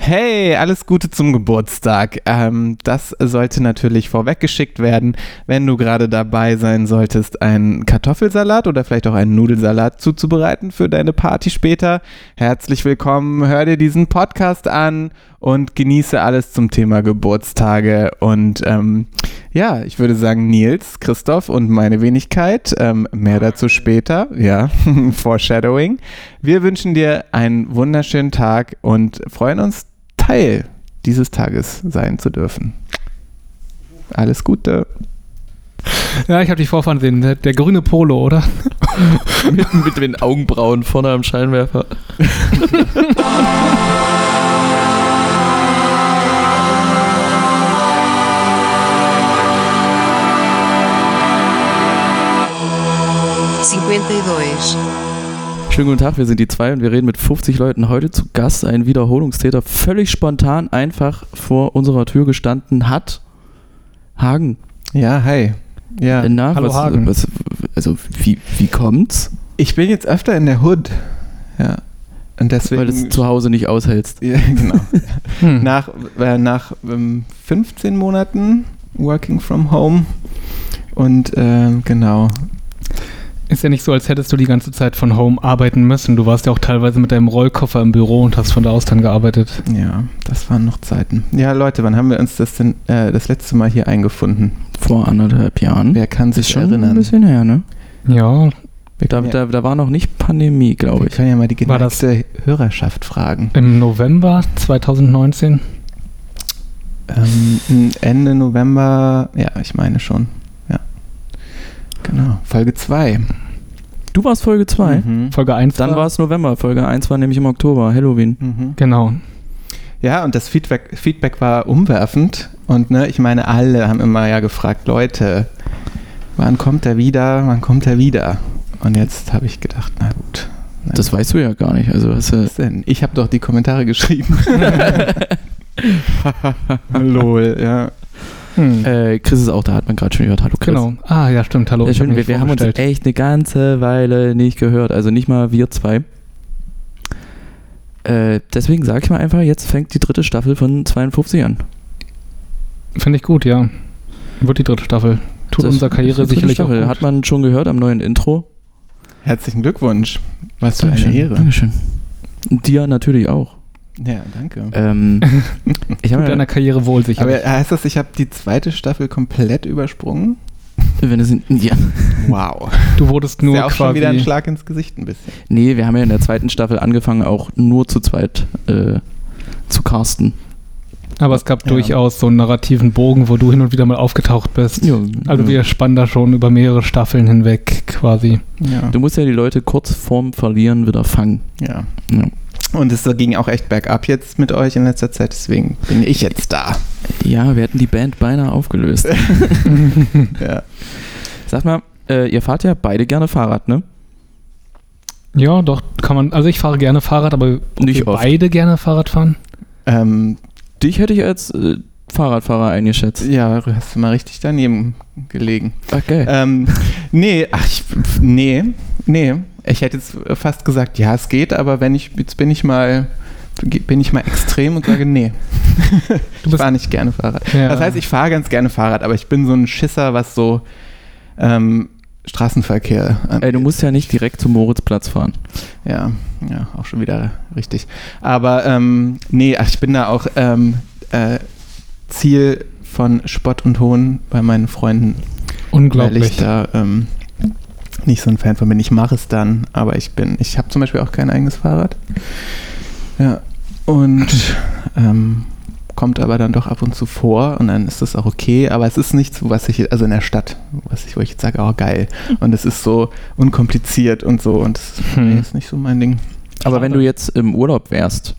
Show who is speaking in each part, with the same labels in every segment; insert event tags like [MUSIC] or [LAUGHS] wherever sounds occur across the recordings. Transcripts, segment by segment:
Speaker 1: Hey, alles Gute zum Geburtstag. Ähm, das sollte natürlich vorweggeschickt werden, wenn du gerade dabei sein solltest, einen Kartoffelsalat oder vielleicht auch einen Nudelsalat zuzubereiten für deine Party später. Herzlich willkommen, hör dir diesen Podcast an und genieße alles zum Thema Geburtstage. Und ähm, ja, ich würde sagen, Nils, Christoph und meine Wenigkeit, ähm, mehr dazu später, ja, [LAUGHS] Foreshadowing. Wir wünschen dir einen wunderschönen Tag und freuen uns, Teil dieses Tages sein zu dürfen. Alles Gute.
Speaker 2: Ja, ich habe dich vorfahren sehen. Der, der grüne Polo, oder?
Speaker 3: mit, mit den Augenbrauen vorne am Scheinwerfer.
Speaker 4: cinquenta e dois,
Speaker 3: Schönen guten Tag, wir sind die zwei und wir reden mit 50 Leuten heute zu Gast. Ein Wiederholungstäter völlig spontan einfach vor unserer Tür gestanden hat. Hagen.
Speaker 1: Ja, hi. Ja.
Speaker 3: Äh, na,
Speaker 2: hallo
Speaker 3: was,
Speaker 2: Hagen.
Speaker 3: Was, also wie, wie kommt's?
Speaker 1: Ich bin jetzt öfter in der Hood. Ja. Und deswegen.
Speaker 3: Weil du es zu Hause nicht aushältst.
Speaker 1: [LAUGHS] ja, genau.
Speaker 2: Hm.
Speaker 1: nach äh, nach ähm, 15 Monaten Working from Home. Und ähm, genau.
Speaker 2: Ist ja nicht so, als hättest du die ganze Zeit von Home arbeiten müssen. Du warst ja auch teilweise mit deinem Rollkoffer im Büro und hast von da aus dann gearbeitet.
Speaker 1: Ja, das waren noch Zeiten. Ja, Leute, wann haben wir uns das denn äh, das letzte Mal hier eingefunden?
Speaker 3: Vor anderthalb Jahren.
Speaker 1: Wer kann sich
Speaker 3: ein
Speaker 1: erinnern?
Speaker 3: bisschen her, ne?
Speaker 2: Ja,
Speaker 1: Wir,
Speaker 3: Da,
Speaker 1: können ja,
Speaker 3: da, da war noch nicht Pandemie, glaube
Speaker 1: wir
Speaker 3: ich.
Speaker 1: können ja mal die
Speaker 2: War das-
Speaker 1: geneigte Hörerschaft fragen.
Speaker 2: im November 2019.
Speaker 1: Ähm, Ende November, ja, ich meine schon. Ja. Genau. Folge 2.
Speaker 3: Du warst Folge 2.
Speaker 1: Mhm.
Speaker 2: Folge 1
Speaker 3: Dann war es November. Folge 1 war nämlich im Oktober, Halloween.
Speaker 1: Mhm.
Speaker 2: Genau.
Speaker 1: Ja, und das Feedback, Feedback war umwerfend. Und ne, ich meine, alle haben immer ja gefragt, Leute, wann kommt er wieder? Wann kommt er wieder? Und jetzt habe ich gedacht, na gut,
Speaker 3: Das weißt du ja gar nicht. Also hast du
Speaker 1: was denn? Ich habe doch die Kommentare [LAUGHS] geschrieben.
Speaker 3: äh,
Speaker 1: [LAUGHS] Lol, ja.
Speaker 2: Hm.
Speaker 3: Äh, Chris ist auch da, hat man gerade schon gehört. Hallo Chris.
Speaker 2: genau. Ah, ja, stimmt. Hallo.
Speaker 3: Ja,
Speaker 2: ich
Speaker 3: schön,
Speaker 2: hab
Speaker 3: wir,
Speaker 2: mich
Speaker 3: wir haben uns
Speaker 2: vorgestellt.
Speaker 3: echt eine ganze Weile nicht gehört. Also nicht mal wir zwei. Äh, deswegen sage ich mal einfach, jetzt fängt die dritte Staffel von 52 an.
Speaker 2: Finde ich gut, ja. Wird die dritte Staffel. Tut
Speaker 3: Das
Speaker 2: unserer
Speaker 3: ist die
Speaker 2: Karriere
Speaker 3: dritte
Speaker 2: sicherlich auch
Speaker 3: Staffel.
Speaker 2: gut.
Speaker 3: Hat man schon gehört am neuen Intro.
Speaker 1: Herzlichen Glückwunsch. Was für eine
Speaker 3: Dankeschön,
Speaker 1: Ehre.
Speaker 3: Dankeschön. Und Dir natürlich auch.
Speaker 1: Ja, danke.
Speaker 2: [LAUGHS]
Speaker 3: Ähm, ich
Speaker 2: Tut
Speaker 3: habe
Speaker 2: deiner
Speaker 3: ja,
Speaker 2: Karriere wohl sicher.
Speaker 1: Aber heißt das, ich habe die zweite Staffel komplett übersprungen?
Speaker 3: wenn es, ja,
Speaker 1: Wow.
Speaker 2: du wurdest
Speaker 1: Ist
Speaker 2: nur
Speaker 1: ja auch
Speaker 2: quasi.
Speaker 1: schon wieder ein Schlag ins Gesicht ein bisschen.
Speaker 3: nee, wir haben ja in der zweiten Staffel angefangen, auch nur zu zweit äh, zu casten.
Speaker 2: aber es gab
Speaker 1: Ja.
Speaker 2: durchaus so einen narrativen Bogen, wo du hin und wieder mal aufgetaucht bist. Also
Speaker 1: Mhm.
Speaker 2: wir spannen da schon über mehrere Staffeln hinweg quasi.
Speaker 1: Ja.
Speaker 3: Du musst ja die Leute kurz vorm Verlieren wieder fangen.
Speaker 1: ja.
Speaker 3: Ja.
Speaker 1: Und es ging auch echt bergab jetzt mit euch in letzter Zeit, deswegen bin ich jetzt da.
Speaker 3: Ja, wir hätten die Band beinahe aufgelöst.
Speaker 1: Ja.
Speaker 3: Sag mal, äh, ihr fahrt ja beide gerne Fahrrad, ne?
Speaker 2: Ja, doch, kann man. Also ich fahre gerne Fahrrad, aber ob
Speaker 3: Nicht
Speaker 2: wir
Speaker 3: oft.
Speaker 2: beide gerne Fahrrad fahren?
Speaker 1: Ähm,
Speaker 3: Dich hätte ich als äh, Fahrradfahrer eingeschätzt.
Speaker 1: ja, hast du mal richtig daneben gelegen.
Speaker 3: Okay.
Speaker 1: Ähm, nee, ach, ich, nee, nee. Ich hätte jetzt fast gesagt, ja, es geht, aber wenn ich, jetzt bin ich mal, bin ich mal extrem und sage, nee.
Speaker 2: Du
Speaker 1: Ich
Speaker 2: bist.
Speaker 1: fahre nicht gerne Fahrrad.
Speaker 2: Ja.
Speaker 1: Das heißt, ich fahre ganz gerne Fahrrad, aber ich bin so ein Schisser, was so ähm, Straßenverkehr angeht.
Speaker 3: Ey, du musst ja nicht direkt zum Moritzplatz fahren.
Speaker 1: Ja, ja, auch schon wieder richtig. Aber ähm, nee, ach, ich bin da auch ähm, äh, Ziel von Spott und Hohn bei meinen Freunden, weil ich
Speaker 2: unglaublich.
Speaker 1: da ähm, nicht so ein Fan von bin. Ich mache es dann, aber ich bin, ich habe zum Beispiel auch kein eigenes Fahrrad. Ja, und ähm, kommt aber dann doch ab und zu vor und dann ist das auch okay, aber es ist nichts, was ich, also in der Stadt, was ich, wo ich jetzt sage, oh geil. Und es ist so unkompliziert und so und das
Speaker 2: Hm.
Speaker 1: nee, ist nicht so mein Ding
Speaker 3: Aber wenn du jetzt im Urlaub wärst,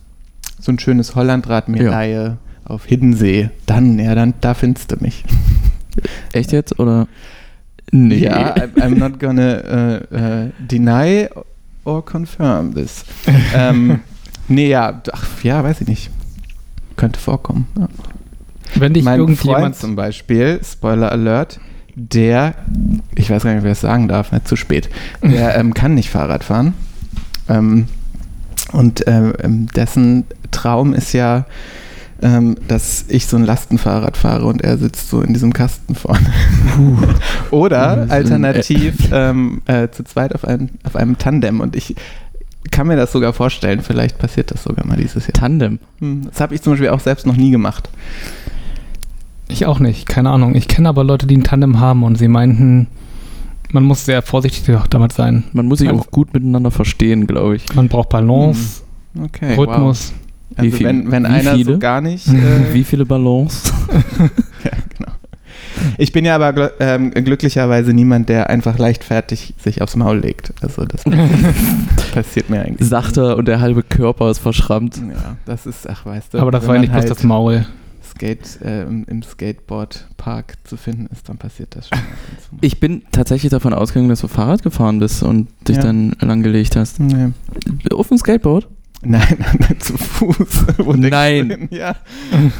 Speaker 1: so ein schönes Hollandrad mir
Speaker 3: Ja.
Speaker 1: leihe auf Hiddensee, dann, ja, dann, da findest du mich.
Speaker 3: echt jetzt oder? Nee.
Speaker 1: Ja, I, I'm not gonna äh, äh, deny or confirm this. ähm, nee, ja, ach, ja, weiß ich nicht. Könnte vorkommen. Ja.
Speaker 2: Wenn dich
Speaker 1: Mein Freund
Speaker 2: irgendjemand.
Speaker 1: zum Beispiel, Spoiler Alert, der, ich weiß gar nicht, wer es sagen darf, ne, zu
Speaker 2: [LAUGHS]
Speaker 1: spät, der ähm, kann nicht Fahrrad fahren. Ähm, und ähm, ähm, dessen Traum ist ja, ähm, dass ich so ein Lastenfahrrad fahre und er sitzt so in diesem Kasten vorne. [LAUGHS] Oder
Speaker 3: Mhm.
Speaker 1: alternativ ähm, äh, zu zweit auf einem, auf einem Tandem. Und ich kann mir das sogar vorstellen, vielleicht passiert das sogar mal dieses Jahr.
Speaker 3: Tandem.
Speaker 1: Hm, Das habe ich zum Beispiel auch selbst noch nie gemacht.
Speaker 2: Ich auch nicht, keine Ahnung. Ich kenne aber Leute, die ein Tandem haben und sie meinten, man muss sehr vorsichtig auch damit sein.
Speaker 3: Man muss sich
Speaker 2: Also-
Speaker 3: auch gut miteinander verstehen, glaube ich.
Speaker 2: Man braucht Balance,
Speaker 1: Okay.
Speaker 2: Rhythmus.
Speaker 1: Mhm. Wow. Also
Speaker 3: Wie viel-
Speaker 1: wenn, wenn
Speaker 3: wie
Speaker 1: einer so
Speaker 3: viele?
Speaker 1: gar
Speaker 3: [LAUGHS]
Speaker 1: nicht. Äh,
Speaker 3: Wie viele Ballons? [LAUGHS]
Speaker 1: Ja, genau. Ich bin ja aber glö- ähm, glücklicherweise niemand, der einfach leichtfertig sich aufs Maul legt. Also
Speaker 3: [LAUGHS]
Speaker 1: das passiert mir eigentlich.
Speaker 3: Sachter und der halbe Körper ist verschrammt.
Speaker 1: Ja, das ist, ach weißt du.
Speaker 2: Aber das
Speaker 1: wenn
Speaker 2: war ja
Speaker 1: man halt
Speaker 2: nicht bloß das Maul.
Speaker 1: Skate, äh, im- im Skateboardpark zu finden ist, dann passiert das schon. ab und zu mal.
Speaker 3: Ich bin tatsächlich davon ausgegangen, dass du Fahrrad gefahren bist und dich
Speaker 1: Ja.
Speaker 3: dann langgelegt hast.
Speaker 1: Nee.
Speaker 3: Auf dem Skateboard?
Speaker 1: Nein, [LAUGHS] nein, zu Fuß. [LAUGHS] Wo denkst
Speaker 3: Nein.
Speaker 1: du hin? Ja.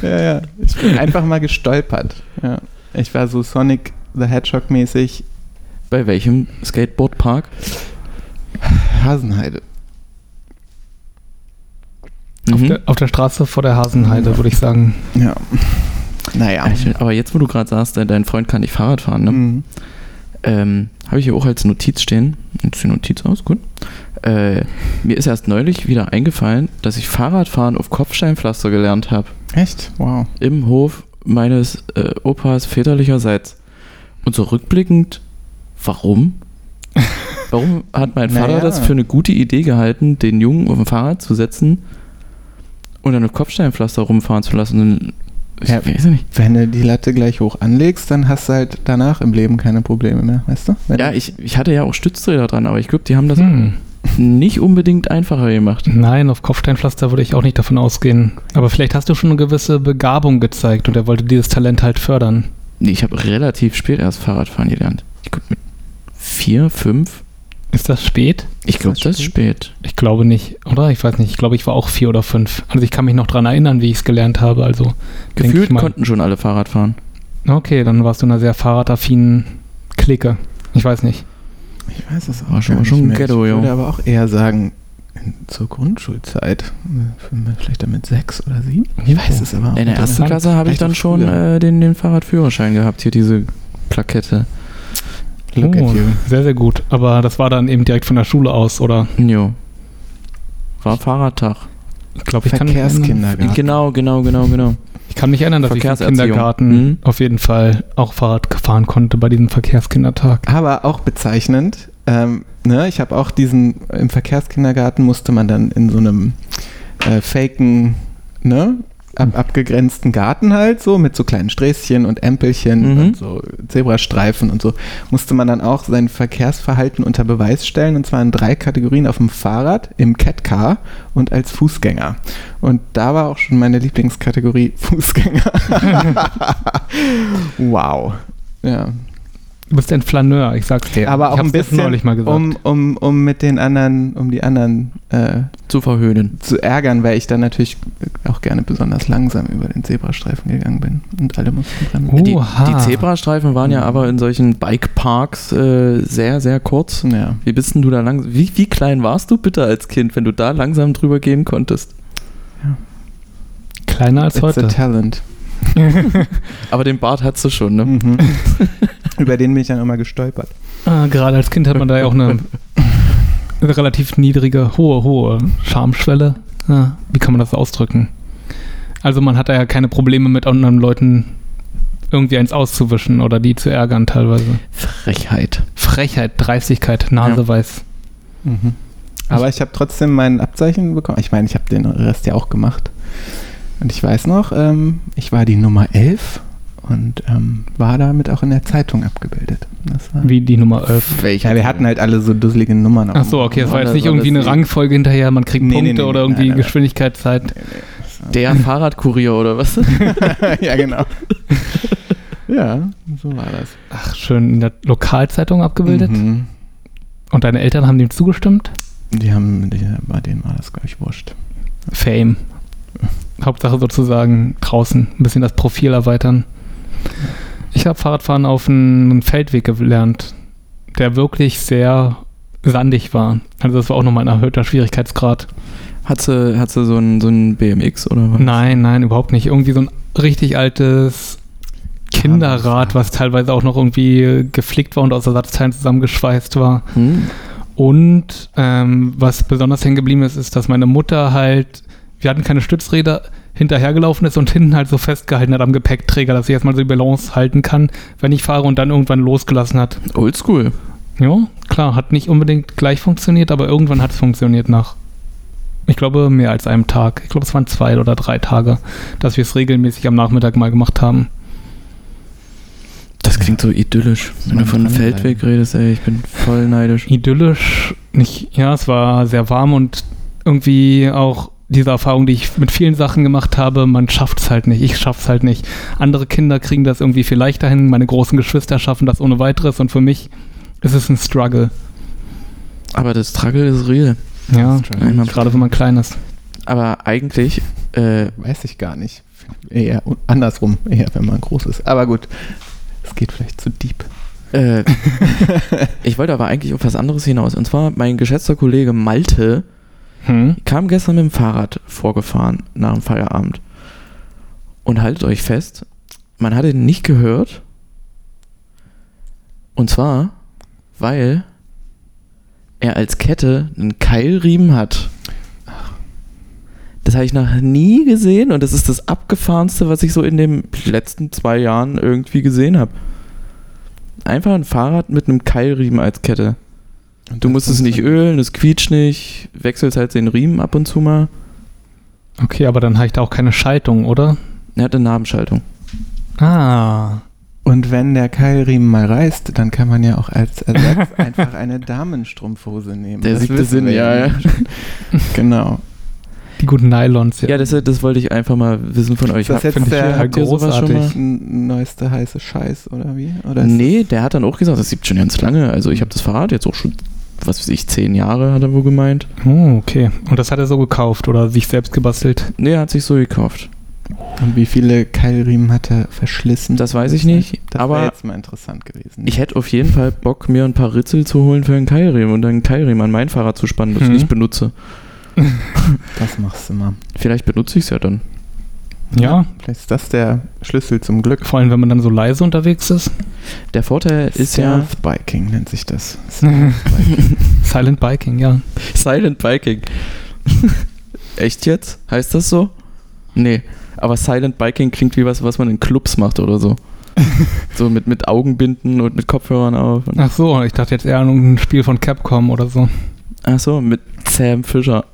Speaker 1: ja, ja. Ich
Speaker 3: [LAUGHS]
Speaker 1: bin einfach mal gestolpert. Ja. Ich war so Sonic the Hedgehog mäßig
Speaker 3: Bei welchem Skateboardpark?
Speaker 1: Hasenheide.
Speaker 2: Auf,
Speaker 3: Mhm.
Speaker 2: der, auf der Straße vor der Hasenheide, würde ich sagen.
Speaker 1: Ja. Naja.
Speaker 3: Alter, Aber jetzt, wo du gerade sagst, äh, dein- dein Freund kann nicht Fahrrad fahren, ne?
Speaker 1: Mhm.
Speaker 3: ähm, habe ich hier auch als Notiz stehen. Jetzt die Notiz aus, gut. Äh, mir ist erst neulich wieder eingefallen, dass ich Fahrradfahren auf Kopfsteinpflaster gelernt habe.
Speaker 1: Echt? Wow.
Speaker 3: Im Hof meines äh, Opas väterlicherseits. Und so rückblickend, warum?
Speaker 1: [LAUGHS]
Speaker 3: Warum hat mein Vater
Speaker 1: Naja.
Speaker 3: das für eine gute Idee gehalten, den Jungen auf dem Fahrrad zu setzen und dann auf Kopfsteinpflaster rumfahren zu lassen? Ich
Speaker 1: Ja.
Speaker 3: weiß nicht.
Speaker 1: Wenn du die Latte gleich hoch anlegst, dann hast du halt danach im Leben keine Probleme mehr, weißt du? Wenn
Speaker 3: Ja,
Speaker 1: du-
Speaker 3: ich, ich hatte ja auch Stützräder dran, aber ich glaube, die haben das
Speaker 2: Hm.
Speaker 3: nicht unbedingt einfacher gemacht.
Speaker 2: Nein, auf Kopfsteinpflaster würde ich auch nicht davon ausgehen. Aber vielleicht hast du schon eine gewisse Begabung gezeigt und er wollte dieses Talent halt fördern.
Speaker 3: Nee, ich habe relativ spät erst Fahrradfahren gelernt. Ich glaube, mit vier, fünf.
Speaker 2: Ist das spät?
Speaker 3: Ich glaube,
Speaker 1: das
Speaker 3: das ist spät.
Speaker 2: Ich glaube nicht, oder? Ich weiß nicht. Ich glaube, ich war auch vier oder fünf. Also ich kann mich noch dran erinnern, wie ich es gelernt habe. Also denk ich
Speaker 3: Gefühlt
Speaker 2: mal.
Speaker 3: konnten schon alle Fahrrad fahren.
Speaker 2: Okay, dann warst du in einer sehr fahrradaffinen Clique. Ich weiß nicht.
Speaker 1: ich weiß es auch
Speaker 3: War schon-
Speaker 1: gar
Speaker 3: war schon
Speaker 1: nicht
Speaker 3: ein
Speaker 1: mehr.
Speaker 3: Ghetto,
Speaker 1: Ich
Speaker 3: jo.
Speaker 1: würde aber auch eher sagen, in, zur Grundschulzeit, äh, vielleicht dann mit sechs oder sieben. Ich
Speaker 2: Oh.
Speaker 1: weiß es aber auch
Speaker 3: In der
Speaker 1: nicht.
Speaker 3: ersten
Speaker 2: interessant.
Speaker 3: Klasse habe ich
Speaker 1: Vielleicht
Speaker 3: dann
Speaker 1: auch
Speaker 3: schon
Speaker 1: früher.
Speaker 3: äh, den, den Fahrradführerschein gehabt. Hier diese Plakette.
Speaker 1: Look
Speaker 2: oh,
Speaker 1: at you.
Speaker 2: sehr, sehr gut. Aber das war dann eben direkt von der Schule aus, oder?
Speaker 3: Jo. War Fahrradtag.
Speaker 2: Ich glaube, ich kann mich erinnern,
Speaker 1: Verkehrskindergarten.
Speaker 3: Genau, genau, genau, genau.
Speaker 2: ich kann mich erinnern dass ich im
Speaker 3: Verkehrserziehung.
Speaker 2: Kindergarten
Speaker 1: Hm?
Speaker 3: Mhm.
Speaker 2: auf jeden Fall auch Fahrrad fahren konnte bei diesem Verkehrskindertag.
Speaker 1: Aber auch bezeichnend, ähm, ne, ich habe auch diesen, im Verkehrskindergarten musste man dann in so einem äh, faken, ne, ab, abgegrenzten Garten halt so, mit so kleinen Sträßchen und Ämpelchen
Speaker 3: Mhm.
Speaker 1: und so Zebrastreifen und so, musste man dann auch sein Verkehrsverhalten unter Beweis stellen und zwar in drei Kategorien auf dem Fahrrad, im Catcar und als Fußgänger. Und da war auch schon meine Lieblingskategorie [LAUGHS] Fußgänger. wow. Ja,
Speaker 2: Du bist ein Flaneur, ich sag's dir.
Speaker 1: aber
Speaker 2: ich
Speaker 1: auch
Speaker 2: hab's
Speaker 1: ein
Speaker 2: das
Speaker 1: bisschen,
Speaker 2: neulich mal gesagt.
Speaker 1: Um, um, um mit den anderen, um die anderen äh,
Speaker 3: Zu verhöhnen.
Speaker 1: zu ärgern, weil ich dann natürlich auch gerne besonders langsam über den Zebrastreifen gegangen bin und alle mussten bremsen.
Speaker 3: Die,
Speaker 2: Oha.
Speaker 3: die Zebrastreifen waren ja aber in solchen Bikeparks äh, sehr, sehr kurz.
Speaker 1: Ja,
Speaker 3: Wie bist denn du da langsam? Wie, wie klein warst du bitte als Kind, wenn du da langsam drüber gehen konntest?
Speaker 2: Kleiner als
Speaker 1: it's a
Speaker 2: heute.
Speaker 1: talent.
Speaker 3: Aber den Bart hattest du schon, ne?
Speaker 1: Mhm. [LAUGHS] über den bin ich dann immer gestolpert.
Speaker 2: Ah, gerade als Kind hat man da ja auch eine, [LAUGHS] eine relativ niedrige, hohe, hohe Schamschwelle. Ja, wie kann man das ausdrücken? Also man hat da ja keine Probleme mit anderen Leuten irgendwie eins auszuwischen oder die zu ärgern teilweise.
Speaker 3: Frechheit.
Speaker 2: Frechheit, Dreistigkeit, Nase weiß. Mhm.
Speaker 1: Aber ich habe trotzdem mein Abzeichen bekommen. Ich meine, ich habe den Rest ja auch gemacht. Und ich weiß noch, ähm, ich war die Nummer 11 und ähm, war damit auch in der Zeitung abgebildet. Das war
Speaker 2: Wie die Nummer 11.
Speaker 1: ja, wir hatten halt alle so dusselige Nummern. auf dem
Speaker 2: Achso, okay, das war
Speaker 3: Oder
Speaker 2: jetzt nicht
Speaker 3: soll
Speaker 2: irgendwie
Speaker 3: das
Speaker 2: eine
Speaker 3: die-
Speaker 2: Rangfolge hinterher, man kriegt
Speaker 1: Nee, nee,
Speaker 2: Punkte
Speaker 1: nee,
Speaker 2: oder
Speaker 1: nee,
Speaker 2: irgendwie
Speaker 1: nein, nein, nein.
Speaker 2: Geschwindigkeitszeit.
Speaker 3: Der Fahrradkurier oder was?
Speaker 1: [LAUGHS] ja, genau. ja, so war das.
Speaker 2: Ach, schön in der Lokalzeitung abgebildet.
Speaker 1: Mhm.
Speaker 2: Und deine Eltern haben dem zugestimmt?
Speaker 1: Die haben, die, bei denen war das, glaube ich, wurscht.
Speaker 2: Fame. Hauptsache sozusagen draußen ein bisschen das Profil erweitern. Ich habe Fahrradfahren auf einem Feldweg gelernt, der wirklich sehr sandig war. Also das war auch nochmal ein erhöhter Schwierigkeitsgrad.
Speaker 3: Hat sie, hat sie so ein, so ein BMX oder was?
Speaker 2: Nein, nein, überhaupt nicht. Irgendwie so ein richtig altes Kinderrad, was teilweise auch noch irgendwie geflickt war und aus Ersatzteilen zusammengeschweißt war.
Speaker 3: Hm?
Speaker 2: Und ähm, was besonders hängen geblieben ist, ist, dass meine Mutter halt, wir hatten keine Stützräder, hinterhergelaufen ist und hinten halt so festgehalten hat am Gepäckträger, dass ich erstmal so die Balance halten kann, wenn ich fahre und dann irgendwann losgelassen hat.
Speaker 3: Hm? Oldschool.
Speaker 2: Ja, klar, hat nicht unbedingt gleich funktioniert, aber irgendwann hat es funktioniert nach, ich glaube, mehr als einem Tag. Ich glaube, es waren zwei oder drei Tage, dass wir es regelmäßig am Nachmittag mal gemacht haben.
Speaker 3: Das klingt so idyllisch. Wenn du
Speaker 1: man
Speaker 3: von einem
Speaker 1: dranbleiben.
Speaker 3: Feldweg redest, ey, ich bin voll neidisch.
Speaker 2: idyllisch. Nicht, ja, es war sehr warm und irgendwie auch diese Erfahrung, die ich mit vielen Sachen gemacht habe, man schafft es halt nicht. Ich schaff's halt nicht. Andere Kinder kriegen das irgendwie viel leichter hin. Meine großen Geschwister schaffen das ohne weiteres und für mich ist es ein Struggle.
Speaker 3: Aber das Struggle ist real.
Speaker 2: Ja,
Speaker 3: Einmal-
Speaker 2: gerade wenn man klein ist.
Speaker 3: Aber eigentlich, äh,
Speaker 1: Weiß ich gar nicht. Eher un- andersrum, eher wenn man groß ist. Aber gut, es geht vielleicht zu deep. [LAUGHS]
Speaker 3: äh, ich wollte aber eigentlich auf was anderes hinaus. Und zwar, mein geschätzter Kollege Malte
Speaker 2: Hm?
Speaker 3: kam gestern mit dem Fahrrad vorgefahren nach dem Feierabend. Und haltet euch fest, man hat ihn nicht gehört. Und zwar, weil er als Kette einen Keilriemen hat. Das habe ich noch nie gesehen und das ist das abgefahrenste, was ich so in den letzten zwei Jahren irgendwie gesehen habe. Einfach ein Fahrrad mit einem Keilriemen als Kette. Du musst es nicht ölen, es quietscht nicht, wechselst halt den Riemen ab und zu mal.
Speaker 2: Okay, aber dann habe ich da auch keine Schaltung, oder?
Speaker 3: Er hat eine Nabenschaltung.
Speaker 2: Ah.
Speaker 1: Und wenn der Keilriemen mal reißt, dann kann man ja auch als
Speaker 3: [LAUGHS]
Speaker 1: Ersatz einfach eine Damenstrumpfhose nehmen.
Speaker 3: Der siebte
Speaker 1: wissen
Speaker 3: Sinn,
Speaker 1: wir
Speaker 3: ja, ja.
Speaker 1: Genau.
Speaker 2: Die guten Nylons.
Speaker 3: Ja, das, das wollte ich einfach mal wissen von euch.
Speaker 1: Ist das
Speaker 3: Hab-
Speaker 1: jetzt
Speaker 2: finde ich
Speaker 1: der
Speaker 2: ja
Speaker 1: habt ihr sowas schon
Speaker 2: großartig.
Speaker 1: mal? neueste heiße Scheiß oder wie? Oder ist
Speaker 3: Nee, der hat dann auch gesagt, das gibt schon ganz lange. Also ich habe das Fahrrad jetzt auch schon, was weiß ich, zehn Jahre hat er wohl gemeint.
Speaker 2: Oh, okay. Und das hat er so gekauft oder sich selbst gebastelt.
Speaker 3: Nee, er hat sich so gekauft.
Speaker 1: Und wie viele Keilriemen hat er verschlissen?
Speaker 3: Das weiß ich nicht,
Speaker 1: Das wäre
Speaker 3: aber
Speaker 1: jetzt mal interessant gewesen.
Speaker 3: ich hätte auf jeden Fall Bock, mir ein paar Ritzel zu holen für einen Keilriemen und dann einen Keilriemen an mein Fahrrad zu spannen, das
Speaker 2: Mhm.
Speaker 3: ich nicht benutze.
Speaker 1: das machst du mal.
Speaker 3: Vielleicht benutze ich es ja dann.
Speaker 2: Ja.
Speaker 1: Vielleicht ist das der Schlüssel zum Glück.
Speaker 2: Vor allem, wenn man dann so leise unterwegs ist.
Speaker 3: Der Vorteil ist ja
Speaker 1: Stealth Biking nennt sich das.
Speaker 2: [LAUGHS] Silent Biking, ja.
Speaker 3: Silent Biking. [LAUGHS] Echt jetzt? Heißt das so? Nee. Aber Silent Biking klingt wie was, was man in Clubs macht
Speaker 1: [LAUGHS]
Speaker 3: oder so. so mit, mit Augenbinden und mit Kopfhörern auf. Und,
Speaker 2: Ach so, ich dachte jetzt eher an ein Spiel von Capcom oder so.
Speaker 3: ach so, mit Sam
Speaker 1: [LAUGHS]
Speaker 3: Fischer.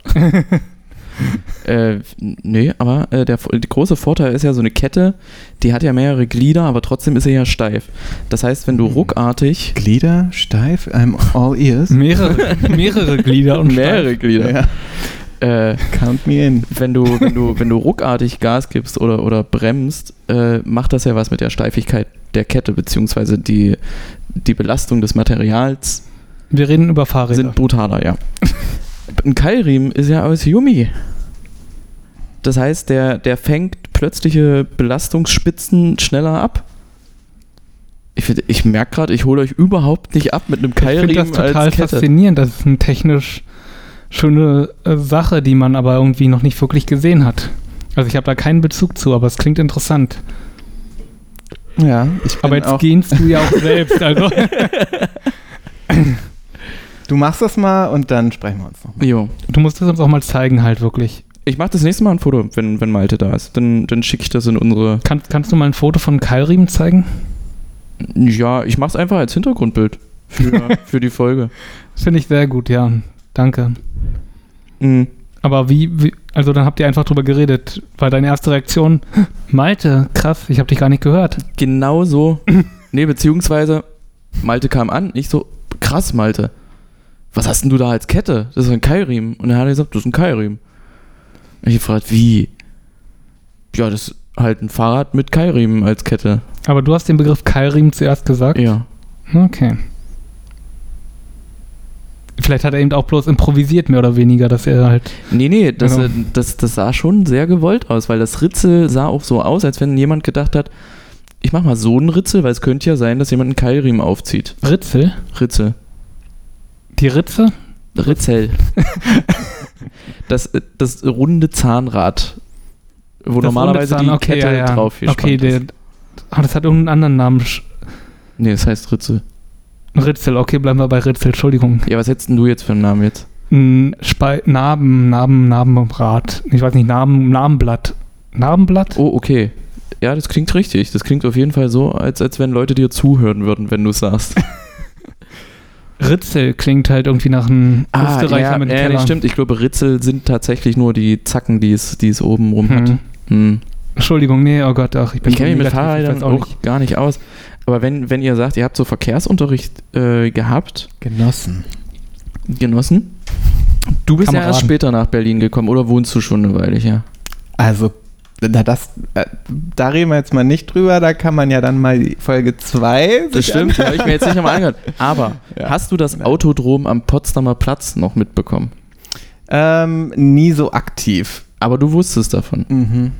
Speaker 3: äh, nee, aber äh, der, der große Vorteil ist ja, so eine Kette, die hat ja mehrere Glieder, aber trotzdem ist sie ja steif. Das heißt, wenn du
Speaker 1: Mhm.
Speaker 3: ruckartig
Speaker 1: Glieder, steif, I'm all ears.
Speaker 2: Hm. Mehrere, [LAUGHS] mehrere Glieder und
Speaker 3: mehrere Glieder.
Speaker 1: Ja,
Speaker 3: Äh,
Speaker 1: count me in.
Speaker 3: wenn du, wenn du, wenn du ruckartig Gas gibst oder, oder bremst, äh, macht das ja was mit der Steifigkeit der Kette, beziehungsweise die, die Belastung des Materials
Speaker 2: Wir reden über Fahrräder.
Speaker 3: sind brutaler, ja. Ein Keilriemen ist ja aus Yumi. Das heißt, der, der fängt plötzliche Belastungsspitzen schneller ab. Ich, find- ich merke gerade, ich hole euch überhaupt nicht ab mit einem
Speaker 2: ich finde
Speaker 3: Keilriemen
Speaker 2: das total
Speaker 3: als Kette.
Speaker 2: faszinierend. Das ist eine technisch schöne äh, Sache, die man aber irgendwie noch nicht wirklich gesehen hat. Also ich habe da keinen Bezug zu, aber es klingt interessant.
Speaker 1: Ja, ich bin
Speaker 2: Aber jetzt
Speaker 1: auch,
Speaker 2: gehst du ja [LAUGHS] auch selbst. Also
Speaker 1: du machst das mal und dann sprechen wir uns noch.
Speaker 3: Jo.
Speaker 2: du musst es uns auch mal zeigen halt wirklich.
Speaker 3: Ich mache das nächste Mal ein Foto, wenn, wenn Malte da ist. Dann, dann schicke ich das in unsere
Speaker 2: Kann, kannst du mal ein Foto von Keilriemen zeigen?
Speaker 3: Ja, ich mach's einfach als Hintergrundbild für, für die Folge.
Speaker 2: Finde ich sehr gut, ja. Danke.
Speaker 3: Mhm.
Speaker 2: Aber wie, wie, also dann habt ihr einfach drüber geredet. War deine erste Reaktion, "Hm, Malte, krass, ich habe dich gar nicht gehört.
Speaker 3: Genau so. Nee, beziehungsweise Malte kam an, ich so, krass, Malte. Was hast denn du da als Kette? Das ist ein Keilriemen. Und dann hat er gesagt, das ist ein Keilriemen. Und ich hab gefragt, wie? Ja, das ist halt ein Fahrrad mit Keilriemen als Kette.
Speaker 2: Aber du hast den Begriff Keilriemen zuerst gesagt?
Speaker 3: Ja.
Speaker 2: Okay. Vielleicht hat er eben auch bloß improvisiert, mehr oder weniger, dass er halt.
Speaker 3: Nee, nee, das,
Speaker 2: Genau.
Speaker 3: äh, das, das sah schon sehr gewollt aus, weil das Ritzel sah auch so aus, als wenn jemand gedacht hat, ich mach mal so einen Ritzel, weil es könnte ja sein, dass jemand einen Keilriemen aufzieht.
Speaker 2: Ritzel?
Speaker 3: Ritzel.
Speaker 2: [LAUGHS] Die Ritze?
Speaker 3: Ritzel. Das, äh, das runde Zahnrad, wo
Speaker 2: Das
Speaker 3: normalerweise
Speaker 2: runde Zahn-
Speaker 3: die
Speaker 2: okay,
Speaker 3: Kette
Speaker 2: ja, ja.
Speaker 3: drauf gespannt
Speaker 2: Okay, der, ah, das hat irgendeinen anderen Namen. Sch-
Speaker 3: Nee, das heißt Ritzel.
Speaker 2: Ritzel, okay, bleiben wir bei Ritzel, Entschuldigung.
Speaker 3: Ja, was hättest denn du jetzt für einen Namen jetzt?
Speaker 2: Ein Spe Narben, Narben, Narbenrad. Ich weiß nicht, Narben, Narbenblatt. Narbenblatt?
Speaker 3: Oh, okay. Ja, das klingt richtig. Das klingt auf jeden Fall so, als, als wenn Leute dir zuhören würden, wenn du es sagst.
Speaker 2: [LAUGHS] Ritzel klingt halt irgendwie nach einem Österreicher
Speaker 3: Ah, ja,
Speaker 2: mit
Speaker 3: ja,
Speaker 2: Keller.
Speaker 3: nee, stimmt. Ich glaube, Ritzel sind tatsächlich nur die Zacken, die es, die es oben rum hat.
Speaker 2: Hm.
Speaker 3: Hm.
Speaker 2: Entschuldigung, nee, oh Gott, ach, ich bin
Speaker 3: Ich kenne mich mit
Speaker 2: negativ, ich weiß
Speaker 3: Fahrrädern auch, gar nicht aus. Aber wenn, wenn ihr sagt, ihr habt so Verkehrsunterricht äh, gehabt,
Speaker 1: Genossen.
Speaker 3: genossen, du bist ja erst
Speaker 2: Kameraden.
Speaker 3: später nach Berlin gekommen oder wohnst du schon eine Weile hier?
Speaker 1: Also, da, das, äh, da reden wir jetzt mal nicht drüber, da kann man ja dann mal die Folge 2.
Speaker 3: Das stimmt, habe ich mir jetzt nicht nochmal angehört. [LAUGHS] Aber
Speaker 1: Ja.
Speaker 3: hast du das Autodrom am Potsdamer Platz noch mitbekommen?
Speaker 1: Ähm, nie so aktiv.
Speaker 3: Aber du wusstest davon.
Speaker 1: Mhm.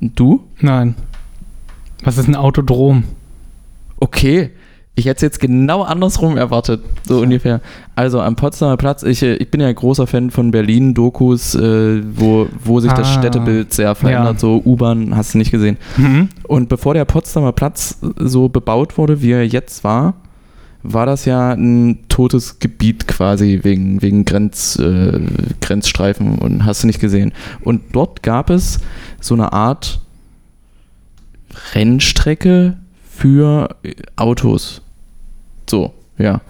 Speaker 3: Und Du?
Speaker 2: Nein. Was ist ein Autodrom?
Speaker 3: Okay. Ich hätte es jetzt genau andersrum erwartet, so ungefähr. Also am Potsdamer Platz, ich, äh, ich bin ja großer Fan von Berlin-Dokus, äh, wo, wo sich das
Speaker 2: Ah.
Speaker 3: Städtebild sehr verändert,
Speaker 2: Ja.
Speaker 3: so U-Bahn hast du nicht gesehen.
Speaker 2: Mhm.
Speaker 3: Und bevor der Potsdamer Platz so bebaut wurde, wie er jetzt war, war das ja ein totes Gebiet quasi wegen, wegen Grenz, äh, Grenzstreifen und hast du nicht gesehen. Und dort gab es so eine Art Rennstrecke für äh, Autos. So, ja.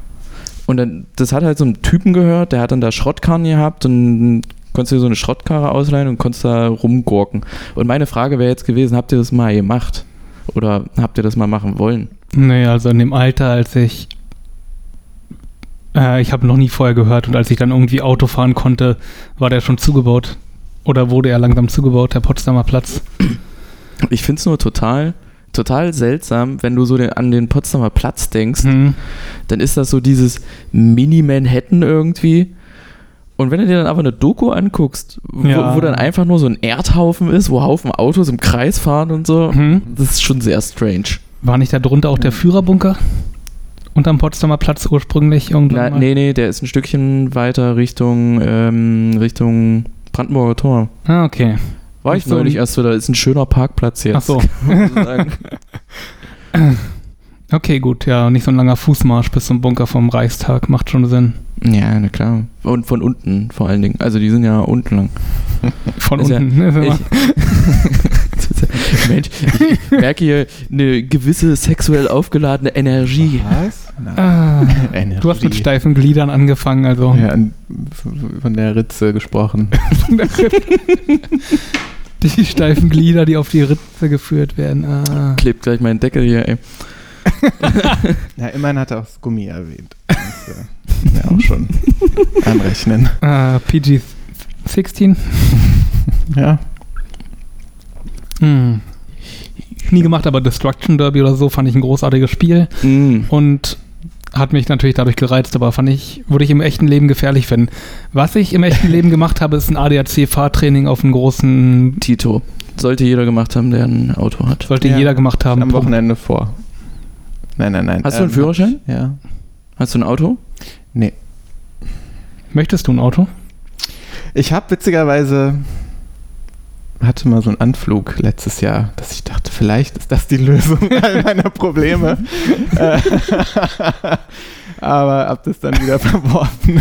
Speaker 3: Und dann, das hat halt so einen Typen gehört, der hat dann da Schrottkarren gehabt und konntest dir so eine Schrottkarre ausleihen und konntest da rumgurken. Und meine Frage wäre jetzt gewesen, habt ihr das mal gemacht? Oder habt ihr das mal machen wollen?
Speaker 2: Nee, also in dem Alter, als ich. Äh, ich habe noch nie vorher gehört und als ich dann irgendwie Auto fahren konnte, war der schon zugebaut. Oder wurde er langsam zugebaut, der Potsdamer Platz.
Speaker 3: Ich finde es nur total, total seltsam, wenn du so den, an den Potsdamer Platz denkst,
Speaker 2: Mhm.
Speaker 3: dann ist das so dieses Mini-Manhattan irgendwie. Und wenn du dir dann aber eine Doku anguckst, wo,
Speaker 2: Ja.
Speaker 3: wo dann einfach nur so ein Erdhaufen ist, wo Haufen Autos im Kreis fahren und so,
Speaker 2: Mhm.
Speaker 3: das ist schon sehr strange.
Speaker 2: War nicht da drunter auch der Führerbunker? Unterm Potsdamer Platz ursprünglich irgendwann?
Speaker 3: Na,
Speaker 2: mal?
Speaker 3: nee, nee, der ist ein Stückchen weiter Richtung, ähm, Richtung Brandenburger Tor.
Speaker 2: Ah, okay.
Speaker 3: War
Speaker 2: Ist
Speaker 3: ich
Speaker 2: so ein-
Speaker 3: neulich erst wieder. Ist ein schöner Parkplatz jetzt.
Speaker 2: Ach so.
Speaker 3: muss ich sagen.
Speaker 2: Okay, gut, ja. Nicht so ein langer Fußmarsch bis zum Bunker vom Reichstag. Macht schon Sinn.
Speaker 3: Ja, na klar. Und von unten vor allen Dingen. Also die sind ja unten lang.
Speaker 2: Von
Speaker 3: Ist ja-
Speaker 2: unten. [LAUGHS] ne?
Speaker 3: Ich, Mensch, ich [LAUGHS] merke hier eine gewisse sexuell aufgeladene Energie.
Speaker 1: Was? Nein.
Speaker 2: ah,
Speaker 1: Energie.
Speaker 2: du hast mit steifen Gliedern angefangen, also.
Speaker 1: ja, an- von der Ritze gesprochen. [LAUGHS]
Speaker 2: Die steifen Glieder, die auf die Ritze geführt werden. Ah.
Speaker 3: Klebt gleich meinen Deckel hier, ey.
Speaker 1: Na, immerhin hat er auch das Gummi erwähnt. [LAUGHS] Das, äh, ja, auch [LAUGHS] schon anrechnen.
Speaker 2: Ah, PG-16?
Speaker 1: Ja.
Speaker 2: Hm. Nie gemacht, aber Destruction Derby oder so fand ich ein großartiges Spiel
Speaker 3: Mm.
Speaker 2: und hat mich natürlich dadurch gereizt, aber fand ich, würde ich im echten Leben gefährlich finden. Was ich im echten Leben gemacht habe, ist ein ADAC-Fahrtraining auf einem großen,
Speaker 3: Tito. Sollte jeder gemacht haben, der ein Auto hat.
Speaker 2: sollte
Speaker 1: Ja.
Speaker 2: jeder gemacht haben.
Speaker 1: Am Wochenende vor. Nein, nein, nein.
Speaker 3: Hast du einen
Speaker 1: Ähm,
Speaker 3: Führerschein?
Speaker 1: Ja.
Speaker 3: Hast du ein Auto?
Speaker 2: Möchtest du ein Auto?
Speaker 1: Ich habe witzigerweise hatte mal so einen Anflug letztes Jahr, dass ich dachte, vielleicht ist das die [LAUGHS] Lösung all meiner Probleme. Äh, [LAUGHS] Aber hab das dann wieder verworfen.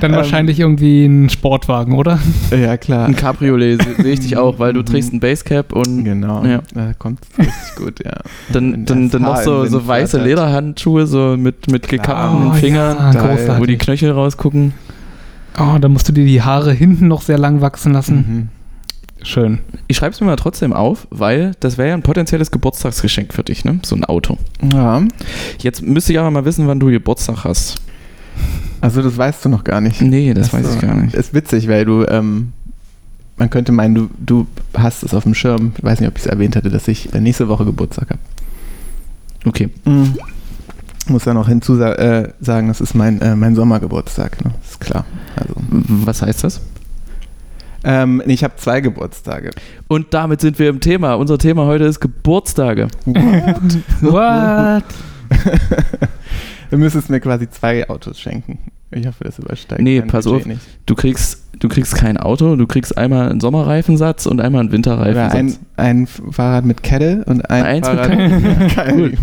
Speaker 2: Dann
Speaker 1: Ähm.
Speaker 2: wahrscheinlich irgendwie einen Sportwagen, oder?
Speaker 1: [LAUGHS] ja, klar.
Speaker 3: Ein [LAUGHS] Cabriolet se- sehe ich dich auch, weil du trägst ein Basecap und
Speaker 1: Genau.
Speaker 3: Mhm. Ja.
Speaker 1: Da kommt richtig gut, ja.
Speaker 3: dann, dann, dann noch so, so weiße Lederhandschuhe, so mit, mit gekappten
Speaker 1: Ah,
Speaker 2: Oh, ja,
Speaker 3: Fingern,
Speaker 1: ja.
Speaker 3: wo die
Speaker 2: großartig.
Speaker 3: Knöchel rausgucken.
Speaker 2: Oh, da musst du dir die Haare hinten noch sehr lang wachsen lassen.
Speaker 1: Mhm.
Speaker 2: Schön.
Speaker 3: Ich schreibe es mir mal trotzdem auf, weil das wäre ja ein potenzielles Geburtstagsgeschenk für dich, ne? So ein Auto.
Speaker 1: Mhm. Ja,
Speaker 3: Jetzt müsste ich aber mal wissen, wann du Geburtstag hast.
Speaker 1: also das weißt du noch gar nicht.
Speaker 3: Nee, das
Speaker 1: Ach
Speaker 3: weiß
Speaker 1: so.
Speaker 3: ich gar nicht.
Speaker 1: Ist witzig, weil du, ähm, man könnte meinen, du, du hast es auf dem Schirm. Ich weiß nicht, ob ich es erwähnt hatte, dass ich äh, nächste Woche Geburtstag habe.
Speaker 3: Okay.
Speaker 1: Muss ja noch hinzusagen, äh, sagen, das ist mein, äh, mein Sommergeburtstag, ne? Ist klar. Also.
Speaker 3: Was heißt das?
Speaker 1: Ähm, nee, ich habe zwei [LAUGHS] Geburtstage.
Speaker 3: Und damit sind wir im Thema. Unser Thema heute ist Geburtstage.
Speaker 1: [LAUGHS]
Speaker 2: What?
Speaker 1: Du müsstest mir quasi zwei Autos schenken. Ich hoffe, das übersteigt.
Speaker 3: Nee,
Speaker 1: mein
Speaker 3: pass
Speaker 1: Budget
Speaker 3: auf.
Speaker 1: Nicht.
Speaker 3: Du kriegst Du kriegst kein Auto, du kriegst einmal einen Sommerreifensatz und einmal einen
Speaker 1: Oder ein,
Speaker 3: Winterreifensatz.
Speaker 1: ein Fahrrad mit Kette und ein
Speaker 3: Eins mit
Speaker 1: Fahrrad
Speaker 2: Kette.
Speaker 1: Keil.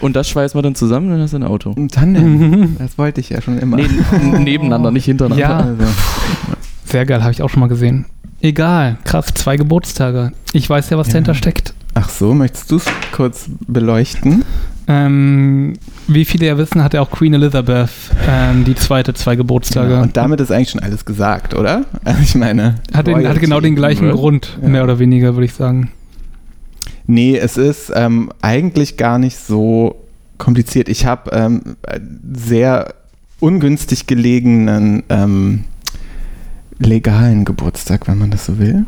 Speaker 3: und das schweißen wir dann zusammen und dann hast du ein Auto.
Speaker 1: Ein
Speaker 2: [LAUGHS]
Speaker 1: Tandem. Das wollte ich ja schon immer.
Speaker 3: Nee, nebeneinander, nicht hintereinander.
Speaker 2: Ja.
Speaker 1: Also,
Speaker 2: Sehr geil, habe ich auch schon mal gesehen. Egal, krass, zwei Geburtstage. Ich weiß ja, was
Speaker 1: Ja.
Speaker 2: dahinter steckt.
Speaker 1: ach so, möchtest du es kurz beleuchten?
Speaker 2: Ähm, wie viele ja wissen, hatte auch Queen Elizabeth ähm, die zweite zwei Geburtstage.
Speaker 1: Genau. Und damit ist eigentlich schon alles gesagt, oder? [LAUGHS] Also ich meine.
Speaker 2: hat, den, hat
Speaker 1: Royalty.
Speaker 2: genau den gleichen
Speaker 3: ne?
Speaker 2: Grund,
Speaker 1: Ja.
Speaker 2: mehr oder weniger, würde ich sagen.
Speaker 1: Nee, es ist ähm, eigentlich gar nicht so kompliziert. Ich habe ähm, sehr ungünstig gelegenen ähm, legalen Geburtstag, wenn man das so will.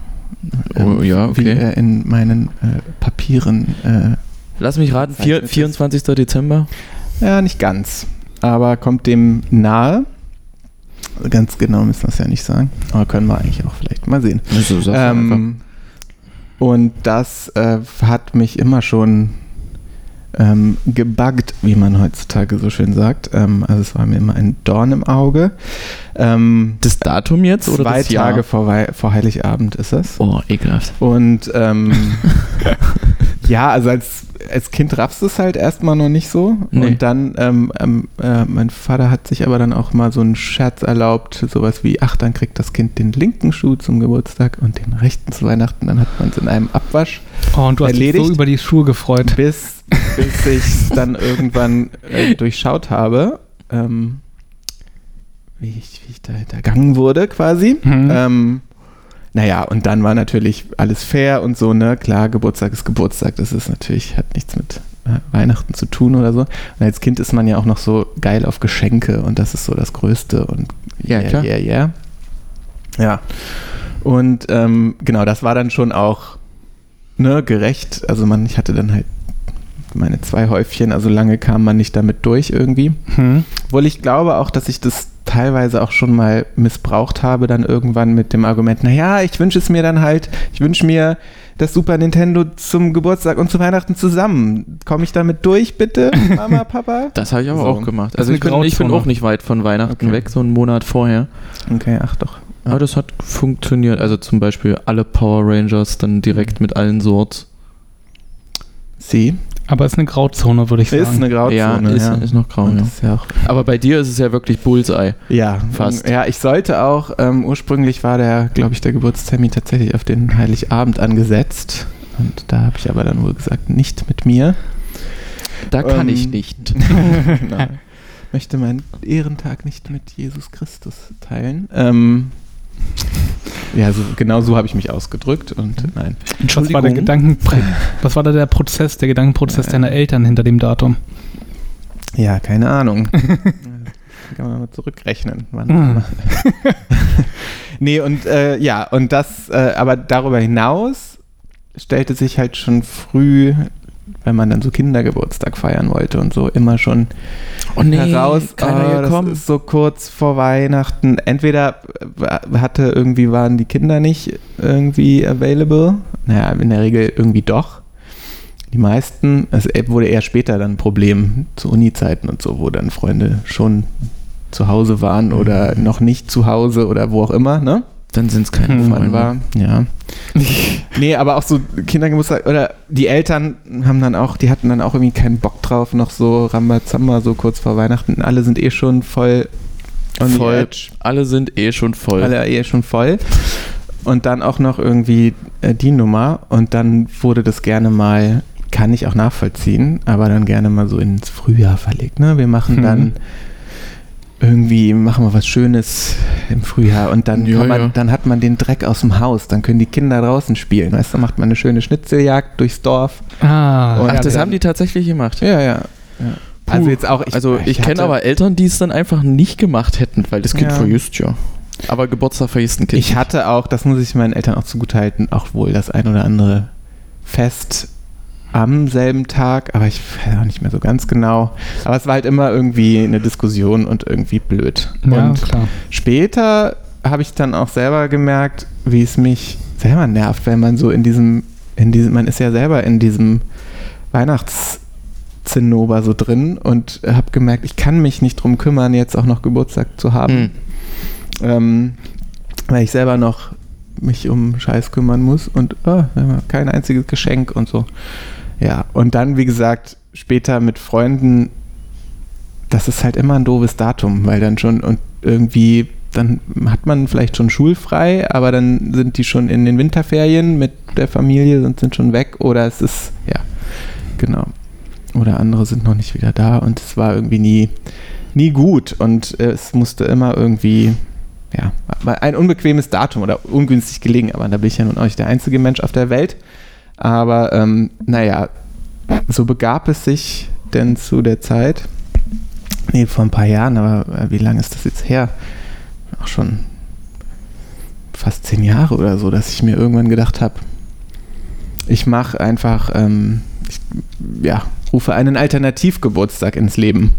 Speaker 1: Ähm,
Speaker 3: Oh, ja,
Speaker 1: Wie
Speaker 3: okay.
Speaker 1: er in meinen äh, Papieren. Äh,
Speaker 3: Lass mich raten, vier, 24. Dezember.
Speaker 1: ja, nicht ganz, aber kommt dem nahe. Ganz genau müssen wir es ja nicht sagen, aber können wir eigentlich auch vielleicht mal sehen.
Speaker 3: Also, sag's einfach.
Speaker 1: Ähm, und das äh, hat mich immer schon ähm, gebuggt, wie man heutzutage so schön sagt. Ähm, also es war mir immer ein Dorn im Auge. Ähm,
Speaker 3: Das Datum jetzt oder
Speaker 1: zwei
Speaker 3: das Jahr?
Speaker 1: Tage vor, Wei- vor Heiligabend ist es.
Speaker 3: Oh, ekelhaft.
Speaker 1: Und ähm, ja, also als, als Kind raffst du es halt erstmal noch nicht so.
Speaker 3: Nee.
Speaker 1: Und dann, ähm, ähm, äh, mein Vater hat sich aber dann auch mal so einen Scherz erlaubt, sowas wie, ach, dann kriegt das Kind den linken Schuh zum Geburtstag und den rechten zu Weihnachten. Dann hat man es in einem Abwasch,
Speaker 2: Oh, und du hast dich
Speaker 1: Erledigt.
Speaker 2: so über die Schuhe gefreut.
Speaker 1: bis, bis ich es dann irgendwann äh, durchschaut habe, ähm, wie, ich, wie ich da hintergangen wurde quasi.
Speaker 2: Mhm.
Speaker 1: Ähm, naja, und dann war natürlich alles fair und so, ne? Klar, Geburtstag ist Geburtstag, das ist natürlich, hat nichts mit äh, Weihnachten zu tun oder so. Und als Kind ist man ja auch noch so geil auf Geschenke und das ist so das Größte und
Speaker 3: Ja,
Speaker 1: yeah,
Speaker 3: klar.
Speaker 1: yeah, yeah. Ja. Und ähm, genau, das war dann schon auch ne, gerecht. Also man, ich hatte dann halt meine zwei Häufchen, also lange kam man nicht damit durch irgendwie.
Speaker 2: Hm.
Speaker 1: Obwohl ich glaube auch, dass ich das teilweise auch schon mal missbraucht habe, dann irgendwann mit dem Argument, naja, ich wünsche es mir dann halt, ich wünsche mir das Super Nintendo zum Geburtstag und zu Weihnachten zusammen. Komme ich damit durch, [LAUGHS] bitte, Mama, Papa?
Speaker 3: Das habe ich aber
Speaker 1: So.
Speaker 3: auch gemacht.
Speaker 2: Das ist
Speaker 3: Also
Speaker 2: eine
Speaker 3: ich bin, ich bin
Speaker 2: Grauzone.
Speaker 3: auch nicht weit von Weihnachten
Speaker 1: Okay.
Speaker 3: weg, so einen Monat vorher.
Speaker 1: Okay, ach doch. Ja.
Speaker 3: Aber das hat funktioniert. Also zum Beispiel alle Power Rangers dann direkt mit allen Sorts.
Speaker 1: Sie
Speaker 2: Aber es ist eine Grauzone, würde ich sagen.
Speaker 1: ist eine Grauzone.
Speaker 3: ja, ist, ist noch grau.
Speaker 1: Und
Speaker 3: Ja.
Speaker 1: das ist ja auch
Speaker 3: Aber bei dir ist es ja wirklich Bullseye.
Speaker 1: Ja,
Speaker 3: Fast.
Speaker 1: Ja, ich sollte auch, ähm, ursprünglich war der, glaube ich, der Geburtstermin tatsächlich auf den Heiligabend angesetzt. Und da habe ich aber dann wohl gesagt, nicht mit mir.
Speaker 3: Da kann
Speaker 1: Ähm,
Speaker 3: ich
Speaker 1: [LAUGHS]
Speaker 3: nicht.
Speaker 1: genau. Möchte meinen Ehrentag nicht mit Jesus Christus teilen. Ähm, ja, so, genau so habe ich mich ausgedrückt und nein.
Speaker 2: was, war der Gedanken was war da der Prozess, der Gedankenprozess
Speaker 1: Ja.
Speaker 2: deiner Eltern hinter dem Datum?
Speaker 1: Ja, keine [LAUGHS] Ahnung. Mhm. Kann man mal zurückrechnen. Wann
Speaker 2: Hm.
Speaker 1: [LAUGHS] nee, und äh, ja, und das, äh, aber darüber hinaus stellte sich halt schon früh, wenn man dann so Kindergeburtstag feiern wollte und so, immer schon
Speaker 3: Oh nee,
Speaker 1: heraus,
Speaker 3: keiner
Speaker 1: oh, das
Speaker 3: gekommen.
Speaker 1: ist so kurz vor Weihnachten. Entweder äh, hatte irgendwie, waren die Kinder nicht irgendwie available. Naja, in der Regel irgendwie doch. Die meisten, es e-, wurde eher später dann ein Problem zu Uni-Zeiten und so, wo dann Freunde schon zu Hause
Speaker 3: Mhm.
Speaker 1: waren oder noch nicht zu Hause oder wo auch immer, ne?
Speaker 3: Dann sind es keine
Speaker 1: Wann
Speaker 2: Hm,
Speaker 3: Freunde.
Speaker 1: war. Ja. nee, aber auch so Kindergeburtstag oder die Eltern haben dann auch, die hatten dann auch irgendwie keinen Bock drauf, noch so Rambazamba so kurz vor Weihnachten. Alle sind eh schon voll on the
Speaker 3: Voll.
Speaker 1: edge.
Speaker 3: Alle sind eh schon voll.
Speaker 1: Alle eh schon voll. Und dann auch noch irgendwie äh, die Nummer und dann wurde das gerne mal kann ich auch nachvollziehen, aber dann gerne mal so ins Frühjahr verlegt. Ne? Wir machen
Speaker 2: Mhm.
Speaker 1: dann irgendwie machen wir was Schönes im Frühjahr und dann,
Speaker 3: Ja,
Speaker 1: kann man,
Speaker 3: ja.
Speaker 1: dann hat man den Dreck aus dem Haus, dann können die Kinder draußen spielen, weißt du, macht man eine schöne Schnitzeljagd durchs Dorf.
Speaker 2: [LAUGHS] Ah,
Speaker 1: Und-
Speaker 3: Ach, das
Speaker 1: oh Ja,
Speaker 3: haben die tatsächlich gemacht.
Speaker 1: Ja, ja. ja. Also
Speaker 3: Puh.
Speaker 1: jetzt auch,
Speaker 3: also ich,
Speaker 1: hatte-
Speaker 3: kenne aber Eltern, die es dann einfach nicht gemacht hätten, weil das Kind
Speaker 1: Ja.
Speaker 3: vergisst ja. Aber Geburtstag vergisst ein Kind.
Speaker 1: Ich hatte auch, das muss ich meinen Eltern auch zugutehalten, auch wohl das ein oder andere Fest am selben Tag, aber ich weiß auch nicht mehr so ganz genau. Aber es war halt immer irgendwie eine Diskussion und irgendwie blöd.
Speaker 2: ja,
Speaker 1: und
Speaker 2: klar.
Speaker 1: später habe ich dann auch selber gemerkt, wie es mich selber nervt, wenn man so in diesem, in diesem, man ist ja selber in diesem Weihnachtszinnober so drin und habe gemerkt, ich kann mich nicht drum kümmern, jetzt auch noch Geburtstag zu haben.
Speaker 3: Hm.
Speaker 1: Ähm, weil ich selber noch mich um Scheiß kümmern muss und oh, kein einziges Geschenk und so. Ja, und dann, wie gesagt, später mit Freunden, das ist halt immer ein doofes Datum, weil dann schon und irgendwie, dann hat man vielleicht schon schulfrei, aber dann sind die schon in den Winterferien mit der Familie und sind schon weg oder es ist, ja, genau. Oder andere sind noch nicht wieder da und es war irgendwie nie, nie gut und äh, es musste immer irgendwie ja, mal ein unbequemes Datum oder ungünstig gelegen, aber da bin ich ja nun auch nicht der einzige Mensch auf der Welt. Aber ähm, naja, so begab es sich denn zu der Zeit. Nee, vor ein paar Jahren, aber äh, wie lange ist das jetzt her? Auch schon fast zehn Jahre oder so, dass ich mir irgendwann gedacht habe, ich mache einfach, ähm, ich, ja, rufe einen Alternativgeburtstag ins Leben.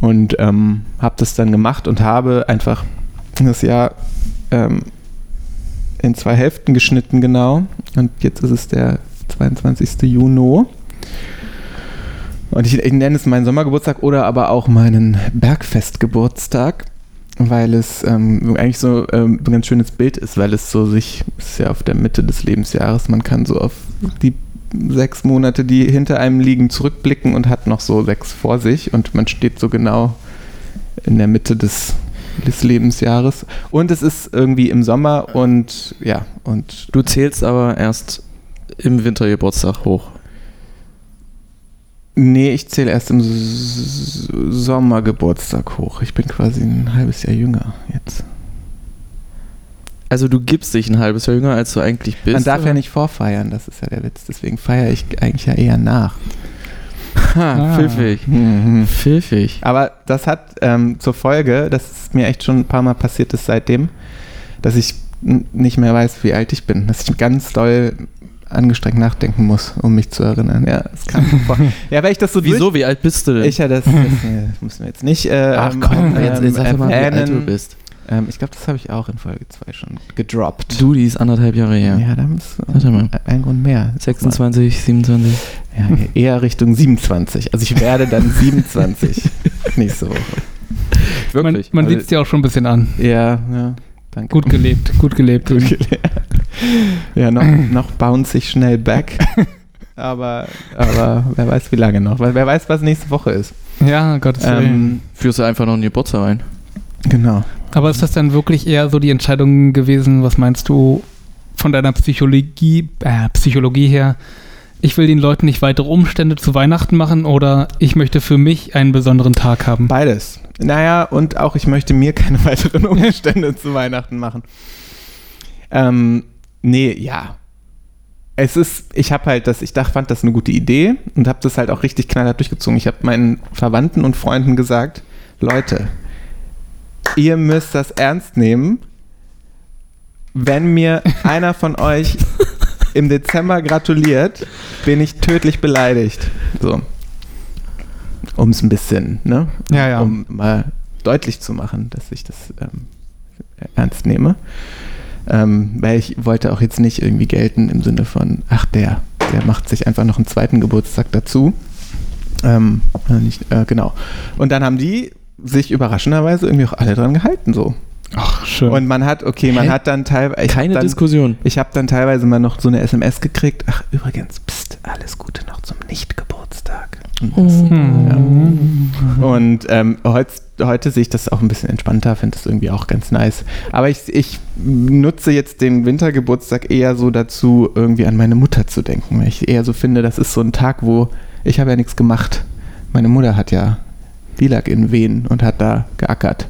Speaker 1: Und ähm, habe das dann gemacht und habe einfach das Jahr ähm, in zwei Hälften geschnitten, genau. Und jetzt ist es der 22. Juni. Und ich, ich nenne es meinen Sommergeburtstag oder aber auch meinen Bergfestgeburtstag, weil es ähm, eigentlich so ähm, ein ganz schönes Bild ist, weil es so sich, es ist ja auf der Mitte des Lebensjahres, man kann so auf die sechs Monate, die hinter einem liegen, zurückblicken und hat noch so sechs vor sich und man steht so genau in der Mitte des des Lebensjahres. Und es ist irgendwie im Sommer und ja, und.
Speaker 3: Du zählst aber erst im Wintergeburtstag hoch.
Speaker 1: Nee, ich zähle erst im S Sommergeburtstag hoch. Ich bin quasi ein halbes Jahr jünger jetzt.
Speaker 3: Also du gibst dich ein halbes Jahr jünger, als du eigentlich bist.
Speaker 1: Man darf oder? ja nicht vorfeiern, das ist ja der Witz. Deswegen feiere ich eigentlich ja eher nach.
Speaker 3: Ha, ah. pfiffig. Mhm. Pfiffig.
Speaker 1: Aber das hat ähm, zur Folge, das ist mir echt schon ein paar Mal passiert ist seitdem, dass ich nicht mehr weiß, wie alt ich bin. Dass ich ganz doll angestrengt nachdenken muss, um mich zu erinnern. Ja, es kam
Speaker 3: [LAUGHS]
Speaker 1: vor.
Speaker 3: Ja, weil ich das so
Speaker 1: Wieso, durch, wie alt bist du denn?
Speaker 3: Ich ja, [LAUGHS] das, das, das müssen wir jetzt nicht. Äh,
Speaker 1: Ach komm,
Speaker 3: ähm, Äh, jetzt, jetzt sag mal, wie alt du bist.
Speaker 1: Ähm, ich glaube, das habe ich auch in Folge 2 schon gedroppt.
Speaker 3: Du, Also, die ist anderthalb Jahre her.
Speaker 1: Ja, da ist ähm, ein Grund mehr.
Speaker 3: 26, 27.
Speaker 1: Ja, eher Richtung 27. Also ich werde
Speaker 3: [LAUGHS]
Speaker 1: dann 27 nächste Woche.
Speaker 2: Wirklich. Man, man sieht es dir auch schon ein bisschen an.
Speaker 1: Ja, ja. Danke.
Speaker 2: Gut gelebt, gut gelebt.
Speaker 1: gut gelebt. Ja, noch, noch bounce ich schnell back. aber, aber wer weiß, wie lange noch. Weil wer weiß, was nächste Woche ist.
Speaker 2: Ja, Gottes Willen. Ähm,
Speaker 3: führst du einfach noch einen Geburtstag ein.
Speaker 1: Genau.
Speaker 2: Aber ist das dann wirklich eher so die Entscheidung gewesen, was meinst du von deiner Psychologie, äh, Psychologie her? Ich will den Leuten nicht weitere Umstände zu Weihnachten machen oder ich möchte für mich einen besonderen Tag haben?
Speaker 1: Beides. Naja, und auch ich möchte mir keine [LAUGHS] weiteren Umstände zu Weihnachten machen. Ähm, nee, ja. Es ist, ich habe halt das, ich dachte, fand das eine gute Idee und habe das halt auch richtig knallhart durchgezogen. Ich habe meinen Verwandten und Freunden gesagt, Leute, ihr müsst das ernst nehmen, wenn mir einer von euch im Dezember gratuliert, bin ich tödlich beleidigt. So. Um es ein bisschen, ne?
Speaker 2: Ja, ja.
Speaker 1: Um mal deutlich zu machen, dass ich das ähm, ernst nehme. Ähm, weil ich wollte auch jetzt nicht irgendwie gelten im Sinne von, ach, der, der macht sich einfach noch einen zweiten Geburtstag dazu. Ähm, nicht, äh, genau. Und dann haben die sich überraschenderweise irgendwie auch alle dran gehalten so.
Speaker 2: Ach, schön.
Speaker 1: Und man hat, okay, man Hä? hat dann teilweise.
Speaker 3: Keine
Speaker 1: dann,
Speaker 3: Diskussion.
Speaker 1: Ich habe dann teilweise mal noch so eine SMS gekriegt. Ach, übrigens, pst, alles Gute noch zum Nicht-Geburtstag. Mhm. Ja. Und ähm, heut, heute sehe ich das auch ein bisschen entspannter, finde das irgendwie auch ganz nice. Aber ich, ich nutze jetzt den Wintergeburtstag eher so dazu, irgendwie an meine Mutter zu denken. Weil ich eher so finde, das ist so ein Tag, wo ich habe ja nichts gemacht. Meine Mutter hat ja die lag in Wien und hat da geackert.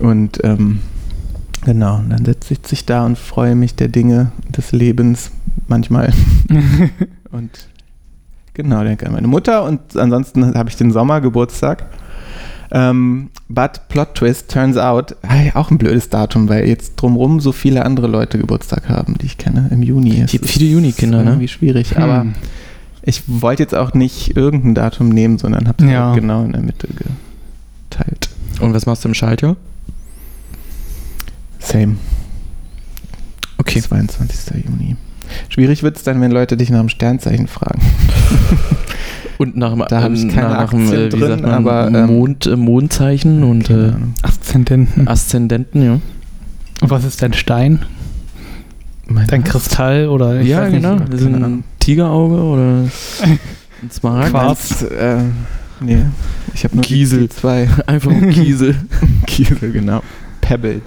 Speaker 1: Und ähm, genau, und dann sitze ich da und freue mich der Dinge des Lebens manchmal.
Speaker 2: [LAUGHS]
Speaker 1: und genau, denke an meine Mutter und ansonsten habe ich den Sommergeburtstag. Ähm, but Plot Twist, turns out, hey, auch ein blödes Datum, weil jetzt drumherum so viele andere Leute Geburtstag haben, die ich kenne, im Juni.
Speaker 3: Es gibt viele Juni-Kinder, ne?
Speaker 1: Irgendwie schwierig, hm. aber ich wollte jetzt auch nicht irgendein Datum nehmen, sondern habe es ja. halt genau in der Mitte geteilt.
Speaker 3: Und was machst du im Schaltjahr?
Speaker 1: Same.
Speaker 3: Okay.
Speaker 1: 22. Juni. Schwierig wird es dann, wenn Leute dich nach dem Sternzeichen fragen.
Speaker 3: und nach dem,
Speaker 1: da habe ich keine nach,
Speaker 3: dem, äh, drin, man, aber, ähm, Mond, Mondzeichen und
Speaker 2: äh, Aszendenten.
Speaker 3: Aszendenten, ja.
Speaker 2: Und was ist dein Stein?
Speaker 3: Mein
Speaker 2: Dein Kristall oder ich
Speaker 3: ja,
Speaker 2: weiß nicht.
Speaker 3: genau. Das ist
Speaker 1: Keine
Speaker 3: ein
Speaker 1: Ahnung.
Speaker 3: Tigerauge oder ein Smaragd.
Speaker 1: Quarz. Äh, nee, ich habe nur
Speaker 3: Kiesel.
Speaker 1: Zwei.
Speaker 3: Einfach ein Kiesel.
Speaker 1: Kiesel, genau. Pebbles.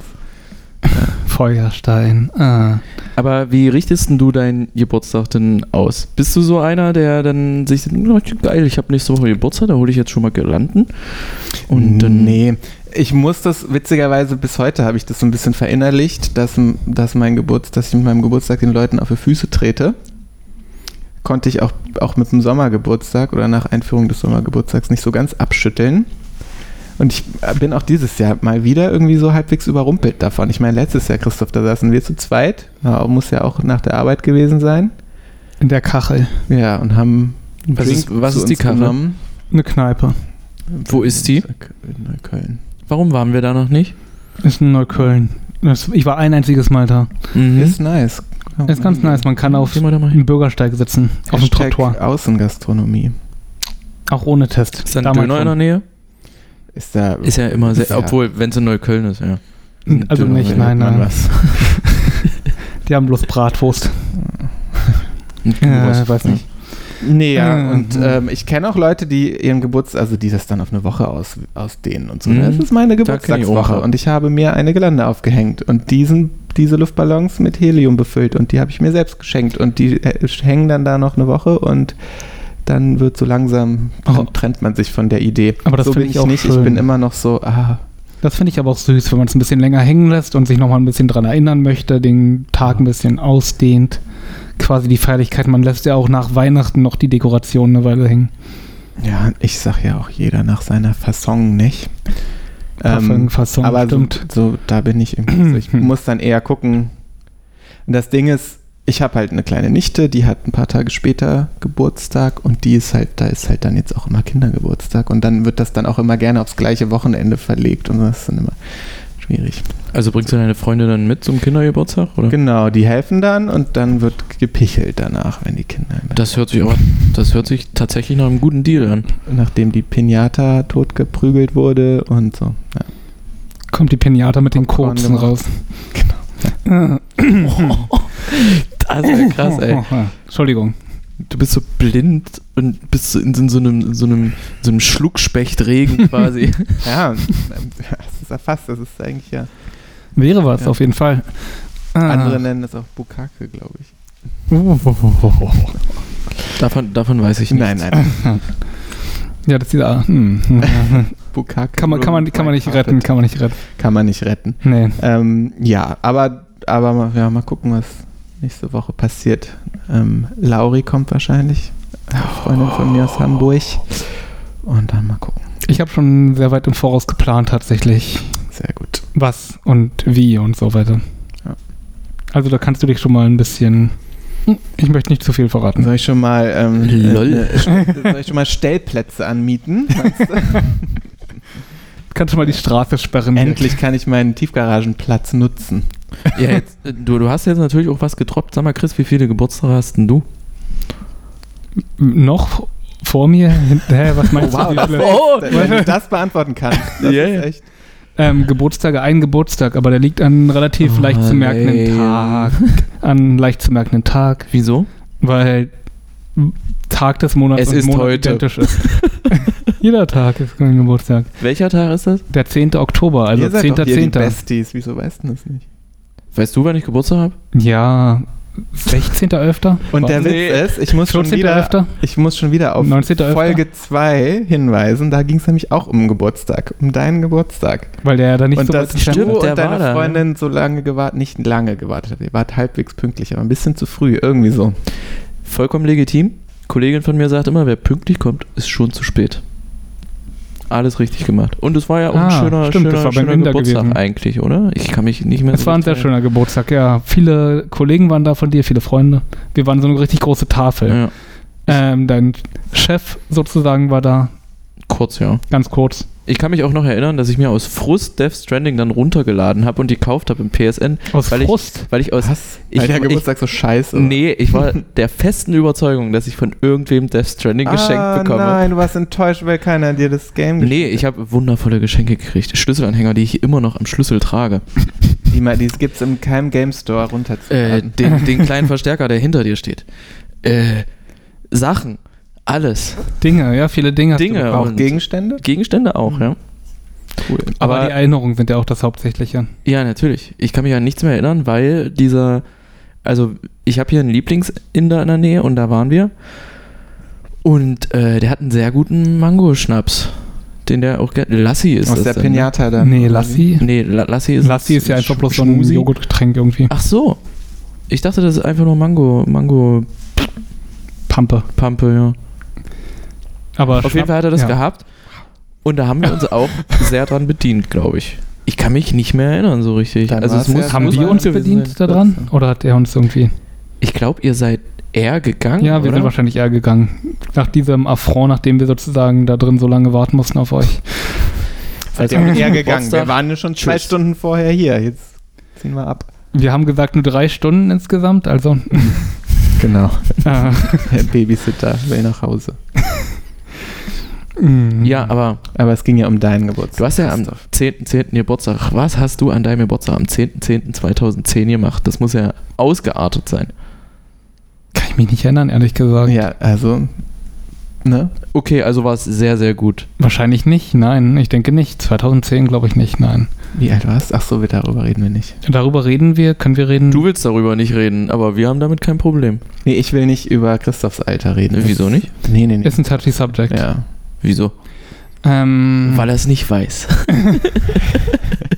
Speaker 2: Feuerstein. Ah.
Speaker 3: Aber wie richtest denn du deinen Geburtstag denn aus? Bist du so einer, der dann sich oh, geil, ich habe nächste Woche Geburtstag, da hole ich jetzt schon mal Girlanden. Und dann
Speaker 1: äh, nee, ich muss das witzigerweise bis heute habe ich das so ein bisschen verinnerlicht, dass, m- dass mein Geburtstag, dass ich mit meinem Geburtstag den Leuten auf die Füße trete. Konnte ich auch, auch mit dem Sommergeburtstag oder nach Einführung des Sommergeburtstags nicht so ganz abschütteln. Und ich äh, bin auch dieses Jahr mal wieder irgendwie so halbwegs überrumpelt davon. Ich meine, letztes Jahr, Christoph, da saßen wir zu zweit. Ja, muss ja auch nach der Arbeit gewesen sein.
Speaker 2: In der Kachel.
Speaker 1: Ja, und haben. einen
Speaker 3: Was
Speaker 1: Drink
Speaker 3: ist- was
Speaker 1: zu
Speaker 3: ist die
Speaker 1: uns
Speaker 3: Karre?
Speaker 1: genommen.
Speaker 2: Eine Kneipe.
Speaker 3: Wo ist die?
Speaker 1: In Neukölln.
Speaker 3: Warum waren wir da noch nicht?
Speaker 2: Ist in Neukölln. Das, ich war ein einziges Mal da.
Speaker 3: Hm?
Speaker 1: Ist nice.
Speaker 2: Ist ganz nice. Man kann auf
Speaker 3: Gehen wir da mal hin.
Speaker 2: dem Bürgersteig sitzen. Auf dem
Speaker 1: Hashtag
Speaker 2: Trottoir.
Speaker 1: Außengastronomie.
Speaker 2: Auch ohne Test.
Speaker 3: Ist da ein
Speaker 2: Damals
Speaker 3: Döner in der
Speaker 2: schon.
Speaker 3: Nähe?
Speaker 1: Ist da.
Speaker 3: Ist ja Hm, immer sehr,
Speaker 1: Ja.
Speaker 3: obwohl, wenn es in Neukölln ist, ja.
Speaker 1: ein
Speaker 2: Also
Speaker 1: Döner,
Speaker 2: nicht,
Speaker 1: wenn
Speaker 2: nein,
Speaker 1: man
Speaker 2: nein.
Speaker 1: Was.
Speaker 2: [LAUGHS] Die haben bloß Bratwurst.
Speaker 3: Und
Speaker 2: Ja,
Speaker 3: sowas.
Speaker 2: weiß nicht.
Speaker 1: Nee, ja,
Speaker 2: Mhm.
Speaker 1: und ähm, ich kenne auch Leute, die ihren Geburtstag, also die das dann auf eine Woche aus, ausdehnen und so. ne?
Speaker 3: Mhm.
Speaker 1: Das ist meine
Speaker 3: Da kenn ich
Speaker 1: Geburtstagswoche
Speaker 3: auch.
Speaker 1: und ich habe mir eine Gelande aufgehängt und diesen, diese Luftballons mit Helium befüllt und die habe ich mir selbst geschenkt und die äh, hängen dann da noch eine Woche und dann wird so langsam, dann
Speaker 2: Oh.
Speaker 1: trennt man sich von der Idee.
Speaker 2: Aber das
Speaker 1: so
Speaker 2: find
Speaker 1: bin
Speaker 2: ich
Speaker 1: ich,
Speaker 2: auch
Speaker 1: nicht,
Speaker 2: schön.
Speaker 1: ich bin immer noch so, ah,
Speaker 2: Das finde ich aber auch süß, wenn man es ein bisschen länger hängen lässt und sich nochmal ein bisschen dran erinnern möchte, den Tag ein bisschen ausdehnt. Quasi die Feierlichkeit. Man lässt ja auch nach Weihnachten noch die Dekoration eine Weile hängen.
Speaker 1: ja, ich sag ja auch jeder nach seiner Fasson, nicht? Ähm,
Speaker 2: Parfümfassung,
Speaker 1: aber
Speaker 2: stimmt.
Speaker 1: So, so, da bin ich irgendwie. So, ich muss dann eher gucken. Und das Ding ist, ich habe halt eine kleine Nichte, die hat ein paar Tage später Geburtstag und die ist halt, da ist halt dann jetzt auch immer Kindergeburtstag und dann wird das dann auch immer gerne aufs gleiche Wochenende verlegt und das ist dann immer schwierig.
Speaker 3: Also bringst du deine Freunde dann mit zum Kindergeburtstag? Oder?
Speaker 1: Genau, die helfen dann und dann wird gepichelt danach, wenn die Kinder, im Bett-
Speaker 3: Das hört sich aber, das hört sich tatsächlich nach einem guten Deal an.
Speaker 1: nachdem die Pinata totgeprügelt wurde und so. Ja.
Speaker 2: Kommt die Pinata mit den
Speaker 1: Popcorn
Speaker 2: Koksen
Speaker 1: gemacht. Oh,
Speaker 2: raus. [LAUGHS] Genau.
Speaker 3: Das ist ja krass, ey.
Speaker 2: [LAUGHS] Entschuldigung.
Speaker 3: Du bist so blind und bist so in, in so einem, in so einem, in so einem [LAUGHS] Schluckspecht-Regen quasi.
Speaker 1: Ja, [LAUGHS] das ist erfasst, das ist eigentlich ja.
Speaker 2: Wäre was,
Speaker 3: Ja.
Speaker 2: auf jeden Fall. Ah.
Speaker 1: Andere nennen das auch Bukake, glaube ich.
Speaker 3: davon, davon weiß ich nicht.
Speaker 1: Nein, nein.
Speaker 2: Ja, das ist dieser. Hm.
Speaker 1: Bukake
Speaker 2: Kann, man, kann, man, kann man nicht retten, kann man nicht retten.
Speaker 1: Kann man nicht retten.
Speaker 2: Nee.
Speaker 1: Ähm, ja, aber, aber mal- ja, mal gucken, was nächste Woche passiert. Ähm, Lauri kommt wahrscheinlich, eine Freundin von mir aus Hamburg. Und dann mal gucken.
Speaker 2: Ich habe schon sehr weit im Voraus geplant, tatsächlich.
Speaker 1: Sehr gut.
Speaker 2: Was und wie und so weiter.
Speaker 1: Ja.
Speaker 2: Also, da kannst du dich schon mal ein bisschen. Hm, Ich möchte nicht zu viel verraten.
Speaker 1: Soll ich schon mal, ähm,
Speaker 3: Lol.
Speaker 1: äh, soll ich schon mal Stellplätze
Speaker 2: [LAUGHS]
Speaker 1: anmieten?
Speaker 2: Kannst schon mal die Straße sperren.
Speaker 1: Endlich kann ich meinen Tiefgaragenplatz nutzen.
Speaker 3: Ja, jetzt, äh, du, du hast jetzt natürlich auch was getroppt. Sag mal, Chris, wie viele Geburtstage hast denn du?
Speaker 2: Noch vor mir? Hä, was meinst du? Wie viele-
Speaker 3: Oh,
Speaker 1: Wenn du das beantworten
Speaker 2: [LAUGHS]
Speaker 1: kannst, das
Speaker 3: Ja, ja.
Speaker 1: ist echt
Speaker 2: Ähm, Geburtstage, ein Geburtstag, aber der liegt an relativ
Speaker 3: Oh,
Speaker 2: leicht zu merkenden
Speaker 3: lame.
Speaker 2: Tag. An leicht zu merkenden Tag,
Speaker 3: Wieso?
Speaker 2: weil Tag des Monats
Speaker 3: Es ist
Speaker 2: Monat
Speaker 3: heute.
Speaker 1: [LAUGHS]
Speaker 2: identisch ist. Jeder Tag ist ein Geburtstag.
Speaker 3: Welcher Tag ist das?
Speaker 2: Der 10. Oktober, also
Speaker 1: Ihr seid doch hier die
Speaker 2: 10.10.
Speaker 1: Besties. Wieso weißt du das nicht?
Speaker 3: Weißt du, wann ich Geburtstag habe?
Speaker 2: Ja, 16.11.,
Speaker 1: Und der
Speaker 3: Nee.
Speaker 1: Witz ist, ich muss schon wieder,
Speaker 2: 14.11.,
Speaker 1: ich muss schon wieder auf
Speaker 2: 19.11.,
Speaker 1: Folge 2 hinweisen. Da ging es nämlich auch um Geburtstag, um deinen Geburtstag.
Speaker 2: weil der ja dann nicht
Speaker 1: und
Speaker 2: so
Speaker 1: dass
Speaker 2: weit entfernt
Speaker 1: du
Speaker 3: stimmt,
Speaker 2: ist.
Speaker 1: und
Speaker 3: der war
Speaker 1: deine
Speaker 3: da, ne?
Speaker 1: Freundin so lange gewartet, nicht lange gewartet habt. Ihr wart halbwegs pünktlich, aber ein bisschen zu früh, irgendwie so.
Speaker 3: Vollkommen legitim. Kollegin von mir sagt immer, wer pünktlich kommt, ist schon zu spät. Alles richtig gemacht. Und es war ja auch ein
Speaker 2: Ah,
Speaker 3: schöner,
Speaker 2: stimmt, das
Speaker 3: schöner,
Speaker 2: war beim
Speaker 3: schöner
Speaker 2: Inder
Speaker 3: Geburtstag
Speaker 2: gewesen.
Speaker 3: eigentlich, oder? Ich kann mich nicht mehr
Speaker 2: Es war ein sehr
Speaker 3: richtig
Speaker 2: schöner Geburtstag, ja. Viele Kollegen waren da von dir, viele Freunde. Wir waren so eine richtig große Tafel.
Speaker 3: erinnern.
Speaker 2: Ähm, dein Chef sozusagen war da,
Speaker 3: Ja, kurz, ja.
Speaker 2: ganz kurz.
Speaker 3: Ich kann mich auch noch erinnern, dass ich mir aus Frust Death Stranding dann runtergeladen habe und die gekauft habe im PSN,
Speaker 2: Aus
Speaker 3: Weil ich-
Speaker 2: Frust.
Speaker 3: weil ich aus.
Speaker 1: Was?
Speaker 3: Ich-
Speaker 1: Weil der
Speaker 3: ich-
Speaker 1: Geburtstag so scheiße.
Speaker 3: Nee, ich war der festen Überzeugung, dass ich von irgendwem Death Stranding geschenkt bekomme.
Speaker 1: Ah, Nein, du warst enttäuscht, weil keiner dir das Game
Speaker 3: Nee, ich habe wundervolle Geschenke gekriegt. Schlüsselanhänger, die ich immer noch am Schlüssel trage.
Speaker 1: die, mal- die gibt es im keinem Game Store
Speaker 3: äh,
Speaker 1: runterzuladen.
Speaker 3: den, den kleinen Verstärker, der hinter dir steht. Äh, Sachen, alles.
Speaker 2: Dinge, ja, viele Dinge. hast du
Speaker 3: Dinge.
Speaker 2: gebraucht.
Speaker 1: auch
Speaker 3: Äh, und-
Speaker 1: Gegenstände?
Speaker 3: Gegenstände auch, ja. Cool.
Speaker 2: Aber, die Erinnerungen sind ja auch das Hauptsächliche.
Speaker 3: Ja, natürlich. Ich kann mich an nichts mehr erinnern, weil dieser, also ich habe hier einen Lieblingsinder in der Nähe und da waren wir. Und äh, der hat einen sehr guten Mangoschnaps, den der auch gerne. Lassi ist
Speaker 1: Aus
Speaker 3: das
Speaker 1: der
Speaker 3: dann, ne?
Speaker 1: Pinata dann.
Speaker 2: nee, Lassi.
Speaker 3: Nee, La Lassi ist
Speaker 2: Lassi ist ja einfach bloß so ein
Speaker 3: Schmusi.
Speaker 2: Joghurtgetränk irgendwie.
Speaker 3: Ach so. Ich dachte, das ist einfach nur Mango, Mango
Speaker 2: Pampe.
Speaker 3: Pampe, ja.
Speaker 2: Aber
Speaker 3: Auf jeden Fall hat er das
Speaker 2: ja.
Speaker 3: gehabt. Und da haben wir uns
Speaker 2: [LAUGHS]
Speaker 3: auch sehr dran bedient, glaube ich. Ich kann mich nicht mehr erinnern so richtig.
Speaker 1: Dann
Speaker 3: also es
Speaker 1: war's
Speaker 3: muss,
Speaker 1: ja-
Speaker 2: Haben
Speaker 1: muss
Speaker 2: wir
Speaker 1: man
Speaker 2: uns
Speaker 1: gewesen
Speaker 2: bedient
Speaker 1: sein.
Speaker 2: da dran? Oder hat er uns irgendwie.
Speaker 3: ich glaube, ihr seid eher gegangen.
Speaker 2: Ja, wir
Speaker 3: oder?
Speaker 2: sind wahrscheinlich eher gegangen. Nach diesem Affront, nachdem wir sozusagen da drin so lange warten mussten auf euch.
Speaker 1: Seid ihr eher Also, gegangen?
Speaker 3: Also, Geburtstag.
Speaker 1: Wir waren ja schon zwei
Speaker 3: Tschüss.
Speaker 1: Stunden vorher hier. Jetzt ziehen wir ab.
Speaker 2: Wir haben gesagt, nur drei Stunden insgesamt, also.
Speaker 1: Genau.
Speaker 2: äh,
Speaker 1: Der Babysitter will nach Hause.
Speaker 2: mm.
Speaker 3: [LAUGHS] Ja, aber
Speaker 1: Aber es ging ja um deinen Geburtstag.
Speaker 3: du hast ja am 10.10. Geburtstag. Was hast du an deinem Geburtstag am 10.10.2010 gemacht? Das muss ja ausgeartet sein.
Speaker 2: Kann ich mich nicht erinnern, ehrlich gesagt.
Speaker 1: Ja, also, ne?
Speaker 3: Okay, also war es sehr, sehr gut.
Speaker 2: Wahrscheinlich nicht, nein, ich denke nicht. 2010 glaube ich nicht, nein.
Speaker 1: Wie alt warst du? Ach so, wir- darüber reden wir nicht.
Speaker 2: Darüber reden wir, können wir reden?
Speaker 3: Du willst darüber nicht reden, aber wir haben damit kein Problem.
Speaker 1: Nee, ich will nicht über Christophs Alter reden.
Speaker 3: Äh, Wieso nicht?
Speaker 1: Nee, nee, nee.
Speaker 2: Ist ein touchy Subject.
Speaker 1: Ja.
Speaker 3: Wieso?
Speaker 2: Ähm,
Speaker 3: Weil er es nicht weiß.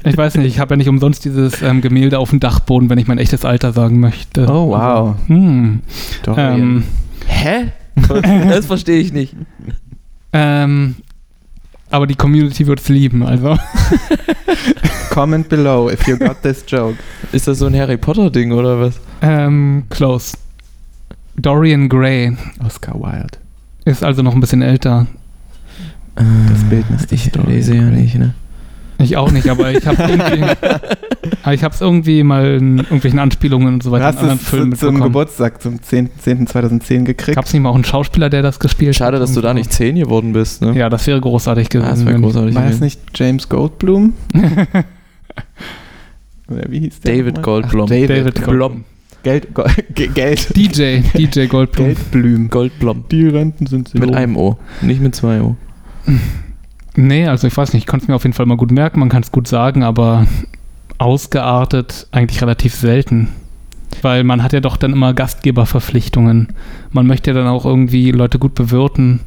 Speaker 2: ich weiß nicht, ich habe ja nicht umsonst dieses ähm, Gemälde auf dem Dachboden, wenn ich mein echtes Alter sagen möchte.
Speaker 1: Oh, wow.
Speaker 2: Hm.
Speaker 3: Also,
Speaker 1: Doch.
Speaker 2: Ähm,
Speaker 3: Oh, Hä? Das verstehe ich nicht.
Speaker 2: ähm, aber die Community wird es lieben, also.
Speaker 1: Comment below if you got this joke. [LAUGHS]
Speaker 3: Ist das so ein Harry Potter-Ding oder was?
Speaker 2: Ähm, close. Dorian Gray
Speaker 1: Oscar Wilde.
Speaker 2: ist also noch ein bisschen älter.
Speaker 1: Das Bildnis der
Speaker 3: Ah, Ich
Speaker 1: Story.
Speaker 3: lese ja nicht, ne?
Speaker 2: Ich auch nicht,
Speaker 1: [LAUGHS]
Speaker 2: aber
Speaker 3: [LAUGHS]
Speaker 2: ich habe irgendwie, aber ich hab's irgendwie mal in irgendwelchen Anspielungen und so
Speaker 1: Du
Speaker 2: weiter
Speaker 1: hast
Speaker 2: in anderen
Speaker 1: es
Speaker 2: Filmen
Speaker 1: zu, zum
Speaker 2: mitbekommen.
Speaker 1: Geburtstag, zum 10.10.2010 gekriegt.
Speaker 2: Gab es nicht mal auch einen Schauspieler, der das gespielt hat?
Speaker 3: Schade, dass du da nicht 10 geworden bist, ne?
Speaker 2: Ja, das wäre großartig gewesen.
Speaker 3: Ah, das wäre
Speaker 2: wenn-
Speaker 3: großartig.
Speaker 1: War es
Speaker 3: gewesen.
Speaker 1: nicht James
Speaker 3: [LAUGHS]
Speaker 1: Goldblum? Oder wie hieß der?
Speaker 3: David
Speaker 1: nochmal?
Speaker 3: Goldblum.
Speaker 1: Ach, David.
Speaker 2: David Goldblum.
Speaker 1: Geld, Go, [LAUGHS] Ge- Geld.
Speaker 2: DJ, DJ
Speaker 1: [LAUGHS]
Speaker 2: Goldblum.
Speaker 1: Geldblüm.
Speaker 3: Goldblum.
Speaker 1: Die Renten sind so.
Speaker 3: Mit einem O, nicht mit zwei O.
Speaker 2: Nee, also ich weiß nicht, ich konnte es mir auf jeden Fall mal gut merken, man kann es gut sagen, aber ausgeartet eigentlich relativ selten. Weil man hat ja doch dann immer Gastgeberverpflichtungen. Man möchte ja dann auch irgendwie Leute gut bewirten.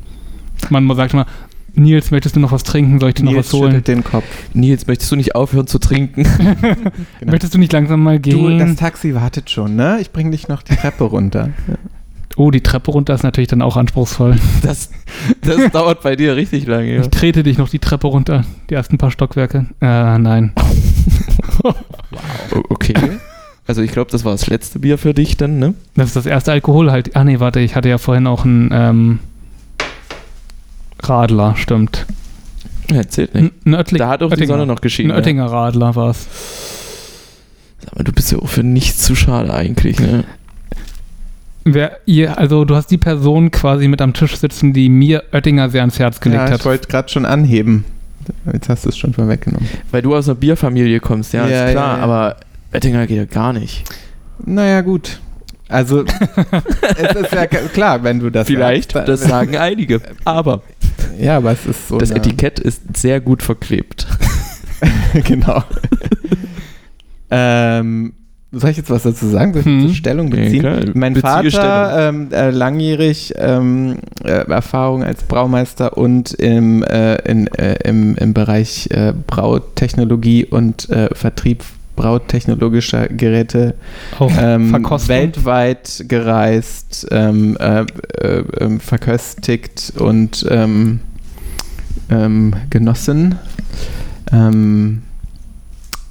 Speaker 2: Man mu- sagt immer, Nils, möchtest du noch was trinken? Soll ich dir noch
Speaker 1: Nils
Speaker 2: was holen?
Speaker 1: schüttelt den Kopf.
Speaker 3: Nils, möchtest du nicht aufhören zu trinken? [LAUGHS]
Speaker 1: Genau.
Speaker 2: Möchtest du nicht langsam mal
Speaker 1: Du,
Speaker 2: gehen?
Speaker 1: das Taxi wartet schon, ne? Ich bring dich noch die Treppe
Speaker 3: [LAUGHS]
Speaker 1: runter.
Speaker 2: oh, die Treppe runter ist natürlich dann auch anspruchsvoll.
Speaker 3: Das, das dauert bei dir richtig lange. Ja.
Speaker 2: Ich trete dich noch die Treppe runter, die ersten paar Stockwerke. Äh, nein.
Speaker 3: O- Okay. Also ich glaube, das war das letzte Bier für dich dann, ne?
Speaker 2: Das ist das erste Alkohol halt. Ah nee, warte, ich hatte ja vorhin auch einen ähm, Radler, stimmt.
Speaker 3: Ja, zählt
Speaker 2: N-
Speaker 3: nicht.
Speaker 2: Ein Oettling-
Speaker 3: Da hat auch die
Speaker 2: Oettinger.
Speaker 3: Sonne noch geschienen.
Speaker 2: ein
Speaker 3: Ja.
Speaker 2: Oettinger Radler war es.
Speaker 3: Sag mal, du bist ja auch für nichts zu schade eigentlich, ne?
Speaker 2: Wer, ihr, also du hast die Person quasi mit am Tisch sitzen, die mir Oettinger sehr ans Herz gelegt
Speaker 1: Ja, ich
Speaker 2: hat.
Speaker 1: wollte gerade schon anheben. Jetzt hast du es schon vorweggenommen.
Speaker 3: Weil du aus einer Bierfamilie kommst, ja,
Speaker 1: Ja,
Speaker 3: ist klar,
Speaker 1: ja, ja.
Speaker 3: aber Oettinger geht ja gar nicht.
Speaker 1: Naja, gut.
Speaker 3: [LAUGHS]
Speaker 1: Also, es ist ja k- klar, wenn du das
Speaker 3: Vielleicht,
Speaker 1: sagst,
Speaker 3: das
Speaker 1: dann-
Speaker 3: sagen einige. Aber
Speaker 1: [LAUGHS] Ja, aber es ist so.
Speaker 3: das
Speaker 1: eine-
Speaker 3: Etikett ist sehr gut verklebt.
Speaker 1: [LAUGHS]
Speaker 3: [LAUGHS]
Speaker 1: genau. ähm, soll ich jetzt was dazu sagen? Soll ich
Speaker 2: Hm.
Speaker 1: zur Stellung
Speaker 3: Ja,
Speaker 1: beziehen?
Speaker 3: klar.
Speaker 1: mein
Speaker 3: Beziehe
Speaker 1: Vater, ähm, äh, langjährig ähm, äh, Erfahrung als Braumeister und im, äh, in, äh, im, im Bereich äh, Brautechnologie und äh, Vertrieb brautechnologischer Geräte
Speaker 2: Auch
Speaker 1: ähm,
Speaker 2: Verkostung.
Speaker 1: weltweit gereist, ähm, äh, äh, ähm, verköstigt und ähm, ähm, genossen. Ähm,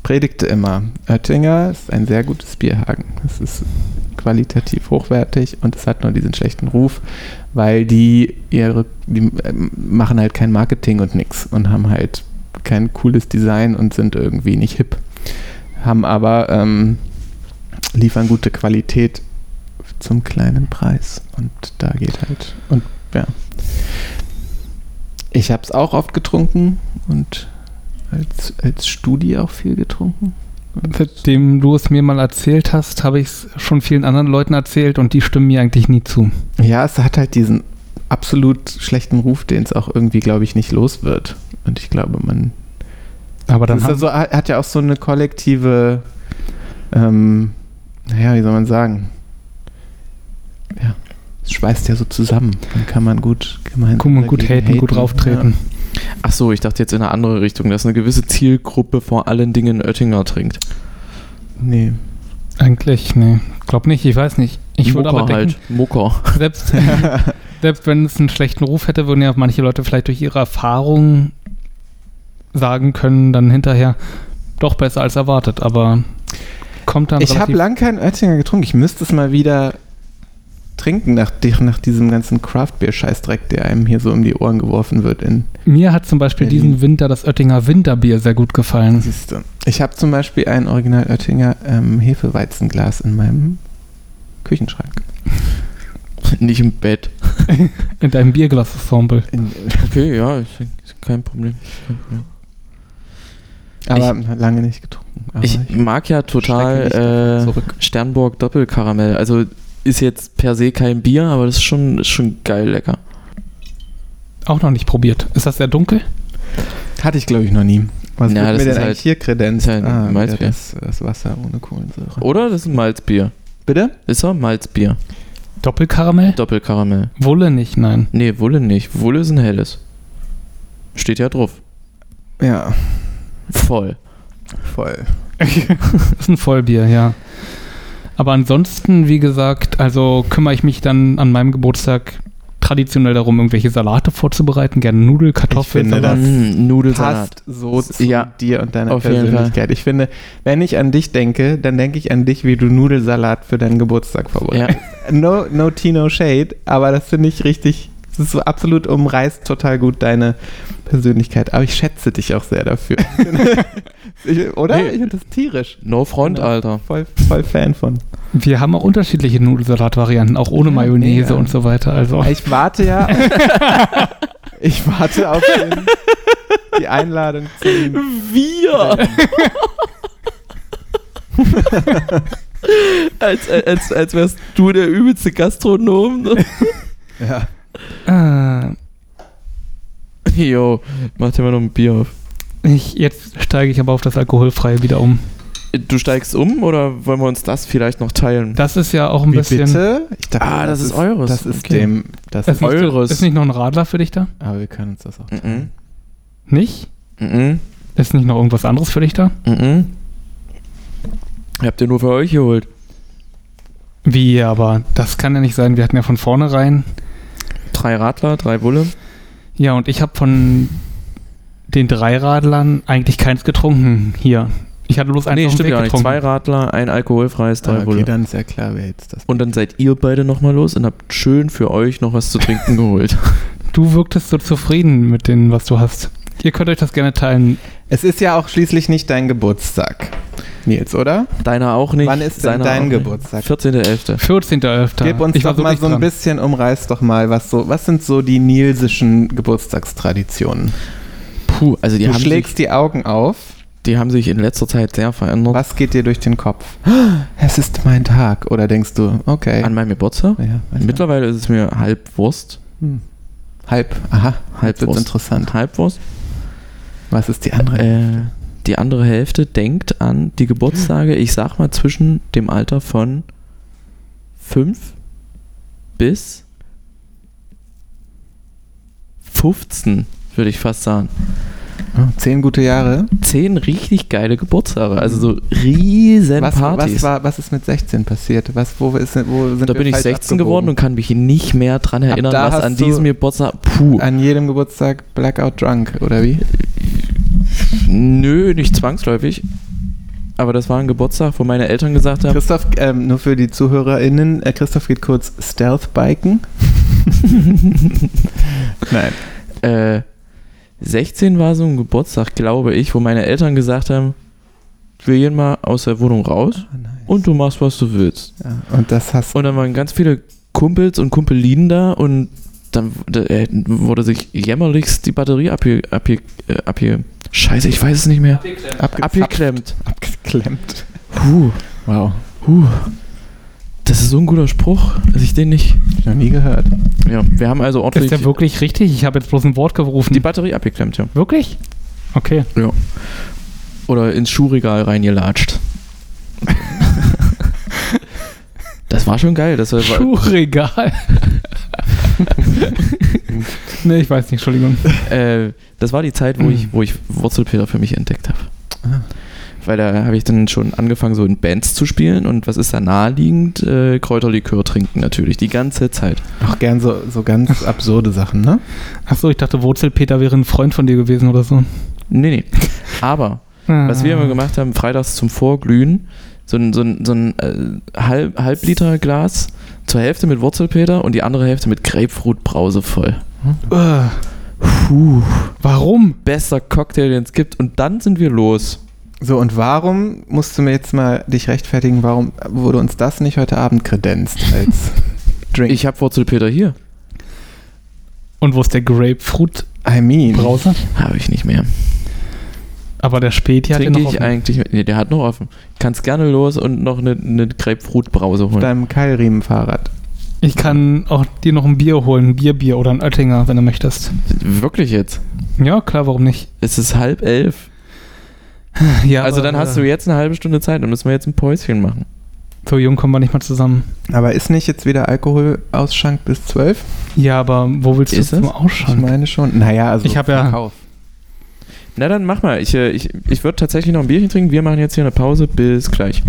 Speaker 1: predigte immer, Oettinger ist ein sehr gutes Bierhagen. Es ist qualitativ hochwertig und es hat nur diesen schlechten Ruf, weil die ihre, die ähm, machen halt kein Marketing und nix und haben halt kein cooles Design und sind irgendwie nicht hip. Haben aber ähm, liefern gute Qualität zum kleinen Preis. Und da geht halt. Und ja. Ich habe es auch oft getrunken und als, als Studie auch viel getrunken.
Speaker 2: Seitdem du es mir mal erzählt hast, habe ich es schon vielen anderen Leuten erzählt und die stimmen mir eigentlich nie zu.
Speaker 1: Ja, es hat halt diesen absolut schlechten Ruf, den es auch irgendwie, glaube ich, nicht los wird. Und ich glaube, man.
Speaker 2: Aber dann
Speaker 1: das ist
Speaker 2: haben,
Speaker 1: also, hat ja auch so eine kollektive. Ähm, naja, wie soll man sagen? Ja. Es schweißt ja so zusammen. Dann kann man gut gemeinsam.
Speaker 2: kann man gut
Speaker 1: dagegen
Speaker 2: haten, gut drauftreten.
Speaker 3: Ach so, ich dachte jetzt in eine andere Richtung, dass eine gewisse Zielgruppe vor allen Dingen Oettinger trinkt.
Speaker 1: Ja. Nee.
Speaker 2: Eigentlich, nee. Glaub nicht, ich weiß nicht. Ich würde aber
Speaker 3: Mokka
Speaker 2: denken,
Speaker 3: halt. Mokka.
Speaker 2: selbst, selbst wenn es einen schlechten Ruf hätte, würden ja manche Leute vielleicht durch ihre Erfahrung sagen können, dann hinterher doch besser als erwartet, aber kommt dann
Speaker 1: Ich habe
Speaker 2: relativ-
Speaker 1: lang keinen Oettinger getrunken. Ich müsste es mal wieder trinken nach, nach diesem ganzen Craft-Beer-Scheißdreck, der einem hier so um die Ohren geworfen wird in
Speaker 2: Mir hat zum Beispiel
Speaker 1: Berlin.
Speaker 2: diesen Winter das Oettinger Winterbier sehr gut gefallen.
Speaker 1: Siehste. Ich habe zum Beispiel ein Original Oettinger ähm, Hefeweizenglas in meinem Küchenschrank.
Speaker 3: [LAUGHS] Nicht im Bett.
Speaker 2: In deinem Bierglas-Ensemble.
Speaker 3: Okay, ja, ist ist kein Problem. Kein Problem.
Speaker 1: aber lange nicht getrunken. Aber
Speaker 3: Ich mag ja
Speaker 1: schrecke mich davon
Speaker 3: total äh,
Speaker 1: zurück.
Speaker 3: Sternburg Doppelkaramell. Also ist jetzt per se kein Bier, aber das ist schon, ist schon geil lecker.
Speaker 2: Auch noch nicht probiert. Ist das sehr dunkel?
Speaker 1: Hatte ich, glaube ich, noch nie. Was
Speaker 3: Na,
Speaker 1: wird
Speaker 3: das
Speaker 1: mir
Speaker 3: ist
Speaker 1: denn
Speaker 3: halt-
Speaker 1: eigentlich hier Kredenz?
Speaker 3: ist halt ein
Speaker 1: wieder
Speaker 3: Malzbier. Oh.
Speaker 1: das, das Wasser ohne Kohlensäure.
Speaker 3: Oder? Das ist ein Malzbier.
Speaker 1: Bitte?
Speaker 3: Ist er? Malzbier.
Speaker 2: Doppelkaramell?
Speaker 3: Doppelkaramell.
Speaker 2: Wolle nicht, nein.
Speaker 3: Nee, Wolle nicht. Wolle ist ein helles. Steht ja drauf.
Speaker 1: Ja,
Speaker 3: Voll. [LAUGHS]
Speaker 1: voll.
Speaker 2: Ist ein Vollbier, ja. Aber ansonsten, wie gesagt, also kümmere ich mich dann an meinem Geburtstag traditionell darum, irgendwelche Salate vorzubereiten, gerne Nudel, Kartoffeln.
Speaker 1: finde
Speaker 2: Salat.
Speaker 1: Das
Speaker 3: Mm, Nudelsalat.
Speaker 1: Passt so zu
Speaker 3: Ja,
Speaker 1: dir und deiner
Speaker 3: auf jeden
Speaker 1: Persönlichkeit. Ich finde, wenn ich an dich denke, dann denke ich an dich, wie du Nudelsalat für deinen Geburtstag
Speaker 3: Ja.
Speaker 1: vorbereitest. [LAUGHS] No, no tea, no shade, aber das finde ich richtig, das ist so absolut umreißt total gut deine Persönlichkeit. Aber ich schätze dich auch sehr
Speaker 3: [LAUGHS]
Speaker 1: dafür. [LAUGHS] ich, oder?
Speaker 3: Nee.
Speaker 1: Ich finde das tierisch.
Speaker 3: No Front,
Speaker 1: Genau.
Speaker 3: Alter. [LAUGHS]
Speaker 1: Voll, voll Fan von.
Speaker 2: Wir haben auch unterschiedliche Nudelsalatvarianten, auch ohne
Speaker 1: Ja,
Speaker 2: Mayonnaise
Speaker 1: mega.
Speaker 2: und so weiter. Also
Speaker 1: Ich warte
Speaker 3: [LAUGHS]
Speaker 1: ja. ich warte auf den, die Einladung zu [LAUGHS]
Speaker 3: Wir! als, als, als wärst du der übelste Gastronom. ne?
Speaker 1: ja.
Speaker 2: äh,
Speaker 3: Jo, mach dir mal noch ein Bier auf.
Speaker 2: ich, jetzt steige ich aber auf das Alkoholfreie wieder um.
Speaker 3: Du steigst um oder wollen wir uns das vielleicht noch teilen?
Speaker 2: Das ist ja auch ein
Speaker 1: Wie
Speaker 2: bisschen.
Speaker 1: bitte? Ich dachte,
Speaker 3: Ah, das ist eures.
Speaker 1: Das ist
Speaker 3: Okay.
Speaker 1: dem. Das
Speaker 2: Ist
Speaker 1: ist,
Speaker 2: nicht,
Speaker 3: Eures.
Speaker 2: ist nicht noch ein Radler für dich da?
Speaker 1: aber wir können uns das auch.
Speaker 3: Mhm.
Speaker 2: Nicht?
Speaker 3: Mhm.
Speaker 2: Ist nicht noch irgendwas anderes für dich da?
Speaker 3: Mhm. Ihr habt ihr nur für euch geholt.
Speaker 2: Wie, aber das kann ja nicht sein. Wir hatten ja von vornherein.
Speaker 3: Drei Radler, drei Wulle.
Speaker 2: Ja, und ich habe von den drei Radlern eigentlich keins getrunken hier. Ich hatte bloß eins
Speaker 3: nee,
Speaker 2: auf dem
Speaker 3: stimmt
Speaker 2: Weg
Speaker 3: ja nicht.
Speaker 2: getrunken.
Speaker 3: Zwei Radler, ein alkoholfreies, drei
Speaker 1: Ah, okay,
Speaker 3: Wulle.
Speaker 1: dann ist ja klar, wer jetzt das.
Speaker 3: Und dann seid ihr beide nochmal los und habt schön für euch noch was zu
Speaker 1: [LAUGHS]
Speaker 3: trinken geholt.
Speaker 2: Du wirktest so zufrieden mit dem, was du hast. Ihr könnt euch das gerne teilen.
Speaker 1: Es ist ja auch schließlich nicht dein Geburtstag, Nils, oder?
Speaker 3: Deiner auch nicht.
Speaker 1: Wann ist denn
Speaker 3: seiner
Speaker 1: dein
Speaker 3: auch nicht.
Speaker 1: Geburtstag?
Speaker 3: 14.11.
Speaker 2: 14.11.
Speaker 1: Gib uns
Speaker 2: Ich war
Speaker 1: doch mal
Speaker 2: wirklich
Speaker 1: so ein
Speaker 2: dran.
Speaker 1: bisschen, umreiß doch mal, was so, was sind so die nilsischen Geburtstagstraditionen?
Speaker 3: Puh, also die Oh.
Speaker 1: Du
Speaker 3: haben, sich,
Speaker 1: schlägst die Augen auf.
Speaker 3: die haben sich in letzter Zeit sehr verändert.
Speaker 1: Was geht dir durch den Kopf? [GASPS] Es ist mein Tag. Oder denkst du, okay.
Speaker 3: An meinem Geburtstag?
Speaker 1: ja, weiß nicht.
Speaker 3: Mittlerweile ist es mir halb Wurst.
Speaker 1: Hm. Halb. Aha, halb
Speaker 3: Halb
Speaker 1: wird
Speaker 3: Wurst.
Speaker 1: interessant.
Speaker 3: Halb Wurst.
Speaker 1: Was ist die andere?
Speaker 3: Äh, die andere Hälfte denkt an die Geburtstage, ich sag mal zwischen dem Alter von 5 bis 15, würde ich fast sagen.
Speaker 1: Oh, zehn gute Jahre.
Speaker 3: Zehn richtig geile Geburtstage, also so riesen
Speaker 1: Was,
Speaker 3: Partys.
Speaker 1: was, war, was ist mit 16 passiert? Was, wo, ist, wo sind
Speaker 3: da
Speaker 1: wir
Speaker 3: bin ich
Speaker 1: falsch
Speaker 3: 16
Speaker 1: abgebogen?
Speaker 3: geworden und kann mich nicht mehr dran erinnern,
Speaker 1: da
Speaker 3: was
Speaker 1: hast
Speaker 3: an
Speaker 1: du-
Speaker 3: diesem Geburtstag. Puh.
Speaker 1: An jedem Geburtstag Blackout Drunk, oder wie?
Speaker 3: Nö, nicht zwangsläufig. Aber das war ein Geburtstag, wo meine Eltern gesagt haben,
Speaker 1: Christoph, ähm, nur für die ZuhörerInnen, äh, Christoph geht kurz
Speaker 2: [LAUGHS]
Speaker 1: Stealth-Biken. Nein.
Speaker 3: äh, 16 war so ein Geburtstag, glaube ich, wo meine Eltern gesagt haben, wir gehen mal aus der Wohnung raus
Speaker 2: Oh
Speaker 3: und du machst, was du willst.
Speaker 1: ja, und das hast
Speaker 3: Und dann waren ganz viele Kumpels und Kumpelinen da und dann wurde- äh, wurde sich jämmerlichst die Batterie abge, abge, äh, abge, Scheiße, ich weiß es nicht mehr.
Speaker 1: Abge-
Speaker 3: Abgeklemmt.
Speaker 1: Abgeklemmt.
Speaker 3: Huh,
Speaker 1: Wow,
Speaker 3: huh. Das ist so ein guter Spruch, dass ich den nicht.
Speaker 1: noch nie gehört.
Speaker 3: Ja, wir haben also
Speaker 2: Ist
Speaker 3: ordentlich
Speaker 2: der wirklich richtig? Ich habe jetzt bloß ein Wort gerufen.
Speaker 3: die Batterie abgeklemmt, ja.
Speaker 2: wirklich? Okay.
Speaker 3: Oder ins Schuhregal reingelatscht. das war schon geil. Das war, [LAUGHS]
Speaker 2: Schuhregal. nee, ich weiß nicht, Entschuldigung.
Speaker 3: äh, das war die Zeit, wo,
Speaker 1: Mhm.
Speaker 3: ich, wo ich Wurzelpeter für mich entdeckt habe.
Speaker 1: Ah.
Speaker 3: Weil da habe ich dann schon angefangen, so in Bands zu spielen. Und was ist da naheliegend? Äh, Kräuterlikör trinken natürlich, die ganze Zeit.
Speaker 1: Auch gern so, so
Speaker 2: [LAUGHS]
Speaker 1: ganz absurde Sachen, ne?
Speaker 2: Achso, ich dachte, Wurzelpeter wäre ein Freund von dir gewesen oder so.
Speaker 3: Nee, nee. Aber Was
Speaker 2: Ah.
Speaker 3: wir immer gemacht haben, freitags zum Vorglühen, so ein, so ein, so ein äh, halb, Halbliter Glas, zur Hälfte mit Wurzelpeter und die andere Hälfte mit Grapefruitbrause voll.
Speaker 2: Äh,
Speaker 3: Puh,
Speaker 2: warum?
Speaker 3: bester Cocktail, den es gibt. Und dann sind wir los.
Speaker 1: So, und warum musst du mir jetzt mal dich rechtfertigen, warum wurde uns das nicht heute Abend kredenzt
Speaker 2: [LAUGHS]
Speaker 1: als Drink?
Speaker 3: Ich habe Wurzelpeter hier.
Speaker 2: Und wo ist der Grapefruit
Speaker 1: I mean,
Speaker 2: Brause?
Speaker 3: Habe ich nicht mehr.
Speaker 2: Aber der Späti hat ja
Speaker 3: Trinke
Speaker 2: noch
Speaker 3: ich
Speaker 2: offen.
Speaker 3: eigentlich. Nee, der hat noch offen. Kannst gerne los und noch eine, eine Grapefruitbrause
Speaker 1: auf
Speaker 3: holen.
Speaker 1: deinem Keilriemenfahrrad.
Speaker 2: Ich kann auch dir noch ein Bier holen, ein Bierbier oder ein Oettinger, wenn du möchtest.
Speaker 3: Wirklich jetzt.
Speaker 2: Ja, klar, warum nicht? [LAUGHS]
Speaker 3: Es ist halb elf.
Speaker 2: Ja,
Speaker 3: also
Speaker 2: aber,
Speaker 3: dann hast
Speaker 2: äh,
Speaker 3: du jetzt eine halbe Stunde Zeit und müssen wir jetzt ein Päuschen machen.
Speaker 2: So jung kommen wir nicht mal zusammen.
Speaker 1: Aber ist nicht jetzt wieder Alkoholausschank bis 12?
Speaker 2: Ja, aber wo willst du
Speaker 3: Ist
Speaker 2: zum
Speaker 3: das?
Speaker 1: Ich
Speaker 2: Ausschauen?
Speaker 1: meine schon. Naja, also
Speaker 2: Ich hab ja-
Speaker 1: Verkauf.
Speaker 3: Na dann mach mal. Ich, äh, ich, ich würde tatsächlich noch ein Bierchen trinken. Wir machen jetzt hier eine Pause. Bis gleich.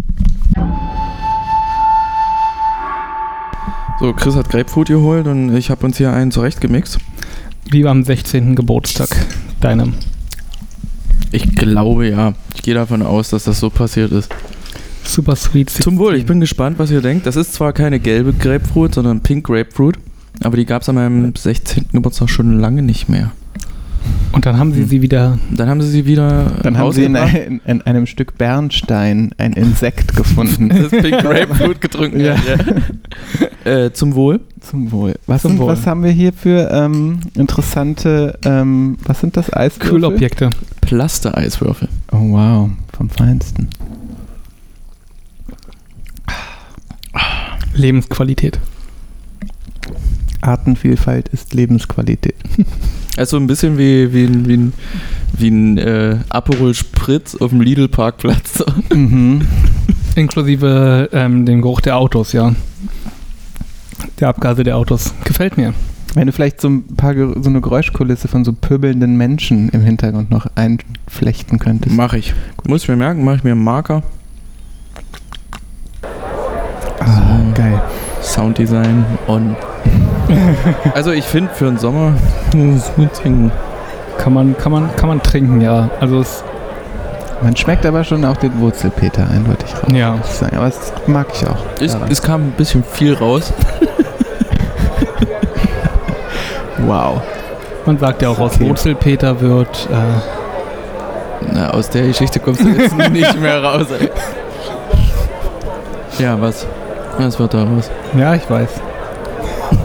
Speaker 3: So, Chris hat Grapefruit geholt und ich habe uns hier einen zurechtgemixt.
Speaker 2: Wie am 16. Geburtstag. Deinem.
Speaker 3: Ich glaube ja. Ich gehe davon aus, dass das so passiert ist.
Speaker 2: Super sweet. 16.
Speaker 3: Zum Wohl. Ich bin gespannt, was ihr denkt. Das ist zwar keine gelbe Grapefruit, sondern Pink Grapefruit. Aber die gab es an meinem 16. Geburtstag schon lange nicht mehr.
Speaker 2: Und dann haben sie
Speaker 3: Hm.
Speaker 2: sie wieder.
Speaker 3: Dann haben sie sie wieder
Speaker 1: Dann haben sie in, [LAUGHS]
Speaker 3: rausgebracht.
Speaker 1: ein, in einem Stück Bernstein ein Insekt [LAUGHS] gefunden.
Speaker 3: das [LAUGHS] Pink Grapefruit getrunken.
Speaker 1: Ja.
Speaker 3: [LAUGHS] äh, zum Wohl.
Speaker 1: Zum Wohl. Was,
Speaker 2: Zum
Speaker 1: sind,
Speaker 2: Wohl.
Speaker 1: was haben wir hier für ähm, interessante, ähm, was sind das, Eiswürfel?
Speaker 2: Kühlobjekte.
Speaker 3: Plastereiswürfel.
Speaker 1: Oh wow, vom Feinsten.
Speaker 2: Lebensqualität.
Speaker 1: Artenvielfalt ist Lebensqualität.
Speaker 3: Also ein bisschen wie, wie ein, wie ein, wie ein äh, Aperol Spritz auf dem Lidl-Parkplatz.
Speaker 1: mhm.
Speaker 2: Inklusive ähm, dem Geruch der Autos, ja. Der Abgase der Autos. Gefällt mir.
Speaker 1: Wenn du vielleicht so ein paar Ger- so eine Geräuschkulisse von so pöbelnden Menschen im Hintergrund noch einflechten könntest.
Speaker 3: Mache ich. Muss ich mir merken, mache ich mir einen Marker.
Speaker 1: Ah, geil.
Speaker 3: Sounddesign on. also ich finde für den Sommer muss man trinken.
Speaker 2: Kann man, kann man, kann man trinken, ja. Also es,
Speaker 1: Man schmeckt aber schon auch den Wurzelpeter eindeutig raus.
Speaker 2: ja.
Speaker 1: muss ich sagen. Aber das mag ich auch.
Speaker 3: Es,
Speaker 1: daran.
Speaker 3: es kam ein bisschen viel raus.
Speaker 1: wow.
Speaker 2: Man sagt ja auch, aus
Speaker 1: Okay.
Speaker 2: Wurzelpeter wird. Äh,
Speaker 3: Na, aus der Geschichte kommst du jetzt nicht mehr raus. Ey. Ja, was? Was wird da raus? [LAUGHS]
Speaker 2: ja, ich weiß.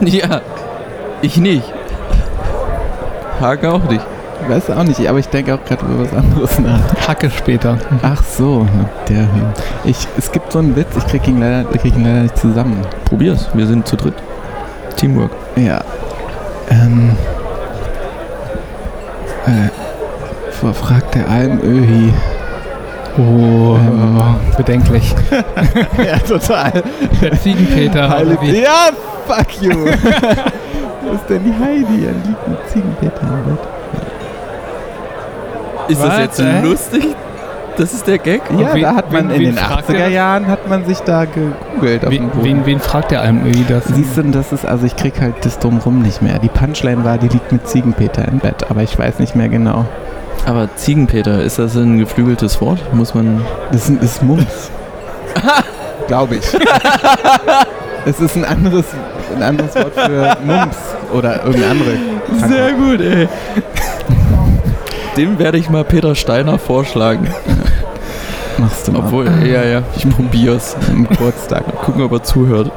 Speaker 3: ja, ich nicht. Hake auch nicht.
Speaker 1: Ich weiß auch nicht, aber ich denke auch gerade über was anderes nach.
Speaker 2: Hacke später.
Speaker 1: Ach so, der hier. Ich, es gibt so einen Witz, ich krieg ihn leider, krieg ihn leider nicht zusammen.
Speaker 3: Probier's, wir sind zu dritt. Teamwork.
Speaker 1: Ja. Ähm. Äh, verfragt der Almöhi.
Speaker 2: Oh, bedenklich.
Speaker 1: [LAUGHS] ja, total.
Speaker 2: Der Ziegenpeter. oder wie?
Speaker 1: ja, fuck [LAUGHS] you. Wo ist denn die Heidi? Dann liegt ein Ziegenbett am Bett.
Speaker 3: Ist
Speaker 2: Was,
Speaker 3: das jetzt
Speaker 2: ey?
Speaker 3: lustig? Das ist der Gag?
Speaker 2: Und
Speaker 1: Ja,
Speaker 2: wen-
Speaker 1: da hat man
Speaker 2: wen-
Speaker 1: in
Speaker 2: wen
Speaker 1: den
Speaker 2: fragt ihr
Speaker 1: 80er
Speaker 2: das?
Speaker 1: Jahren hat man sich da gegoogelt auf dem
Speaker 2: Wen,
Speaker 1: Boden.
Speaker 2: wen, wen fragt der Almöhi das?
Speaker 1: Siehst du, das ist, also ich krieg halt das drumrum nicht mehr. Die Punchline war, die liegt mit Ziegenpeter im Bett, aber ich weiß nicht mehr genau.
Speaker 3: Aber Ziegenpeter, ist das ein geflügeltes Wort? Muss man.
Speaker 1: Das ist, ist
Speaker 3: [LAUGHS]
Speaker 1: Mumps. Glaube ich. es ist ein anderes, ein anderes Wort für Mumps oder irgendeine andere. Krankheit.
Speaker 3: gut, ey. Dem werde ich mal Peter Steiner vorschlagen.
Speaker 1: Machst du mal
Speaker 3: Obwohl, ja, ja, ich probier's.
Speaker 1: am Geburtstag.
Speaker 3: Mal gucken, ob er zuhört.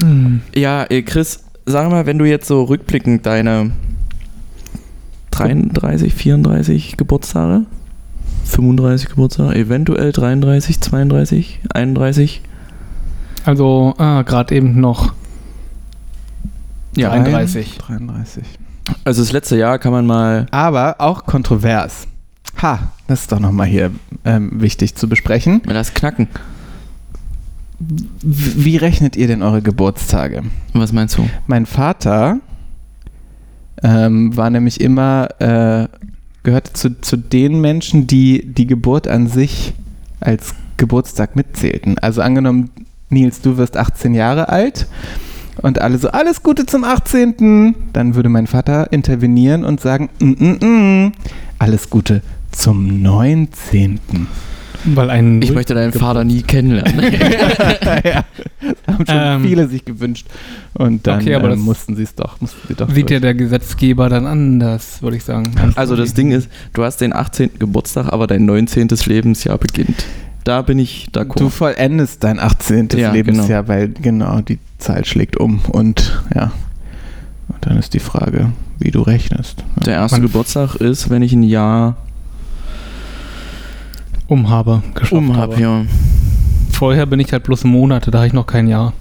Speaker 2: Hm.
Speaker 3: Mm. Ja, äh, Chris, sag mal, wenn du jetzt so rückblickend deine 33, 34 Geburtstage, 35 Geburtstage, eventuell 33, 32, 31,
Speaker 2: Also, ah, gerade eben noch.
Speaker 3: ja,
Speaker 2: 33.
Speaker 1: 33.
Speaker 3: Also das letzte Jahr kann man mal
Speaker 1: Aber auch kontrovers. Ha, das ist doch nochmal hier ähm, wichtig zu besprechen.
Speaker 3: mal das knacken.
Speaker 1: W- Wie rechnet ihr denn eure Geburtstage?
Speaker 3: Was meinst du?
Speaker 1: Mein Vater ähm, war nämlich immer, äh, gehörte zu, zu den Menschen, die die Geburt an sich als Geburtstag mitzählten. Also angenommen, Nils, du wirst 18 Jahre alt und alle so, alles Gute zum 18. Dann würde mein Vater intervenieren und sagen, "Mm, mm, mm, alles Gute zum 19.
Speaker 2: [LAUGHS] Weil ein.
Speaker 3: Ich
Speaker 2: Null-
Speaker 3: möchte deinen Vater nie kennenlernen.
Speaker 1: [LAUGHS]
Speaker 3: [LAUGHS]
Speaker 1: ja, das haben schon
Speaker 2: Ähm.
Speaker 1: viele sich gewünscht. Und dann
Speaker 2: Okay, aber
Speaker 1: ähm,
Speaker 2: das
Speaker 1: mussten sie es doch, mussten sie doch durch.
Speaker 2: sieht ja der Gesetzgeber dann anders, würde ich sagen.
Speaker 3: also das Ding ist, du hast den 18. Geburtstag, aber dein 19. Lebensjahr beginnt. Da bin ich
Speaker 1: Du
Speaker 3: d'accord.
Speaker 1: vollendest dein 18.
Speaker 3: Ah, Ja,
Speaker 1: Lebensjahr, weil genau die Zeit schlägt um und ja. Und dann ist die Frage, wie du rechnest. ne?
Speaker 3: Der erste
Speaker 2: Man-
Speaker 3: Geburtstag ist, wenn ich ein Jahr
Speaker 2: Umhabe geschafft.
Speaker 3: um habe,
Speaker 2: habe.
Speaker 3: ja.
Speaker 2: Vorher bin ich halt bloß Monate, da habe ich noch kein Jahr.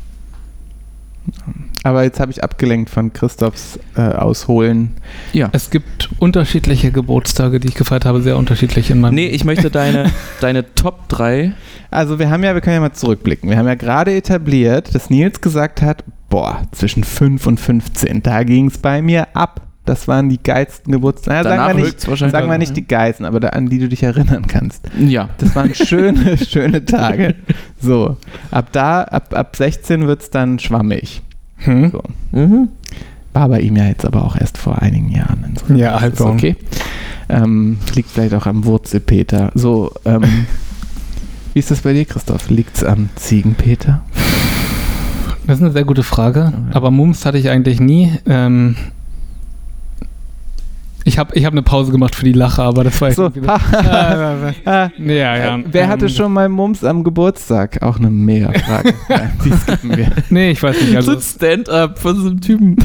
Speaker 1: Aber jetzt habe ich abgelenkt von Christophs äh, Ausholen.
Speaker 3: Ja.
Speaker 2: Es gibt unterschiedliche Geburtstage, die ich gefeiert habe, sehr unterschiedlich in meinem
Speaker 3: Nee, ich möchte
Speaker 1: [LAUGHS]
Speaker 3: deine, deine Top 3.
Speaker 1: Also wir haben ja, wir können ja mal zurückblicken. Wir haben ja gerade etabliert, dass Nils gesagt hat, boah, zwischen 5 und 15, da ging es bei mir ab. Das waren die geilsten Geburtstage. Naja, sagen wir nicht,
Speaker 3: wahrscheinlich. ne?
Speaker 1: sagen wir nicht die geilsten, aber da, an die du dich erinnern kannst.
Speaker 3: Ja.
Speaker 1: Das waren
Speaker 2: [LAUGHS]
Speaker 1: schöne, schöne Tage. So, ab da, ab, ab 16 wird es dann schwammig.
Speaker 2: Hm?
Speaker 1: So. Mhm.
Speaker 3: [LAUGHS]
Speaker 1: War bei ihm ja jetzt aber auch erst vor einigen Jahren. Insofern
Speaker 2: Ja,
Speaker 1: ist
Speaker 2: halt
Speaker 1: es
Speaker 2: so.
Speaker 1: okay. Ähm, liegt vielleicht auch am Wurzelpeter. So, ähm, wie ist das bei dir, Christoph? Liegt es am Ziegenpeter?
Speaker 2: Das ist eine sehr gute Frage,
Speaker 1: Ja.
Speaker 2: aber Mums hatte ich eigentlich nie. Ähm, ich habe ich hab eine Pause gemacht für die Lache, aber das war
Speaker 1: So, [LAUGHS]
Speaker 2: irgendwie- Ah,
Speaker 1: Ah,
Speaker 2: nee, ja, ja.
Speaker 1: Wer hatte
Speaker 2: Ähm,
Speaker 1: schon mal Mums am Geburtstag? Auch eine mega
Speaker 2: [LAUGHS]
Speaker 1: Frage. Nein, Die skippen wir.
Speaker 2: Nee, ich weiß nicht.
Speaker 1: [LAUGHS]
Speaker 3: So
Speaker 2: Also,
Speaker 3: ein Stand-up von so einem Typen.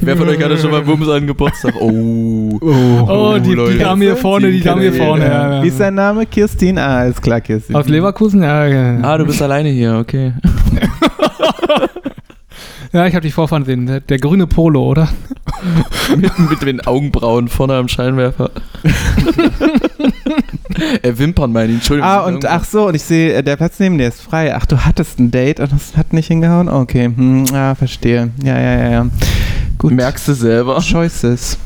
Speaker 3: Wer von euch hatte schon mal Bums an Geburtstag? Oh.
Speaker 2: oh, die, die
Speaker 3: Leute.
Speaker 2: Dame hier vorne, die Dame hier vorne. Ja, ja.
Speaker 1: Wie ist dein Name? Kirstin? Ah, ist klar, Kirstin.
Speaker 2: Aus Leverkusen? Ja, ja.
Speaker 3: Ah, du bist alleine
Speaker 1: [LAUGHS]
Speaker 3: hier, okay.
Speaker 2: ja ich habe dich vorfahren sehen. Der, der grüne Polo, oder?
Speaker 3: mit, mit den Augenbrauen vorne
Speaker 1: [LAUGHS]
Speaker 3: am Scheinwerfer. äh, Wimpern meine ich, Entschuldigung.
Speaker 1: Ah, und ach so, und ich sehe, äh, der Platz neben dir ist frei. Ach, du hattest ein Date und das hat nicht hingehauen? Okay, hm, ja, verstehe. Ja, ja, ja, ja. Gut.
Speaker 3: Merkst du selber.
Speaker 1: Choices.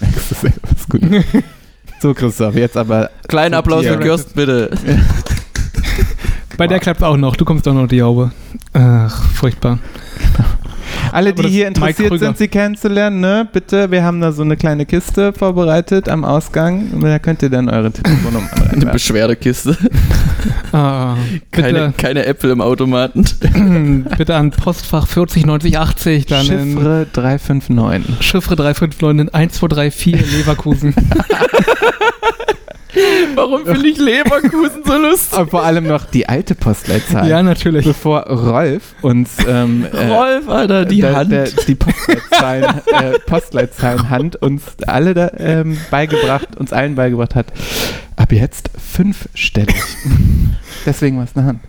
Speaker 1: Merkst du selber, ist gut. [LAUGHS] So, Christoph, jetzt aber.
Speaker 3: Kleinen Applaus
Speaker 1: Ja.
Speaker 3: für Kirsten, bitte.
Speaker 2: Bei der klappt auch noch. Du kommst auch noch die Haube. Ach, furchtbar.
Speaker 1: Alle, die
Speaker 2: das-
Speaker 1: hier
Speaker 2: Mike
Speaker 1: interessiert
Speaker 2: Krüger.
Speaker 1: sind, sie kennenzulernen, ne? Bitte, wir haben da so eine kleine Kiste vorbereitet am Ausgang. Und Da könnt ihr dann eure Telefonnummer
Speaker 3: Eine
Speaker 1: reinwerfen.
Speaker 3: Beschwerdekiste.
Speaker 1: [LAUGHS]
Speaker 2: Ah,
Speaker 3: Keine,
Speaker 2: bitte,
Speaker 3: keine Äpfel im Automaten.
Speaker 2: bitte an Postfach 409080, dann in
Speaker 1: Chiffre 359.
Speaker 2: Chiffre 359 in 1234 Leverkusen.
Speaker 3: Warum finde ich Leverkusen so lustig?
Speaker 1: Und vor allem noch die alte Postleitzahl.
Speaker 2: ja, natürlich.
Speaker 1: Bevor Rolf uns ähm, äh,
Speaker 3: Rolf, Alter, die
Speaker 1: der,
Speaker 3: Hand.
Speaker 1: Der, die Postleitzahlen, äh, Postleitzahlen Hand uns alle da, ähm, beigebracht, uns allen beigebracht hat. Ab jetzt fünfstellig. Deswegen war es eine Hand.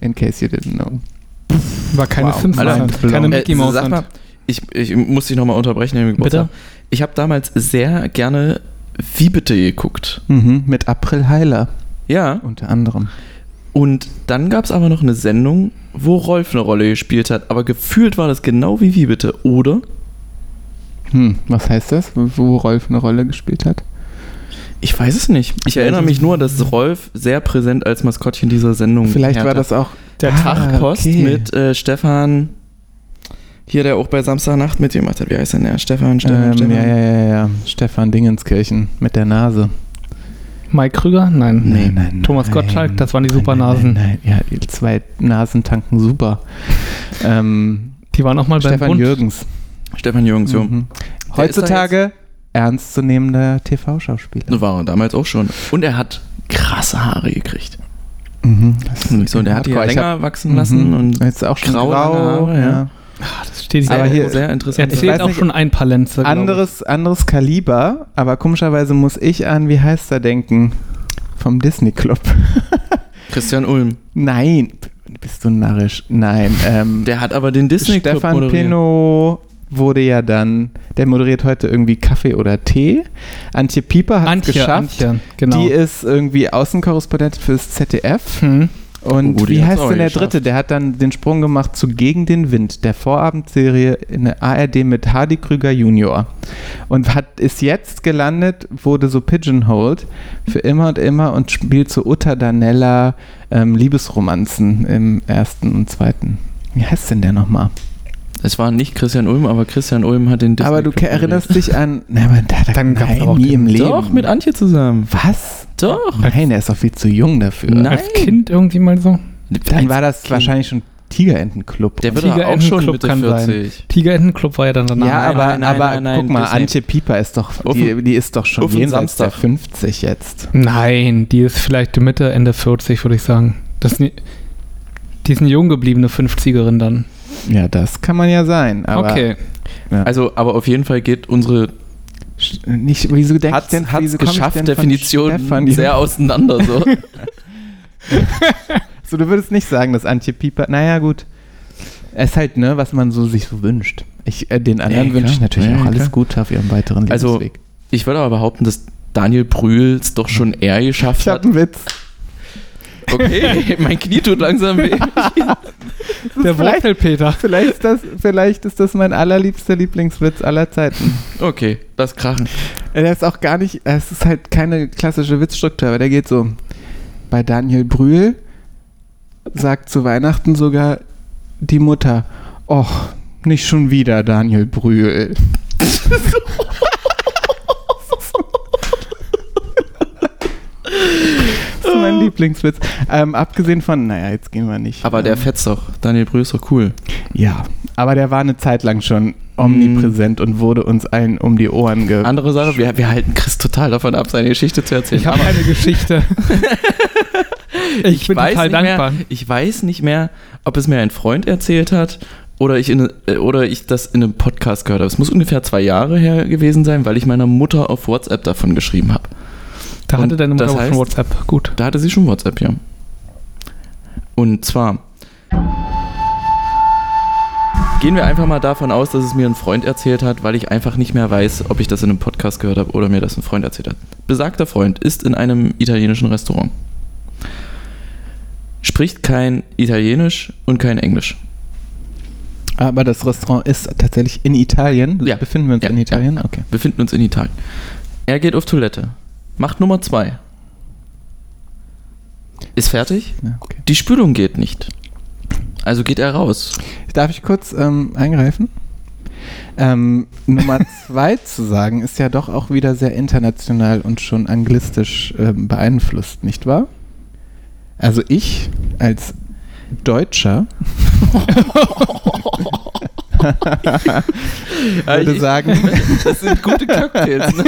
Speaker 1: In case you didn't know.
Speaker 2: War keine
Speaker 1: Wow.
Speaker 2: Simpsons,
Speaker 1: Allein
Speaker 2: Hand,
Speaker 1: blau.
Speaker 2: keine Mickey
Speaker 3: Äh,
Speaker 2: Mouse.
Speaker 3: sag mal,
Speaker 2: Hand.
Speaker 3: ich, ich muss dich nochmal unterbrechen, Herr Geburtstag. Ich habe damals sehr gerne Wie bitte geguckt.
Speaker 1: Mhm, mit April Heiler
Speaker 3: Ja.
Speaker 1: unter anderem.
Speaker 3: Und dann gab es aber noch eine Sendung, wo Rolf eine Rolle gespielt hat. Aber gefühlt war das genau wie Wie bitte, oder?
Speaker 1: Hm, was heißt das? Wo Rolf eine Rolle gespielt hat?
Speaker 3: Ich weiß es nicht. Ich erinnere mich nur, dass Rolf sehr präsent als Maskottchen dieser Sendung
Speaker 1: Vielleicht war
Speaker 3: herrschte.
Speaker 1: das auch
Speaker 3: der
Speaker 1: Ah,
Speaker 3: Tagpost
Speaker 1: okay.
Speaker 3: mit äh, Stefan. Hier, der auch bei Samstagnacht mitgemacht hat. Wie heißt denn der? Stefan, Stefan,
Speaker 1: ähm,
Speaker 3: Stefan.
Speaker 1: Ja, ja, ja, ja. Stefan Dingenskirchen mit der Nase.
Speaker 2: Mike Krüger? Nein.
Speaker 1: Nein, nein.
Speaker 2: Thomas
Speaker 1: nein.
Speaker 2: Gottschalk, das waren die
Speaker 1: Nein,
Speaker 2: Supernasen.
Speaker 1: Nein, nein, nein. Ja, die zwei Nasen tanken
Speaker 2: [LAUGHS]
Speaker 1: super. Ähm,
Speaker 2: Die waren auch mal beim
Speaker 1: Stefan
Speaker 2: Bund.
Speaker 1: Jürgens.
Speaker 3: Stefan Jürgens, jo.
Speaker 1: Mhm.
Speaker 3: Der ist
Speaker 1: Heutzutage ernstzunehmender TV-Schauspieler.
Speaker 3: Da war er damals auch schon. Und er hat krasse Haare gekriegt.
Speaker 1: Mhm. Das ist
Speaker 3: So, der hat die ja
Speaker 1: hardcore. Ich
Speaker 3: länger wachsen lassen
Speaker 1: Mhm.
Speaker 3: und
Speaker 1: jetzt auch schon
Speaker 3: graue
Speaker 1: grau.
Speaker 3: Haare, ja.
Speaker 2: Ah, das steht hier.
Speaker 1: Aber
Speaker 2: auch.
Speaker 1: hier-
Speaker 3: sehr
Speaker 2: er
Speaker 3: interessant.
Speaker 1: ich weiß
Speaker 2: zählt auch
Speaker 1: nicht,
Speaker 2: schon ein paar Lenze. glaub ich.
Speaker 1: Anderes, anderes Kaliber, aber komischerweise muss ich an, wie heißt er denken? Vom Disney Club.
Speaker 3: Christian Ulm.
Speaker 1: Nein, p- bist du narrisch. Nein, ähm,
Speaker 3: Der hat aber den Disney Club
Speaker 1: Stefan
Speaker 3: moderiert.
Speaker 1: Pino wurde ja dann, der moderiert heute irgendwie Kaffee oder Tee. Antje Pieper hat es
Speaker 2: Antje,
Speaker 1: geschafft.
Speaker 2: Antje, genau.
Speaker 1: Die ist irgendwie Außenkorrespondentin fürs ZDF.
Speaker 2: hm.
Speaker 1: Und
Speaker 3: Oh, die
Speaker 1: wie
Speaker 3: hat's
Speaker 1: heißt
Speaker 3: auch
Speaker 1: denn der
Speaker 3: geschafft.
Speaker 1: dritte? Der hat dann den Sprung gemacht zu Gegen den Wind, der Vorabendserie in der ARD mit Hardy Krüger Junior. Und hat, ist jetzt gelandet, wurde so pigeonholed für immer und immer und spielt zu Uta Danella ähm, Liebesromanzen im ersten und zweiten. Wie heißt denn der nochmal?
Speaker 3: Es war nicht Christian Ulm, aber Christian Ulm hat den Disney
Speaker 1: Aber du
Speaker 3: Club
Speaker 1: erinnerst dich an. Na, aber da, da,
Speaker 2: Dann gab's
Speaker 1: nein,
Speaker 2: aber auch
Speaker 1: nie
Speaker 2: den-
Speaker 1: im
Speaker 3: moderiert.
Speaker 1: Leben.
Speaker 3: Doch, mit Antje zusammen.
Speaker 1: Was?
Speaker 3: Doch.
Speaker 1: Nein, der ist doch viel zu jung dafür.
Speaker 3: Nein.
Speaker 2: Als Kind irgendwie mal so.
Speaker 1: Dann war das
Speaker 3: Kind.
Speaker 1: wahrscheinlich schon Tigerentenclub.
Speaker 3: Der wird doch auch
Speaker 2: Tigerentenclub
Speaker 3: schon Mitte
Speaker 2: kann sein.
Speaker 3: 40.
Speaker 2: Tigerentenclub war ja dann danach.
Speaker 1: ja,
Speaker 3: nein,
Speaker 1: aber,
Speaker 3: nein, nein,
Speaker 1: aber
Speaker 3: nein, nein,
Speaker 1: guck mal,
Speaker 3: Disney.
Speaker 1: Antje Pieper ist doch, die,
Speaker 3: Offen-
Speaker 1: die ist doch schon
Speaker 3: offen
Speaker 1: jenseits der
Speaker 3: Samstag.
Speaker 1: 50 jetzt.
Speaker 2: Nein, die ist vielleicht Mitte, Ende 40, würde ich sagen. Das ist nie, die ist eine jung gebliebene 50erin dann.
Speaker 1: Ja, das kann man ja sein. Aber
Speaker 2: okay.
Speaker 3: Also, aber auf jeden Fall geht unsere
Speaker 1: sch- Nicht, wieso denk ich
Speaker 3: hat's,
Speaker 1: denn,
Speaker 3: hat's
Speaker 1: wieso komm ich
Speaker 3: geschafft
Speaker 1: denn von
Speaker 3: Definition
Speaker 1: Stefan-
Speaker 3: [LAUGHS] sehr auseinander. So.
Speaker 1: So, du würdest nicht sagen, dass Antje Pieper, naja gut, es ist halt, ne, was man so sich so wünscht. Ich, äh, den anderen
Speaker 3: Nee,
Speaker 1: wünsche ich
Speaker 3: klar.
Speaker 1: natürlich
Speaker 3: Nee,
Speaker 1: auch
Speaker 3: klar.
Speaker 1: alles Gute auf ihrem weiteren
Speaker 3: Also,
Speaker 1: Lebensweg.
Speaker 3: ich würde aber behaupten, dass Daniel Brühl es doch schon eher geschafft
Speaker 1: ich habe
Speaker 3: hat.
Speaker 1: einen Witz. [LAUGHS]
Speaker 3: Okay, mein Knie tut langsam weh.
Speaker 1: Das ist
Speaker 2: Der
Speaker 1: vielleicht, [LAUGHS]
Speaker 2: Wurzelpeter.
Speaker 1: vielleicht, ist das, vielleicht ist das mein allerliebster Lieblingswitz aller Zeiten.
Speaker 3: Okay, das Krachen.
Speaker 1: Ja, Der ist auch gar nicht, es ist halt keine klassische Witzstruktur, aber der geht so. Bei Daniel Brühl sagt zu Weihnachten sogar die Mutter, och, nicht schon wieder Daniel Brühl. [LAUGHS] das ist mein Lieblingswitz. Ähm, abgesehen von, naja, jetzt gehen wir nicht.
Speaker 3: Aber der
Speaker 1: ähm,
Speaker 3: fetzt doch. Daniel Brühl ist doch cool.
Speaker 1: Ja, aber der war eine Zeit lang schon omnipräsent
Speaker 3: Hm.
Speaker 1: und wurde uns allen um die Ohren ge...
Speaker 3: Andere Sache, wir, wir halten Chris total davon ab, seine Geschichte zu erzählen.
Speaker 2: Ich habe eine
Speaker 1: [LAUGHS]
Speaker 2: Geschichte. ich, bin total
Speaker 3: nicht
Speaker 2: dankbar.
Speaker 3: Mehr, ich weiß nicht mehr, ob es mir ein Freund erzählt hat oder ich, in, äh, oder ich das in einem Podcast gehört habe. Es muss ungefähr zwei Jahre her gewesen sein, weil ich meiner Mutter auf WhatsApp davon geschrieben habe.
Speaker 2: Da hatte
Speaker 3: Und
Speaker 2: deine Mutter
Speaker 3: das
Speaker 2: auch schon
Speaker 3: heißt-
Speaker 2: WhatsApp. Gut.
Speaker 3: Da hatte sie schon WhatsApp, ja. Und zwar gehen wir einfach mal davon aus, dass es mir ein Freund erzählt hat, weil ich einfach nicht mehr weiß, ob ich das in einem Podcast gehört habe oder mir das ein Freund erzählt hat. Besagter Freund ist in einem italienischen Restaurant. Spricht kein Italienisch und kein Englisch.
Speaker 1: Aber das Restaurant ist tatsächlich in Italien.
Speaker 3: Ja.
Speaker 1: Befinden wir uns
Speaker 3: Ja,
Speaker 1: in
Speaker 3: ja.
Speaker 1: Italien? Okay.
Speaker 3: Wir befinden uns in Italien. Er geht auf Toilette. Macht Nummer zwei. Ist fertig.
Speaker 1: Ja, okay.
Speaker 3: Die Spülung geht nicht. Also geht er raus.
Speaker 1: Darf ich kurz ähm, eingreifen? Ähm,
Speaker 3: [LAUGHS]
Speaker 1: Nummer zwei zu sagen, ist ja doch auch wieder sehr international und schon anglistisch ähm, beeinflusst, nicht wahr? Also ich als
Speaker 3: [LAUGHS]
Speaker 1: Deutscher [LAUGHS] würde
Speaker 3: ich-
Speaker 1: sagen,
Speaker 3: [LAUGHS] Das sind gute Cocktails, ne?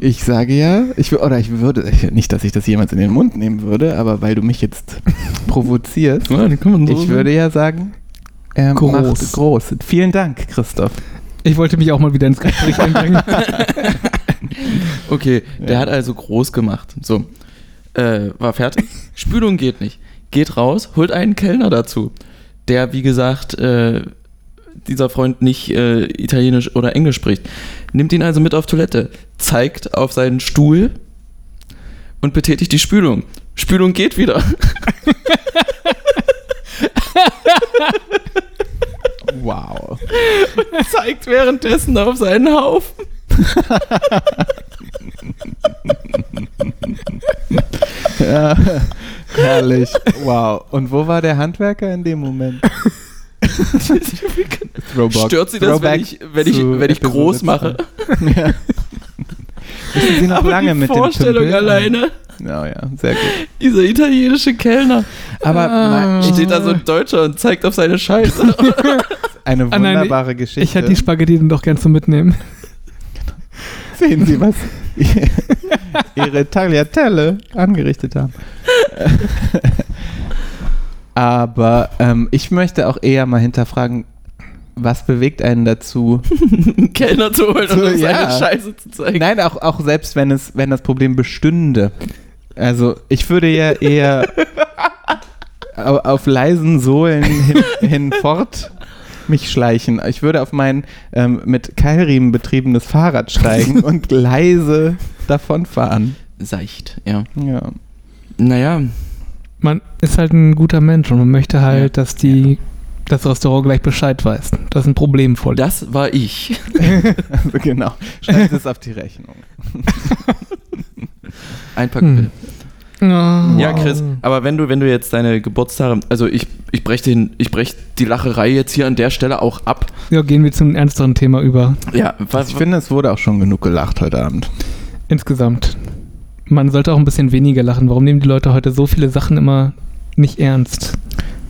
Speaker 1: ich sage ja, ich, wür- oder ich würde, [LAUGHS] nicht, dass ich das jemals in den Mund nehmen würde, aber weil du mich [LAUGHS] jetzt provozierst, Ich würde ja sagen, ähm,
Speaker 2: Groß.
Speaker 1: Macht groß. Vielen Dank, Christoph.
Speaker 2: Ich wollte mich auch mal wieder ins Gespräch einbringen.
Speaker 3: Okay, der
Speaker 1: Ja.
Speaker 3: hat also groß gemacht. So. Äh, war fertig. Spülung geht nicht. Geht raus, holt einen Kellner dazu. Der, wie gesagt, äh, dieser Freund nicht äh, Italienisch oder Englisch spricht. Nimmt ihn also mit auf Toilette, zeigt auf seinen Stuhl und betätigt die Spülung. Spülung geht wieder. [LAUGHS]
Speaker 1: Wow.
Speaker 3: zeigt währenddessen auf seinen Haufen.
Speaker 1: Ja, herrlich. Wow. Und wo war der Handwerker in dem [LAUGHS] Moment? Throwback.
Speaker 3: Stört sie das, wenn
Speaker 1: Throwback
Speaker 3: ich, wenn ich,
Speaker 1: zu
Speaker 3: wenn ich
Speaker 1: Episode
Speaker 3: groß
Speaker 1: zwei.
Speaker 3: mache?
Speaker 1: Ja.
Speaker 3: [LAUGHS]
Speaker 1: Wissen Sie noch lange
Speaker 3: die
Speaker 1: mit dem
Speaker 3: Vorstellung
Speaker 1: Tümpel?
Speaker 3: alleine,
Speaker 1: Ja, ja, sehr gut.
Speaker 3: dieser italienische Kellner.
Speaker 1: Aber
Speaker 2: Ah.
Speaker 1: ma-
Speaker 3: Steht da so ein Deutscher und zeigt auf seine Scheiße.
Speaker 1: eine
Speaker 2: Ah, nein,
Speaker 1: wunderbare Geschichte.
Speaker 2: ich hätte die Spaghetti dann doch gern so mitnehmen.
Speaker 1: Sehen Sie, was [LAUGHS] Ihre Tagliatelle angerichtet haben. [LAUGHS] Aber ähm, ich möchte auch eher mal hinterfragen, was bewegt einen dazu?
Speaker 3: einen Kellner zu holen
Speaker 1: So,
Speaker 3: und uns
Speaker 1: ja.
Speaker 3: eine Scheiße zu zeigen.
Speaker 1: Nein, auch, auch selbst wenn es, wenn das Problem bestünde. Also ich würde ja eher [LAUGHS] au- auf leisen Sohlen hin, hinfort mich schleichen. Ich würde auf mein ähm, mit Keilriemen betriebenes Fahrrad steigen und leise davonfahren.
Speaker 3: Seicht, ja.
Speaker 1: Ja.
Speaker 3: Naja,
Speaker 2: Man ist halt ein guter Mensch und man möchte halt, dass die, das Restaurant gleich Bescheid weiß, dass ein Problem vorliegt.
Speaker 3: das war ich.
Speaker 1: Also [LAUGHS] genau. Schreibt es auf die Rechnung.
Speaker 2: Hm.
Speaker 3: Einpacken Ja, Chris, aber wenn du, wenn du jetzt deine Geburtstage, also ich, ich breche den, ich brech die Lacherei jetzt hier an der Stelle auch ab. Also
Speaker 2: Ja, gehen wir zum ernsteren Thema über.
Speaker 3: Ja, was,
Speaker 1: Ich finde, es wurde auch schon genug gelacht heute Abend.
Speaker 2: Insgesamt. Man sollte auch ein bisschen weniger lachen. Warum nehmen die Leute heute so viele Sachen immer nicht ernst?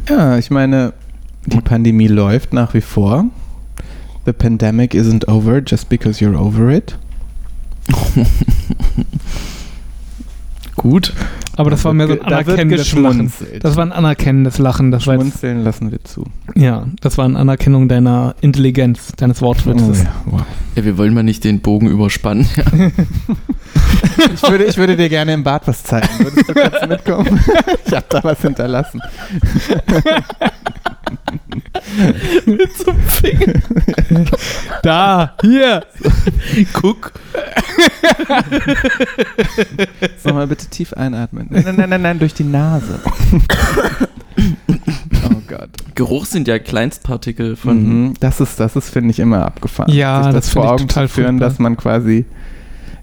Speaker 1: Ja, ich meine, die Pandemie läuft nach wie vor. The pandemic isn't over just because you're over it.
Speaker 3: gut.
Speaker 2: Aber das war mehr so ein
Speaker 1: Da wird
Speaker 2: anerkennendes Lachen.
Speaker 1: geschmunzelt.
Speaker 2: Das war ein anerkennendes Lachen. Das war jetzt, Oh
Speaker 1: Schmunzeln lassen wir zu.
Speaker 2: ja, das war eine Anerkennung deiner Intelligenz, deines Wortwitzes.
Speaker 1: Oh
Speaker 2: [LAUGHS]
Speaker 1: ja, wow.
Speaker 3: Ja, wir wollen mal nicht den Bogen überspannen.
Speaker 1: ich, würde, ich würde dir gerne im Bad was zeigen. Würdest du kurz
Speaker 2: [LAUGHS]
Speaker 1: mitkommen? ich habe da was hinterlassen.
Speaker 2: Da, hier.
Speaker 3: Guck.
Speaker 1: So, mal bitte tief einatmen. Nein, nein, nein, nein, nein durch die
Speaker 2: [LAUGHS]
Speaker 1: Nase. oh Gott.
Speaker 3: Geruch sind ja Kleinstpartikel von.
Speaker 1: Mhm. Das ist, das ist finde ich, immer abgefahren.
Speaker 2: Ja,
Speaker 1: Sich
Speaker 2: das
Speaker 1: das vor
Speaker 2: finde ich
Speaker 1: Augen
Speaker 2: total
Speaker 1: zu führen,
Speaker 2: furchtbar.
Speaker 1: dass man quasi.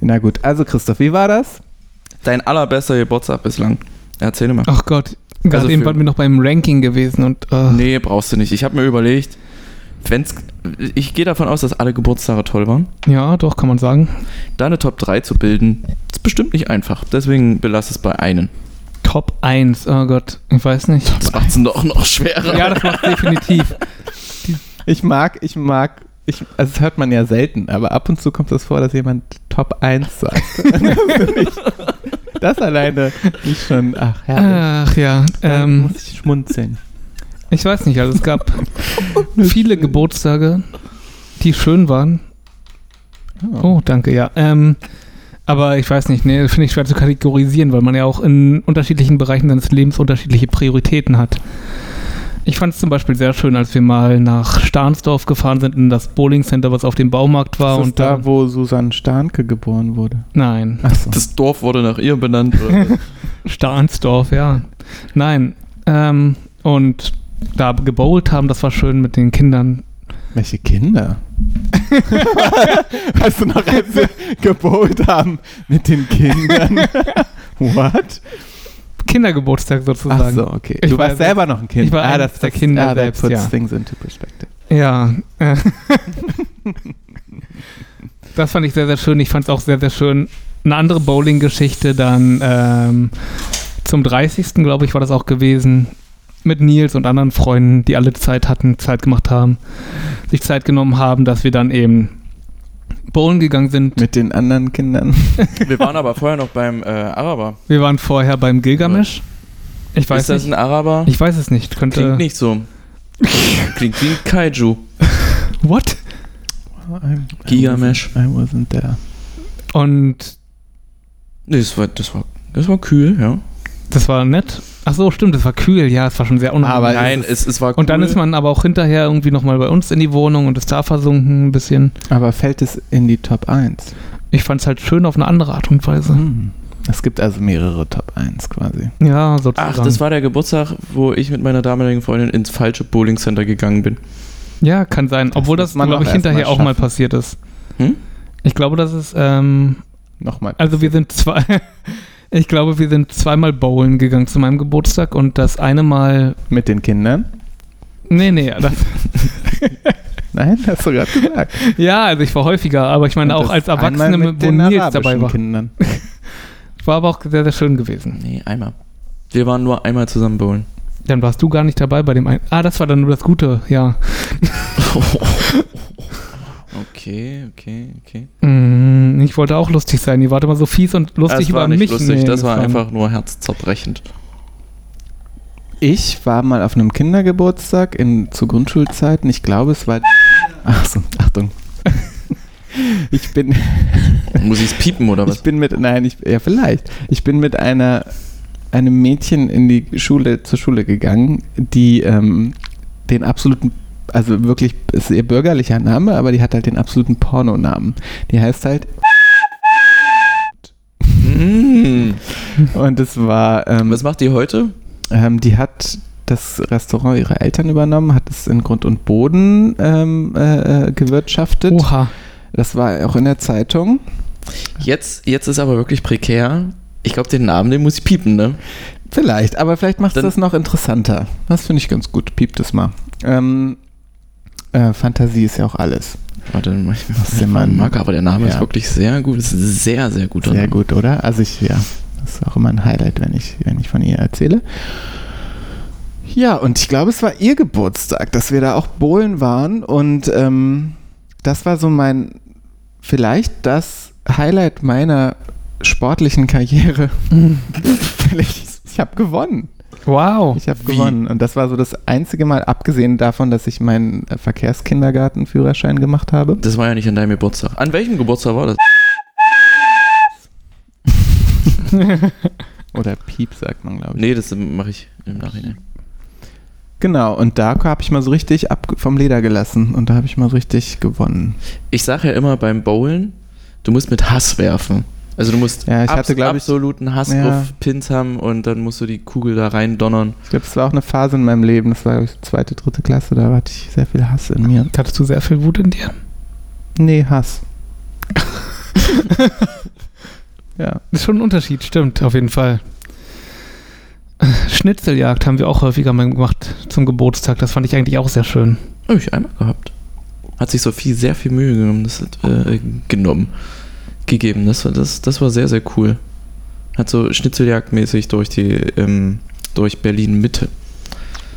Speaker 1: Na gut, also Christoph, wie war das?
Speaker 3: Dein allerbester Geburtstag bislang. Erzähl mal.
Speaker 2: Ach Gott, gerade
Speaker 3: Also
Speaker 2: eben
Speaker 3: für-
Speaker 2: waren wir noch beim Ranking gewesen und äh,
Speaker 3: Nee, brauchst du nicht. Ich habe mir überlegt, wenn's. Ich gehe davon aus, dass alle Geburtstage toll waren.
Speaker 2: ja, doch, kann man sagen.
Speaker 3: Da eine Top 3 zu bilden, ist bestimmt nicht einfach. Deswegen belass es bei einem.
Speaker 2: Top 1, oh Gott, ich weiß nicht.
Speaker 3: Das macht es noch, noch schwerer.
Speaker 2: Ja, das macht definitiv.
Speaker 1: Ich mag, ich mag, ich, also das hört man ja selten, aber ab und zu kommt es vor, dass jemand Top 1
Speaker 2: [LAUGHS]
Speaker 1: sagt. das, finde ich- das alleine ist schon, ach herrlich.
Speaker 2: Ach ja,
Speaker 1: Da
Speaker 2: ähm,
Speaker 1: muss ich
Speaker 2: [LAUGHS]
Speaker 1: schmunzeln.
Speaker 2: ich weiß nicht, also
Speaker 1: [LAUGHS]
Speaker 2: es gab viele Geburtstage, die schön waren.
Speaker 1: Oh.
Speaker 2: Oh, danke, ja. Ähm, aber ich weiß nicht, nee, finde ich schwer zu kategorisieren, weil man ja auch in unterschiedlichen Bereichen seines Lebens unterschiedliche Prioritäten hat. Ich fand es zum Beispiel sehr schön, als wir mal nach Stahnsdorf gefahren sind, in das Bowling Center, was auf dem Baumarkt war.
Speaker 1: Das ist
Speaker 2: und
Speaker 1: da, wo Susanne Starnke geboren wurde.
Speaker 2: Nein.
Speaker 1: Achso.
Speaker 3: Das Dorf wurde nach ihr
Speaker 2: [LAUGHS]
Speaker 3: benannt. Oder?
Speaker 2: Stahnsdorf, ja. Nein. Ähm, und da gebowlt haben, das war schön mit den Kindern.
Speaker 1: Welche
Speaker 2: [LAUGHS]
Speaker 1: Kinder? weißt du noch, als wir gebohlt haben mit den Kindern?
Speaker 2: [LAUGHS]
Speaker 1: What?
Speaker 2: Kindergeburtstag sozusagen.
Speaker 1: Ach so, okay.
Speaker 2: Ich
Speaker 1: du
Speaker 2: war
Speaker 1: warst
Speaker 2: selbst-
Speaker 1: selber noch ein Kind.
Speaker 2: ich war
Speaker 1: ah,
Speaker 2: eines
Speaker 1: das,
Speaker 2: der
Speaker 1: das,
Speaker 2: Kinder
Speaker 1: ah, that
Speaker 2: selbst,
Speaker 1: puts
Speaker 2: ja.
Speaker 1: things into perspective.
Speaker 2: Ja. äh, [LAUGHS] das fand ich sehr, sehr schön. Ich fand es auch sehr, sehr schön. Eine andere Bowling-Geschichte dann ähm, zum 30. glaube ich, war das auch gewesen. Mit Nils und anderen Freunden, die alle Zeit hatten, Zeit gemacht haben, sich Zeit genommen haben, dass wir dann eben bowlen gegangen sind.
Speaker 1: Mit den anderen Kindern.
Speaker 3: Wir waren aber vorher noch beim äh, Araber.
Speaker 2: Wir waren vorher beim Gilgamesh. Ich weiß
Speaker 3: ist das
Speaker 2: nicht.
Speaker 3: ein Araber?
Speaker 2: Ich äh, weiß es nicht. Könnte.
Speaker 3: Klingt nicht so. Klingt wie ein Kaiju.
Speaker 2: What?
Speaker 3: Gigamesh.
Speaker 1: I wasn't there.
Speaker 2: Und
Speaker 3: Nee, das war, das war, das war kühl, ja.
Speaker 2: das war nett. Ach so, stimmt, das war kühl. Ja, es war schon sehr unangenehm.
Speaker 1: Aber
Speaker 3: Nein, es, es war
Speaker 2: Also und dann
Speaker 3: cool.
Speaker 2: ist man aber auch hinterher irgendwie nochmal bei uns in die Wohnung und ist da versunken ein bisschen.
Speaker 1: Aber fällt es in die Top 1?
Speaker 2: Ich fand es halt schön auf eine andere Art und Weise.
Speaker 1: Hm. Es gibt also mehrere Top 1 quasi.
Speaker 2: Ja, sozusagen.
Speaker 3: Ach, das war der Geburtstag, wo ich mit meiner damaligen Freundin ins falsche Bowling Center gegangen bin.
Speaker 2: ja, kann sein.
Speaker 1: Das
Speaker 2: Obwohl
Speaker 1: muss
Speaker 2: das,
Speaker 1: man
Speaker 2: glaube
Speaker 1: auch
Speaker 2: ich,
Speaker 1: erst mal
Speaker 2: hinterher auch mal
Speaker 1: schaffen.
Speaker 2: passiert ist.
Speaker 3: Hm?
Speaker 2: Ich glaube, das ist, ähm,
Speaker 1: Nochmal.
Speaker 2: Also wir sind zwei. [LAUGHS] Ich glaube, wir sind zweimal bowlen gegangen zu meinem Geburtstag und das eine Mal.
Speaker 1: Mit den Kindern?
Speaker 2: Nee, nee, [LAUGHS] das,
Speaker 1: Nein, hast du gerade gesagt.
Speaker 2: ja, also ich war häufiger, aber ich meine
Speaker 1: Und
Speaker 2: auch
Speaker 1: das
Speaker 2: als
Speaker 1: einmal
Speaker 2: Erwachsene,
Speaker 1: mit
Speaker 2: wo
Speaker 1: den
Speaker 2: Nils
Speaker 1: arabischen
Speaker 2: dabei war.
Speaker 1: Kindern.
Speaker 2: War aber auch sehr, sehr schön gewesen.
Speaker 3: Nee, einmal. Wir waren nur einmal zusammen bowlen.
Speaker 2: Dann warst du gar nicht dabei bei dem einen. Ah, das war dann nur das Gute, ja.
Speaker 3: okay, okay, okay.
Speaker 2: Mm, Ich wollte auch lustig sein. Ihr wart immer so fies und lustig
Speaker 3: das
Speaker 2: über
Speaker 3: Ah, war nicht
Speaker 2: mich.
Speaker 3: lustig,
Speaker 2: Nee,
Speaker 3: das war
Speaker 2: war-
Speaker 3: einfach nur herzzerbrechend.
Speaker 1: Ich war mal auf einem Kindergeburtstag in, zu Grundschulzeiten. Ich glaube, es war. Ach so, Achtung. [LAUGHS] Ich bin,
Speaker 3: Muss ich es piepen oder
Speaker 1: [LAUGHS]
Speaker 3: was?
Speaker 1: ich bin mit, nein, ich, ja vielleicht. Ich bin mit einer, einem Mädchen in die Schule, zur Schule gegangen, die ähm, den absoluten, also wirklich, ist ihr bürgerlicher Name, aber die hat halt den absoluten Pornonamen. Die heißt halt,
Speaker 3: Mm.
Speaker 1: und es war, ähm,
Speaker 3: Was macht ihr heute?
Speaker 1: ähm, die hat das Restaurant ihrer Eltern übernommen, hat es in Grund und Boden ähm, äh, äh, gewirtschaftet.
Speaker 2: Oha.
Speaker 1: Das war auch in der Zeitung.
Speaker 3: Jetzt, jetzt ist aber wirklich prekär. Ich glaube, den Namen, den muss ich piepen, ne?
Speaker 1: Vielleicht, aber vielleicht macht es
Speaker 3: Dann-
Speaker 1: das noch interessanter. Das finde ich ganz gut. Piept es mal. Ähm, äh, Fantasie ist ja auch alles.
Speaker 3: Warte, dann mach ich mir
Speaker 1: Was denn, Mann?
Speaker 3: Marker, aber der Name
Speaker 1: Ja.
Speaker 3: ist wirklich sehr gut. Das ist ein sehr, sehr guter
Speaker 1: Sehr
Speaker 3: Name.
Speaker 1: gut, oder? Also ich, ja, das ist auch immer ein Highlight, wenn ich, wenn ich von ihr erzähle. Ja, und ich glaube, es war ihr Geburtstag, dass wir da auch Bohlen waren. Und ähm, das war so mein, vielleicht das Highlight meiner sportlichen Karriere. [LAUGHS] Vielleicht- ich habe gewonnen.
Speaker 2: Wow.
Speaker 1: Ich habe
Speaker 3: Wie?
Speaker 1: gewonnen. Und das war so das einzige Mal, abgesehen davon, dass ich meinen äh, Verkehrskindergartenführerschein gemacht habe.
Speaker 3: Das war ja nicht an deinem Geburtstag. An welchem Geburtstag war das?
Speaker 1: Oder Piep, sagt man, glaube ich.
Speaker 3: Nee, das mache ich im Nachhinein.
Speaker 1: Genau, und da habe ich mal so richtig ab vom Leder gelassen. Und da habe ich mal so richtig gewonnen.
Speaker 3: Ich sage ja immer beim Bowlen, du musst mit Hass werfen. Also du musst
Speaker 1: Ja, ich hatte, glaub ich-
Speaker 3: absoluten Hass
Speaker 1: Ja.
Speaker 3: auf Pins haben und dann musst du die Kugel da rein donnern.
Speaker 1: Ich glaube, es war auch eine Phase in meinem Leben. Das war, glaube ich, zweite, dritte Klasse. Da hatte ich sehr viel Hass in mir.
Speaker 2: Hattest du sehr viel Wut in dir?
Speaker 1: Nee, Hass. ja.
Speaker 2: Ist schon ein Unterschied, stimmt, auf jeden Fall. Schnitzeljagd haben wir auch häufiger mal gemacht zum Geburtstag. Das fand ich eigentlich auch sehr schön.
Speaker 3: Hab ich einmal gehabt. Hat sich Sophie sehr viel Mühe genommen, das hat, äh, genommen, gegeben. Das war, das, das war sehr, sehr cool. Hat so schnitzeljagdmäßig durch die, ähm, durch Berlin Mitte.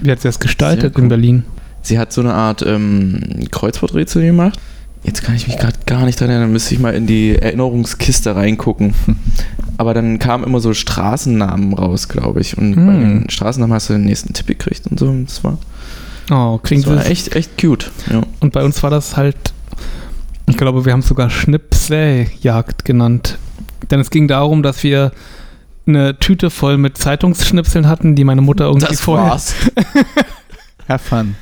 Speaker 2: Wie hat sie das gestaltet
Speaker 3: Sehr cool.
Speaker 2: in Berlin?
Speaker 3: Sie hat so eine Art ähm, Kreuzworträtsel gemacht. Jetzt kann ich mich gerade gar nicht dran erinnern, müsste ich mal in die
Speaker 2: [LAUGHS]
Speaker 3: Erinnerungskiste reingucken. Aber dann kamen immer so Straßennamen raus, glaube ich. Und bei
Speaker 2: Hm.
Speaker 3: den Straßennamen hast du den nächsten Tipp gekriegt und so. Und Das war,
Speaker 2: Oh, klingt
Speaker 3: das
Speaker 2: so.
Speaker 3: war echt, echt cute. Ja.
Speaker 2: Und bei uns war das halt, ich glaube, wir haben es sogar Schnipseljagd genannt. Denn es ging darum, dass wir eine Tüte voll mit Zeitungsschnipseln hatten, die meine Mutter irgendwie vorher.
Speaker 1: Have fun.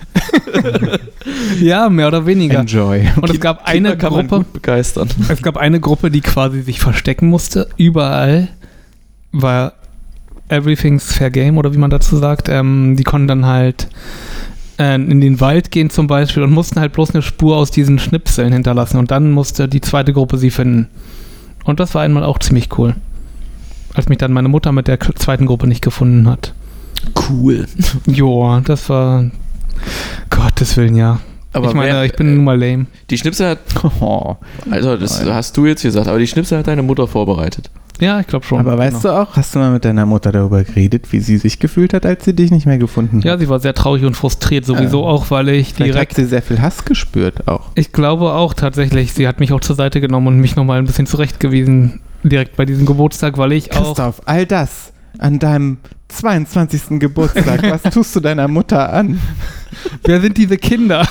Speaker 2: Ja, mehr oder weniger.
Speaker 1: Enjoy.
Speaker 2: Und es gab [LAUGHS] eine
Speaker 3: Kinder kann man
Speaker 2: Gruppe,
Speaker 3: gut begeistern.
Speaker 2: es gab eine Gruppe, die quasi sich verstecken musste. Überall war Everything's Fair Game oder wie man dazu sagt. Ähm, die konnten dann halt äh, in den Wald gehen zum Beispiel und mussten halt bloß eine Spur aus diesen Schnipseln hinterlassen. Und dann musste die zweite Gruppe sie finden. Und das war einmal auch ziemlich cool. Als mich dann meine Mutter mit der k- zweiten Gruppe nicht gefunden hat.
Speaker 3: Cool.
Speaker 2: Joa, das war. Gottes Willen, ja.
Speaker 3: Aber
Speaker 2: ich meine,
Speaker 3: wer- Äh,
Speaker 2: ich bin nun mal lame.
Speaker 3: Die Schnipsel hat,
Speaker 1: Oh.
Speaker 3: also das
Speaker 1: Nein.
Speaker 3: hast du jetzt gesagt, aber die Schnipsel hat deine Mutter vorbereitet.
Speaker 2: Ja, ich glaube schon. Genau.
Speaker 1: Aber weißt du auch, hast du mal mit deiner Mutter darüber geredet, wie sie sich gefühlt hat, als sie dich nicht mehr gefunden hat?
Speaker 2: Ja, sie war sehr traurig und frustriert, sowieso
Speaker 1: Ja.
Speaker 2: auch, weil ich
Speaker 1: Vielleicht
Speaker 2: direkt.
Speaker 1: hat sie sehr viel Hass gespürt auch.
Speaker 2: Ich glaube auch tatsächlich, sie hat mich auch zur Seite genommen und mich nochmal ein bisschen zurechtgewiesen, direkt bei diesem Geburtstag, weil ich auch.
Speaker 1: Christoph, all das an deinem 22. Geburtstag, [LAUGHS] was tust du deiner Mutter an?
Speaker 2: Wer sind diese Kinder?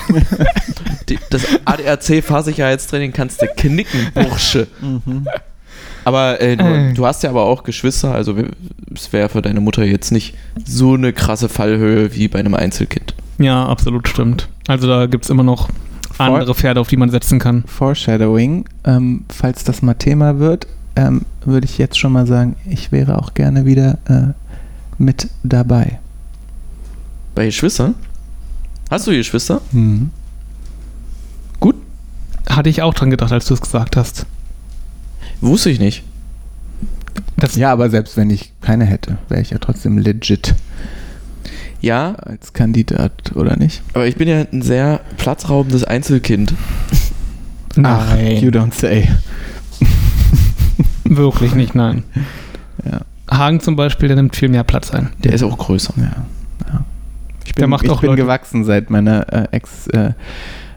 Speaker 3: Die, das ADAC-Fahrsicherheitstraining kannst du knicken, Bursche. Aber äh, du,
Speaker 2: Äh.
Speaker 3: du hast ja aber auch Geschwister, also w- es wäre für deine Mutter jetzt nicht so eine krasse Fallhöhe wie bei einem Einzelkind.
Speaker 2: Ja, absolut stimmt. Also da gibt es immer noch andere Pferde, auf die man setzen kann.
Speaker 1: Foreshadowing, ähm, falls das mal Thema wird, ähm, würde ich jetzt schon mal sagen, ich wäre auch gerne wieder äh, mit dabei.
Speaker 3: Bei Geschwistern? Hast du Geschwister?
Speaker 1: Mhm.
Speaker 2: Hatte ich auch dran gedacht, als du es gesagt hast.
Speaker 3: Wusste ich nicht.
Speaker 2: Das,
Speaker 1: Ja, aber selbst wenn ich keine hätte, wäre ich ja trotzdem legit
Speaker 3: Ja,
Speaker 1: als Kandidat, oder nicht?
Speaker 3: aber ich bin ja ein sehr platzraubendes Einzelkind.
Speaker 1: you don't say.
Speaker 2: wirklich nicht, nein.
Speaker 1: Ja.
Speaker 2: Hagen zum Beispiel, der nimmt viel mehr Platz ein.
Speaker 3: Der ist auch größer.
Speaker 1: Ja. ja. Ich bin,
Speaker 2: Der macht
Speaker 1: ich
Speaker 2: auch
Speaker 1: bin
Speaker 2: Leute-
Speaker 1: gewachsen seit meiner äh, Ex-Petition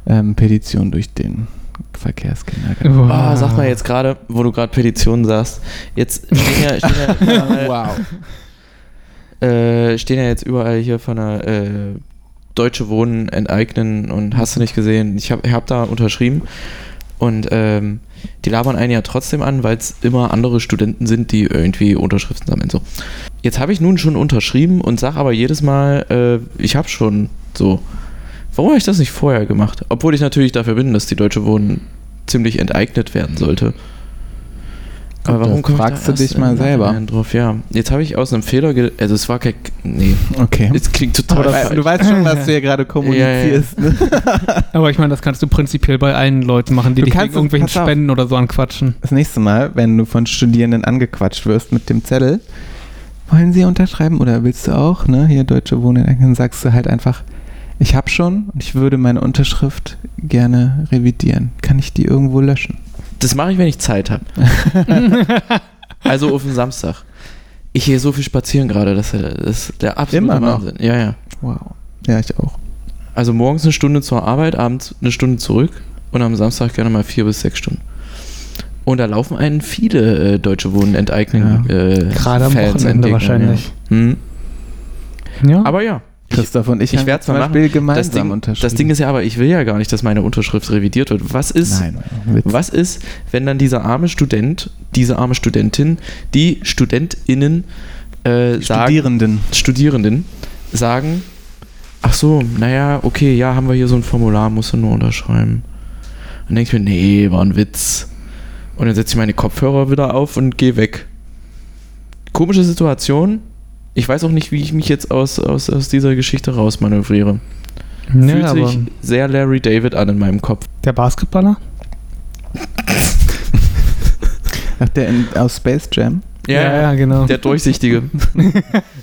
Speaker 1: ähm, Petition durch den Verkehrskindergarten.
Speaker 2: Äh,
Speaker 3: Oh, sag mal jetzt gerade, [LAUGHS] wo du gerade Petitionen sagst. Jetzt stehen ja, stehen ja, überall, äh, stehen ja jetzt überall hier von der äh, Deutsche Wohnen enteignen und hast du nicht gesehen. Ich habe hab da unterschrieben und ähm, die labern einen ja trotzdem an, weil es immer andere Studenten sind, die irgendwie Unterschriften sammeln. So. Jetzt habe ich nun schon unterschrieben und sage aber jedes Mal, äh, ich habe schon so. Warum habe ich das nicht vorher gemacht? Obwohl ich natürlich dafür bin, dass die Deutsche Wohnen ziemlich enteignet werden sollte. Aber
Speaker 1: Das
Speaker 3: warum komme ich da
Speaker 1: fragst du
Speaker 3: erst
Speaker 1: dich
Speaker 3: im
Speaker 1: mal selber.
Speaker 3: Nachhinein Drauf? Ja, jetzt habe ich aus einem Fehler, ge also es war kein, nee,
Speaker 1: Okay.
Speaker 3: [LAUGHS] es klingt total
Speaker 1: Aber
Speaker 3: falsch.
Speaker 1: du weißt schon, was du hier gerade kommunizierst. Ne?
Speaker 2: Aber ich meine, das kannst du prinzipiell bei allen Leuten machen, die
Speaker 1: Du
Speaker 2: dich
Speaker 1: kannst
Speaker 2: wegen
Speaker 1: es-
Speaker 2: irgendwelchen
Speaker 1: pass auf.
Speaker 2: Spenden oder so anquatschen.
Speaker 1: Das nächste Mal, wenn du von Studierenden angequatscht wirst mit dem Zettel, wollen sie unterschreiben oder willst du auch, ne? Hier Deutsche Wohnen, dann sagst du halt einfach, ich habe schon und ich würde meine Unterschrift gerne revidieren. Kann ich die irgendwo löschen?
Speaker 3: Das mache ich, wenn ich Zeit habe. Also auf den Samstag. Ich gehe so viel spazieren gerade, das ist der absolute
Speaker 1: Immer noch?
Speaker 3: Wahnsinn. Ja, ja.
Speaker 1: Wow. Ja, ich auch.
Speaker 3: Also morgens eine Stunde zur Arbeit, abends eine Stunde zurück und am Samstag gerne mal vier bis sechs Stunden. Und da laufen einen viele äh, deutsche Wohnen enteignen. Äh,
Speaker 2: Gerade am
Speaker 3: Fans
Speaker 2: Wochenende
Speaker 3: entgegen,
Speaker 2: wahrscheinlich.
Speaker 3: Ja. Hm.
Speaker 2: Ja.
Speaker 3: Aber ja.
Speaker 1: Christoph und ich,
Speaker 3: Ich
Speaker 1: haben
Speaker 3: werd's
Speaker 1: zum
Speaker 3: mal
Speaker 1: Beispiel gemeinsam
Speaker 3: Das Ding,
Speaker 1: unterschrieben.
Speaker 3: das Ding ist ja aber, ich will ja gar nicht, dass meine Unterschrift revidiert wird. Was ist,
Speaker 1: Nein, Witz.
Speaker 3: Was ist, wenn dann dieser arme Student, diese arme Studentin, die StudentInnen äh, sagen,
Speaker 1: Studierenden.
Speaker 3: Studierenden sagen, ach so, naja, okay, ja, haben wir hier so ein Formular, musst du nur unterschreiben. Und dann denke ich mir, nee, war ein Witz. Und dann setze ich meine Kopfhörer wieder auf und gehe weg. Komische Situation. Ich weiß auch nicht, wie ich mich jetzt aus, aus, aus dieser Geschichte rausmanövriere. Fühlt
Speaker 2: ja,
Speaker 3: sich sehr Larry David an in meinem Kopf.
Speaker 2: der Basketballer?
Speaker 1: Ach, der in, aus Space Jam?
Speaker 2: ja, ja genau.
Speaker 3: Der Durchsichtige. [LAUGHS]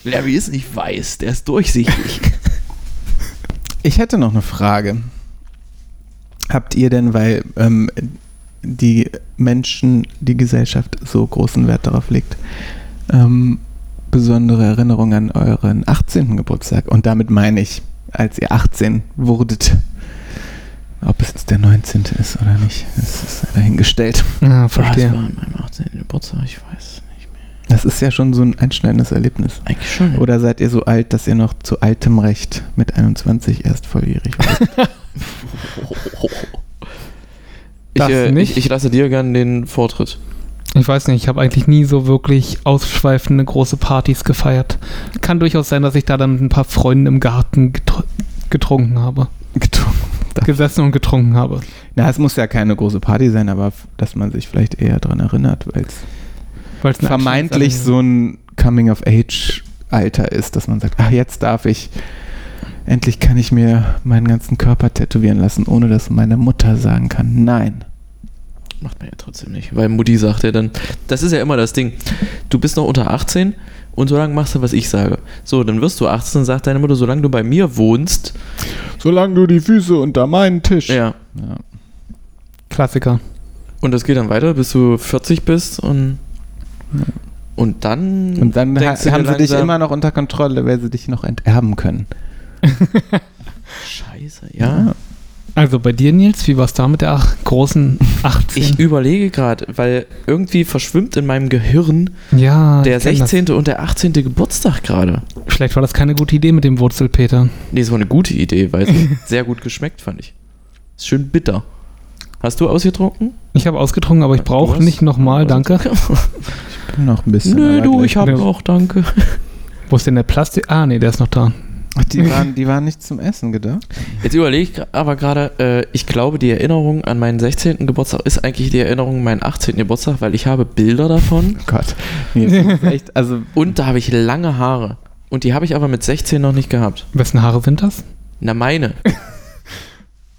Speaker 3: Larry ist nicht weiß, der ist durchsichtig.
Speaker 1: Ich hätte noch eine Frage. Habt ihr denn, weil ähm, die Menschen, die Gesellschaft so großen Wert darauf legt, ähm, besondere Erinnerungen an euren 18. Geburtstag? Und damit meine ich, als ihr 18 wurdet. Ob es jetzt der 19. ist oder nicht, das ist dahingestellt.
Speaker 2: ja,
Speaker 3: Das
Speaker 2: Ah, verstehe.
Speaker 3: war an meinem 18. Geburtstag, ich weiß nicht mehr.
Speaker 1: Das ist ja schon so ein einschneidendes Erlebnis.
Speaker 3: Eigentlich schon.
Speaker 1: Oder seid ihr so alt, dass ihr noch zu altem Recht mit 21 erst volljährig wart?
Speaker 3: ich,
Speaker 2: Das
Speaker 3: äh,
Speaker 2: nicht.
Speaker 3: ich, ich lasse dir gern den Vortritt.
Speaker 2: Ich weiß nicht, ich habe eigentlich nie so wirklich ausschweifende große Partys gefeiert. Kann durchaus sein, dass ich da dann mit ein paar Freunden im Garten getr getrunken habe. Gesessen und getrunken habe.
Speaker 1: Na, es muss ja keine große Party sein, aber f- dass man sich vielleicht eher daran erinnert, weil es
Speaker 2: Weil's eine
Speaker 1: vermeintlich
Speaker 2: Abschiedsanlage-
Speaker 1: so ein Coming-of-Age-Alter ist, dass man sagt, ach, jetzt darf ich, endlich kann ich mir meinen ganzen Körper tätowieren lassen, ohne dass meine Mutter sagen kann, nein.
Speaker 3: Macht man ja trotzdem nicht, weil Mutti sagt ja dann, das ist ja immer das Ding. Du bist noch unter 18 und solange machst du, was ich sage. So, dann wirst du 18, sagt deine Mutter, solange du bei mir wohnst.
Speaker 1: Solange du die Füße unter meinen Tisch.
Speaker 3: Ja.
Speaker 1: Ja.
Speaker 2: Klassiker.
Speaker 3: Und das geht dann weiter, bis du 40 bist und.
Speaker 1: Ja.
Speaker 3: Und dann.
Speaker 1: Und dann ha
Speaker 3: denkst du dir
Speaker 1: haben sie dich
Speaker 3: langsam,
Speaker 1: immer noch unter Kontrolle, weil sie dich noch enterben können.
Speaker 3: Scheiße, ja.
Speaker 2: Also bei dir, Nils, wie war es da mit der ach großen 18?
Speaker 3: [LAUGHS] Ich überlege gerade, weil irgendwie verschwimmt in meinem Gehirn
Speaker 2: ja,
Speaker 3: der
Speaker 2: Ah, ich kenn das.
Speaker 3: 16. und der 18. Geburtstag gerade.
Speaker 2: Vielleicht war das keine gute Idee mit dem Wurzelpeter.
Speaker 3: Nee, es war eine gute Idee,
Speaker 2: [LAUGHS]
Speaker 3: weil es sehr gut geschmeckt, fand ich. Ist schön bitter. Hast du ausgetrunken?
Speaker 2: Ich habe ausgetrunken, aber ich
Speaker 3: Du
Speaker 2: brauche
Speaker 3: hast-
Speaker 2: nicht nochmal, danke.
Speaker 1: Noch ein bisschen.
Speaker 3: [LAUGHS] Nö,
Speaker 1: aber
Speaker 3: du,
Speaker 1: gleich.
Speaker 3: ich habe
Speaker 2: Ja.
Speaker 3: auch, danke.
Speaker 2: Wo ist denn der Plastik? Ah, nee, der ist noch da.
Speaker 1: Ach, [LAUGHS] Die waren, die waren nicht zum Essen gedacht.
Speaker 3: Jetzt überlege ich gra- aber gerade, äh, ich glaube, die Erinnerung an meinen 16. Geburtstag ist eigentlich die Erinnerung an meinen 18. Geburtstag, weil ich habe
Speaker 2: [LAUGHS]
Speaker 3: Bilder davon
Speaker 1: Oh Gott. Nee, das
Speaker 3: [LAUGHS]
Speaker 1: ist echt, also
Speaker 3: und da habe ich lange Haare. Und die habe ich aber mit 16 noch nicht gehabt.
Speaker 2: Wessen Haare sind das? [LAUGHS]
Speaker 3: Na, meine.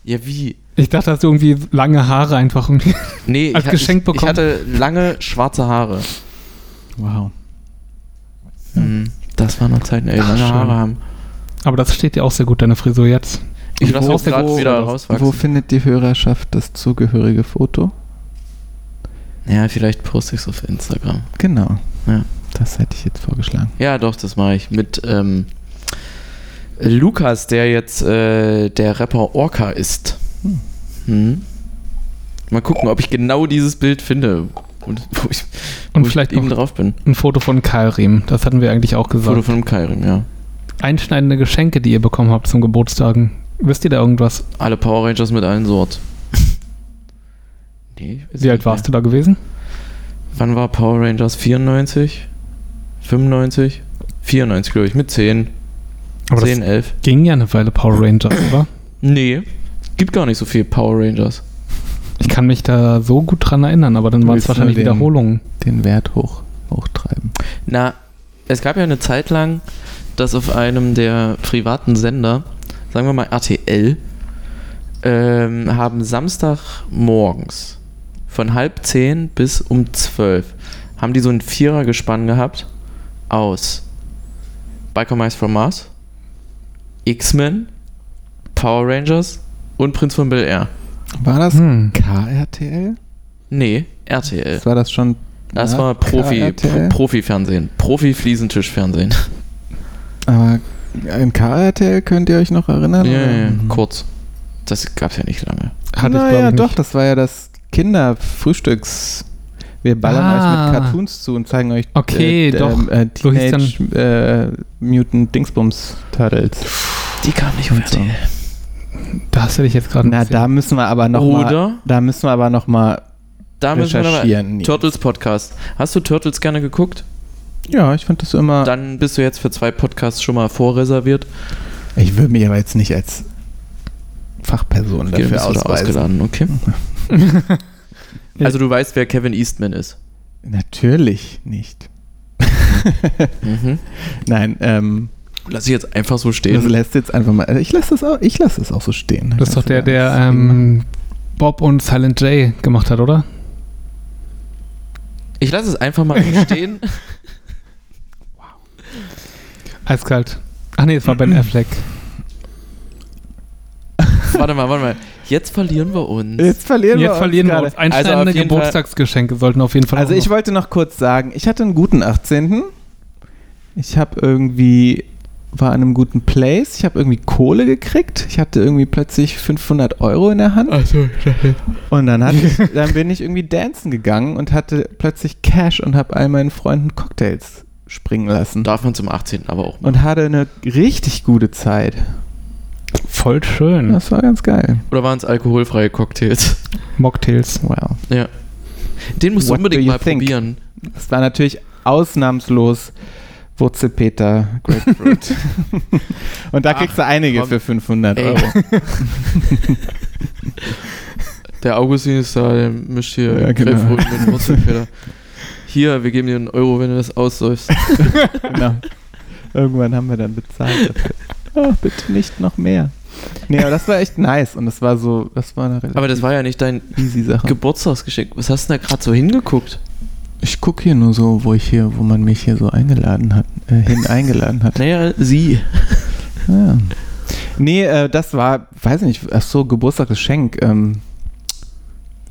Speaker 3: ja, wie?
Speaker 2: Ich dachte, dass du irgendwie lange Haare einfach. irgendwie- [LAUGHS]
Speaker 3: Nee,
Speaker 2: Als
Speaker 3: ich, ha-
Speaker 2: Geschenk
Speaker 3: ich, ich
Speaker 2: bekommen.
Speaker 3: hatte lange schwarze Haare.
Speaker 1: Wow.
Speaker 2: Hm.
Speaker 3: Mhm. Das waren noch Zeiten, ey,
Speaker 1: Ach,
Speaker 3: lange
Speaker 1: schön.
Speaker 3: Haare haben.
Speaker 2: Aber das steht dir auch sehr gut, deine Frisur jetzt.
Speaker 3: Ich
Speaker 1: Und
Speaker 3: lasse
Speaker 1: wo-
Speaker 3: auch gerade
Speaker 1: wo-
Speaker 3: wieder
Speaker 1: Wo
Speaker 3: rauswachsen.
Speaker 1: findet die Hörerschaft das zugehörige Foto?
Speaker 3: Ja, vielleicht poste ich es auf Instagram.
Speaker 1: Genau.
Speaker 3: Ja.
Speaker 1: Das hätte ich jetzt vorgeschlagen.
Speaker 3: Ja, doch, das mache ich mit ähm, Lukas, der jetzt äh, der Rapper Orca ist.
Speaker 1: Hm.
Speaker 3: Mhm. Mal gucken, ob ich genau dieses Bild finde. Und wo ich
Speaker 2: Und
Speaker 3: wo
Speaker 2: vielleicht
Speaker 3: ich eben
Speaker 2: noch
Speaker 3: drauf bin.
Speaker 2: ein Foto von Keilriemen. Das hatten wir eigentlich auch gesagt.
Speaker 3: Foto von einem Keilriemen, ja.
Speaker 2: Einschneidende Geschenke, die ihr bekommen habt zum Geburtstagen. Wisst ihr da irgendwas?
Speaker 3: Alle Power Rangers mit allen
Speaker 2: [LAUGHS]
Speaker 3: Sorts. Nee,
Speaker 2: Wie alt warst du da gewesen?
Speaker 3: du? Wann war Power Rangers? 94? 95? 94, glaube ich, mit 10.
Speaker 2: Aber
Speaker 3: 10,
Speaker 2: das
Speaker 3: 11.
Speaker 2: ging ja eine Weile Power Rangers, oder?
Speaker 3: Nee, gibt gar nicht so viel Power Rangers.
Speaker 2: Ich kann mich da so gut dran erinnern, aber dann
Speaker 1: Du
Speaker 2: waren es
Speaker 1: willst nur
Speaker 2: wahrscheinlich
Speaker 1: den-
Speaker 2: Wiederholungen.
Speaker 1: Den Wert hoch, hochtreiben.
Speaker 3: Na, es gab ja eine Zeit lang, dass auf einem der privaten Sender, sagen wir mal RTL, ähm, haben Samstagmorgens von halb zehn bis um zwölf haben die so ein Vierergespann gehabt aus Biker Mice from Mars, X-Men, Power Rangers und Prinz von Bel Air.
Speaker 1: War das
Speaker 2: Hm.
Speaker 1: KRTL?
Speaker 3: Nee, RTL.
Speaker 1: Das war das schon.
Speaker 3: Das
Speaker 1: nach
Speaker 3: war Profi,
Speaker 1: KRTL?
Speaker 3: Profi-Fernsehen, Profi-Fliesentisch-Fernsehen.
Speaker 1: Aber an KRTL könnt ihr euch noch erinnern?
Speaker 3: Ja, ja, ja,
Speaker 1: Mhm.
Speaker 3: kurz. Das gab's ja nicht lange.
Speaker 2: Hatte ich,
Speaker 1: naja,
Speaker 2: glaub ich,
Speaker 1: doch,
Speaker 2: nicht.
Speaker 1: das war ja das Kinderfrühstücks. Wir ballern
Speaker 2: Ah.
Speaker 1: euch mit Cartoons zu und zeigen euch
Speaker 2: Okay,
Speaker 1: d-
Speaker 2: doch.
Speaker 1: ähm, äh,
Speaker 2: So hieß
Speaker 1: Teenage äh, Mutant Dingsbums Turtles.
Speaker 3: Die kam nicht auf
Speaker 1: Und so.
Speaker 3: RTL.
Speaker 2: Da hast du dich jetzt gerade. ein
Speaker 1: Na,
Speaker 2: bisschen-
Speaker 1: da müssen wir aber noch mal,
Speaker 3: Oder,
Speaker 1: da müssen wir aber noch mal
Speaker 3: da müssen wir nochmal.
Speaker 1: recherchieren.
Speaker 3: Turtles Podcast. Hast du Turtles gerne geguckt?
Speaker 1: ja, ich fand das immer.
Speaker 3: Dann bist du jetzt für zwei Podcasts schon mal vorreserviert.
Speaker 1: Ich würde mich aber jetzt nicht als Fachperson
Speaker 3: Okay, dann
Speaker 1: dafür
Speaker 3: bist du da
Speaker 1: ausweisen. [LAUGHS]
Speaker 3: ausgeladen, okay? [LAUGHS] Also du weißt, wer Kevin Eastman ist.
Speaker 1: Natürlich
Speaker 3: [LAUGHS]
Speaker 1: nicht.
Speaker 3: Mhm.
Speaker 1: Nein, ähm,
Speaker 3: Lass ich jetzt einfach so
Speaker 1: das
Speaker 3: stehen.
Speaker 1: lässt jetzt einfach mal. Ich lasse das auch, ich lasse das auch so stehen.
Speaker 2: Das ist doch
Speaker 1: Kannst du
Speaker 2: der,
Speaker 1: da
Speaker 2: der
Speaker 1: was gegen machen?
Speaker 2: ähm, Bob und Silent J gemacht hat, oder?
Speaker 3: Ich lasse es einfach mal [LAUGHS] so stehen.
Speaker 2: Eiskalt. Ach nee, es war Ben Affleck.
Speaker 3: Warte mal, warte mal. Jetzt verlieren wir uns.
Speaker 1: Jetzt verlieren wir
Speaker 2: Jetzt
Speaker 1: uns
Speaker 2: verlieren wir
Speaker 1: gerade.
Speaker 2: uns. Einschneidende
Speaker 3: Also auf jeden
Speaker 2: Geburtstagsgeschenke sollten auf jeden Fall.
Speaker 1: Also
Speaker 2: auch
Speaker 1: ich
Speaker 2: noch-
Speaker 1: wollte noch kurz sagen, ich hatte einen guten 18. Ich habe irgendwie, war an einem guten Place, ich habe irgendwie Kohle gekriegt. Ich hatte irgendwie plötzlich 500 Euro in der Hand.
Speaker 2: Also,
Speaker 1: Und dann, hatte ich, dann bin ich irgendwie dancen gegangen und hatte plötzlich Cash und habe all meinen Freunden Cocktails springen lassen.
Speaker 3: Darf man zum 18. aber auch.
Speaker 1: Und hatte eine richtig gute Zeit.
Speaker 2: voll schön.
Speaker 1: Das war ganz geil.
Speaker 3: Oder waren es alkoholfreie Cocktails?
Speaker 2: Mocktails.
Speaker 1: Wow.
Speaker 3: Ja. Den musst
Speaker 1: What
Speaker 3: du
Speaker 1: do
Speaker 3: unbedingt
Speaker 1: you
Speaker 3: mal
Speaker 1: think?
Speaker 3: probieren.
Speaker 1: Das war natürlich ausnahmslos Wurzelpeter
Speaker 3: [LAUGHS]
Speaker 1: Grapefruit. Und da
Speaker 3: Ach,
Speaker 1: kriegst du einige
Speaker 3: komm.
Speaker 1: für 500
Speaker 3: Ey.
Speaker 1: Euro.
Speaker 3: [LAUGHS] Der Augustin ist da, der mischt hier
Speaker 1: Ja, genau.
Speaker 3: Grapefruit mit Wurzelfeder. Hier, wir geben dir einen Euro, wenn du das aussäufst.
Speaker 1: genau. Irgendwann haben wir dann bezahlt
Speaker 3: [LAUGHS]
Speaker 1: dafür. Oh, bitte nicht noch mehr. Nee, aber das war echt nice und das war so, das war eine relativ
Speaker 3: Aber das war ja nicht dein
Speaker 1: easy Sache.
Speaker 3: Geburtstagsgeschenk. Was hast du denn da gerade so hingeguckt?
Speaker 1: ich gucke hier nur so, wo ich hier, wo man mich hier so eingeladen hat, äh, hin eingeladen hat.
Speaker 3: Naja, sie.
Speaker 1: Ja. Nee, äh, das war, weiß ich nicht, ach so, Geburtstagsgeschenk. Ähm,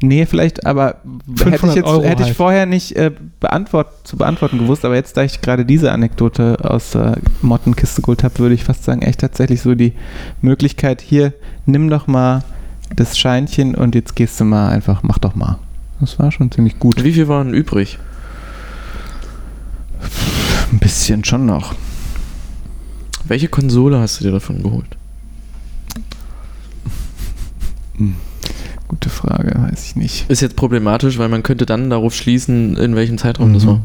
Speaker 1: nee, vielleicht, aber hätte ich,
Speaker 2: 500
Speaker 1: jetzt,
Speaker 2: Euro
Speaker 1: hätte ich
Speaker 2: halt.
Speaker 1: vorher nicht äh, beantwort, zu beantworten gewusst, aber jetzt, da ich gerade diese Anekdote aus der Mottenkiste geholt habe, würde ich fast sagen, echt tatsächlich so die Möglichkeit, hier, nimm doch mal das Scheinchen und jetzt gehst du mal einfach, mach doch mal. Das war schon ziemlich gut.
Speaker 3: Wie viel waren übrig?
Speaker 1: Ein bisschen schon noch.
Speaker 3: Welche Konsole hast du dir davon geholt?
Speaker 1: Gute Frage, weiß ich nicht.
Speaker 3: Ist jetzt problematisch, weil man könnte dann darauf schließen, in welchem Zeitraum das
Speaker 1: Mhm.
Speaker 3: war.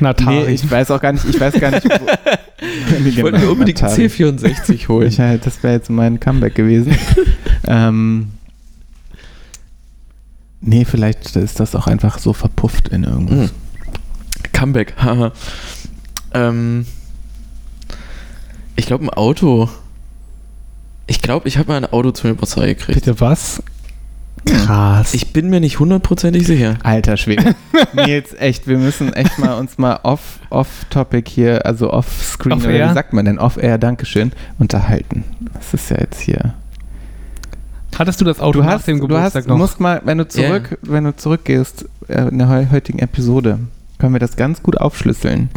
Speaker 2: Natari.
Speaker 1: Nee, ich weiß auch gar nicht, ich weiß gar nicht,
Speaker 3: [LAUGHS]
Speaker 1: wo.
Speaker 3: Ich wollte mir unbedingt einen
Speaker 1: Genau. Atari.
Speaker 3: C64 holen.
Speaker 1: Ich, halt, das wäre jetzt mein Comeback
Speaker 3: [LAUGHS]
Speaker 1: gewesen. ähm, nee, vielleicht ist das auch einfach so verpufft in irgendwas.
Speaker 3: Mhm. Comeback, [LAUGHS] haha. ähm, ich glaube, ein Auto. Ich glaube, ich habe mal ein Auto zu mir Geburtstag gekriegt.
Speaker 2: Bitte was? Krass.
Speaker 3: Ich bin mir nicht
Speaker 1: [LAUGHS]
Speaker 3: hundertprozentig sicher.
Speaker 1: Alter
Speaker 3: [LAUGHS]
Speaker 1: Schwede. Nils, echt, wir müssen echt mal uns mal off, off Topic hier, also off Screen
Speaker 2: Off
Speaker 1: oder
Speaker 2: air?
Speaker 1: wie sagt man denn off Air, Dankeschön, unterhalten. Das ist ja jetzt hier.
Speaker 2: Hattest du das Auto
Speaker 1: Du
Speaker 2: nach
Speaker 1: hast,
Speaker 2: dem
Speaker 1: du hast,
Speaker 2: Geburtstag
Speaker 1: du
Speaker 2: noch?
Speaker 1: musst mal, wenn du zurück,
Speaker 3: [LAUGHS]
Speaker 1: wenn du zurückgehst äh, in der heu- heutigen Episode, können wir das ganz gut aufschlüsseln.